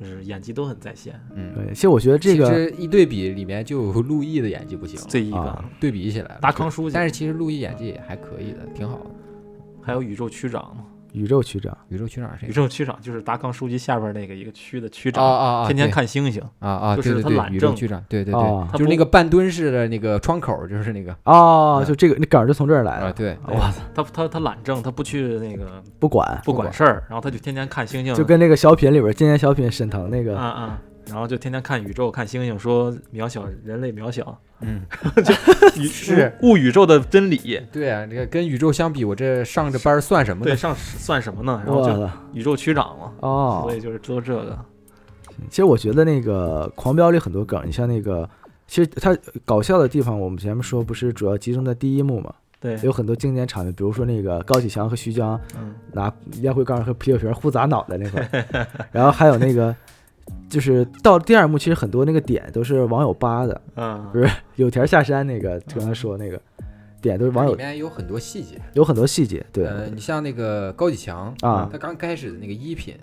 [SPEAKER 3] 就是演技都很在线。
[SPEAKER 4] 嗯，
[SPEAKER 2] 对，其实我觉得这
[SPEAKER 4] 其
[SPEAKER 2] 个
[SPEAKER 4] 实一对比，里面就有陆毅的演技不行，
[SPEAKER 3] 这一个
[SPEAKER 2] 啊
[SPEAKER 4] 对比起来了
[SPEAKER 3] 达康书记
[SPEAKER 4] 但是其实陆毅演技也还可以的，挺好的。
[SPEAKER 3] 还有宇宙区长嘛，
[SPEAKER 2] 宇宙区长，
[SPEAKER 4] 宇宙区长谁
[SPEAKER 3] 宇？宙区长就是达康书记下边那个一个区的区
[SPEAKER 4] 啊啊
[SPEAKER 3] 长，
[SPEAKER 4] 啊！
[SPEAKER 3] 天天
[SPEAKER 4] 对
[SPEAKER 3] 看星星
[SPEAKER 4] 啊啊！
[SPEAKER 3] 就
[SPEAKER 4] 对
[SPEAKER 3] 是
[SPEAKER 4] 对
[SPEAKER 3] 他
[SPEAKER 4] 对
[SPEAKER 3] 懒
[SPEAKER 4] 宇宙
[SPEAKER 3] 政哦
[SPEAKER 4] 区长，对对
[SPEAKER 2] 啊
[SPEAKER 4] 对，就是那个半蹲式的那个窗口，就是那个
[SPEAKER 2] 哦，
[SPEAKER 4] 嗯
[SPEAKER 2] 就这个那梗儿就从这儿来
[SPEAKER 4] 啊，
[SPEAKER 2] 的，
[SPEAKER 4] 对，
[SPEAKER 2] 哇塞，
[SPEAKER 3] 他他他懒政，他不去那个
[SPEAKER 2] 不管
[SPEAKER 3] 不管事儿，然后他就天天看星星，
[SPEAKER 2] 就跟那个小品里边，今年小品沈腾那
[SPEAKER 3] 啊
[SPEAKER 2] 个，
[SPEAKER 3] 啊，然后就天天看宇宙看星星，说渺小人类渺小，
[SPEAKER 4] 嗯，
[SPEAKER 3] 就宇
[SPEAKER 4] 是
[SPEAKER 3] 悟宇宙的真理。
[SPEAKER 4] 对啊，这个跟宇宙相比，我这上着班儿算什么
[SPEAKER 3] 对，
[SPEAKER 4] 呢？
[SPEAKER 3] 上算什么呢？然后
[SPEAKER 2] 我
[SPEAKER 3] 就
[SPEAKER 2] 操
[SPEAKER 3] 宇宙区长嘛，
[SPEAKER 2] 哦
[SPEAKER 3] 所以就是做这个，
[SPEAKER 2] 其实我觉得那个《狂飙》里很多梗，你像那个，其实它搞笑的地方，我们前面说不是主要集中在第一幕嘛？
[SPEAKER 3] 对
[SPEAKER 2] 有很多经典场面，比如说那个高启强和徐江
[SPEAKER 3] 嗯
[SPEAKER 2] 拿烟灰缸和啤酒瓶互砸脑袋那块儿，然后还有那个，就是到第二幕，其实很多那个点都是网友扒的，
[SPEAKER 3] 嗯
[SPEAKER 2] 不是有田下山那个刚才说那个点都是网
[SPEAKER 4] 里
[SPEAKER 2] 友
[SPEAKER 4] 面有很多细节，
[SPEAKER 2] 有很多细节，对
[SPEAKER 4] 呃，你像那个高启强
[SPEAKER 2] 啊
[SPEAKER 4] 他刚开始的那个衣品，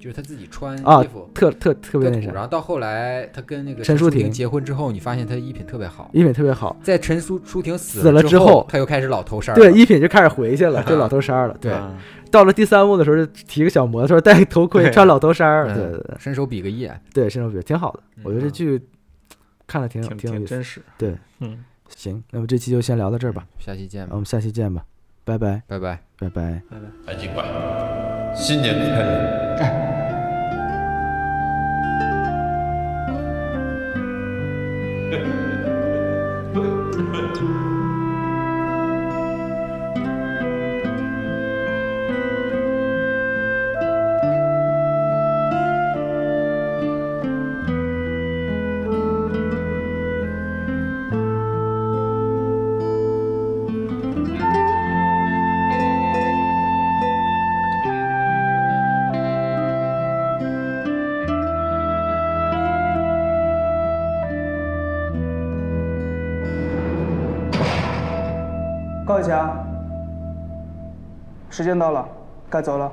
[SPEAKER 4] 就是他自己穿
[SPEAKER 2] 啊
[SPEAKER 4] 衣服，
[SPEAKER 2] 特特特别那
[SPEAKER 4] 土然
[SPEAKER 2] 啥，
[SPEAKER 4] 后到后来他跟那个
[SPEAKER 2] 陈
[SPEAKER 4] 淑
[SPEAKER 2] 淑婷
[SPEAKER 4] 结婚之后，你发现他衣品特别好。
[SPEAKER 2] 衣品特别好，
[SPEAKER 4] 在陈淑淑婷死
[SPEAKER 2] 死了之
[SPEAKER 4] 之
[SPEAKER 2] 后
[SPEAKER 4] 他又开始老头衫儿
[SPEAKER 2] 对，
[SPEAKER 4] 了
[SPEAKER 2] 一品就开始回去了，就老头衫儿了。
[SPEAKER 4] 对，
[SPEAKER 3] 啊
[SPEAKER 2] 到了第三幕的时候，就提个小摩托，戴个头盔，
[SPEAKER 4] 对
[SPEAKER 2] 穿老头衫儿。
[SPEAKER 4] 嗯
[SPEAKER 2] 对对对，
[SPEAKER 4] 伸手比个啊耶，
[SPEAKER 2] 对，身手比挺好的。我觉得这剧看了挺有
[SPEAKER 3] 挺
[SPEAKER 2] 有意
[SPEAKER 3] 挺
[SPEAKER 2] 思，
[SPEAKER 3] 真实。
[SPEAKER 2] 对，
[SPEAKER 3] 嗯，
[SPEAKER 2] 行，那么这期就先聊到这儿吧，
[SPEAKER 4] 下期见
[SPEAKER 2] 那
[SPEAKER 4] 吧，
[SPEAKER 2] 我们下期见吧，拜拜，
[SPEAKER 4] 拜拜，
[SPEAKER 2] 拜拜。
[SPEAKER 12] 白警官，哎新年快乐！
[SPEAKER 6] 高启强，时间到了，该走了。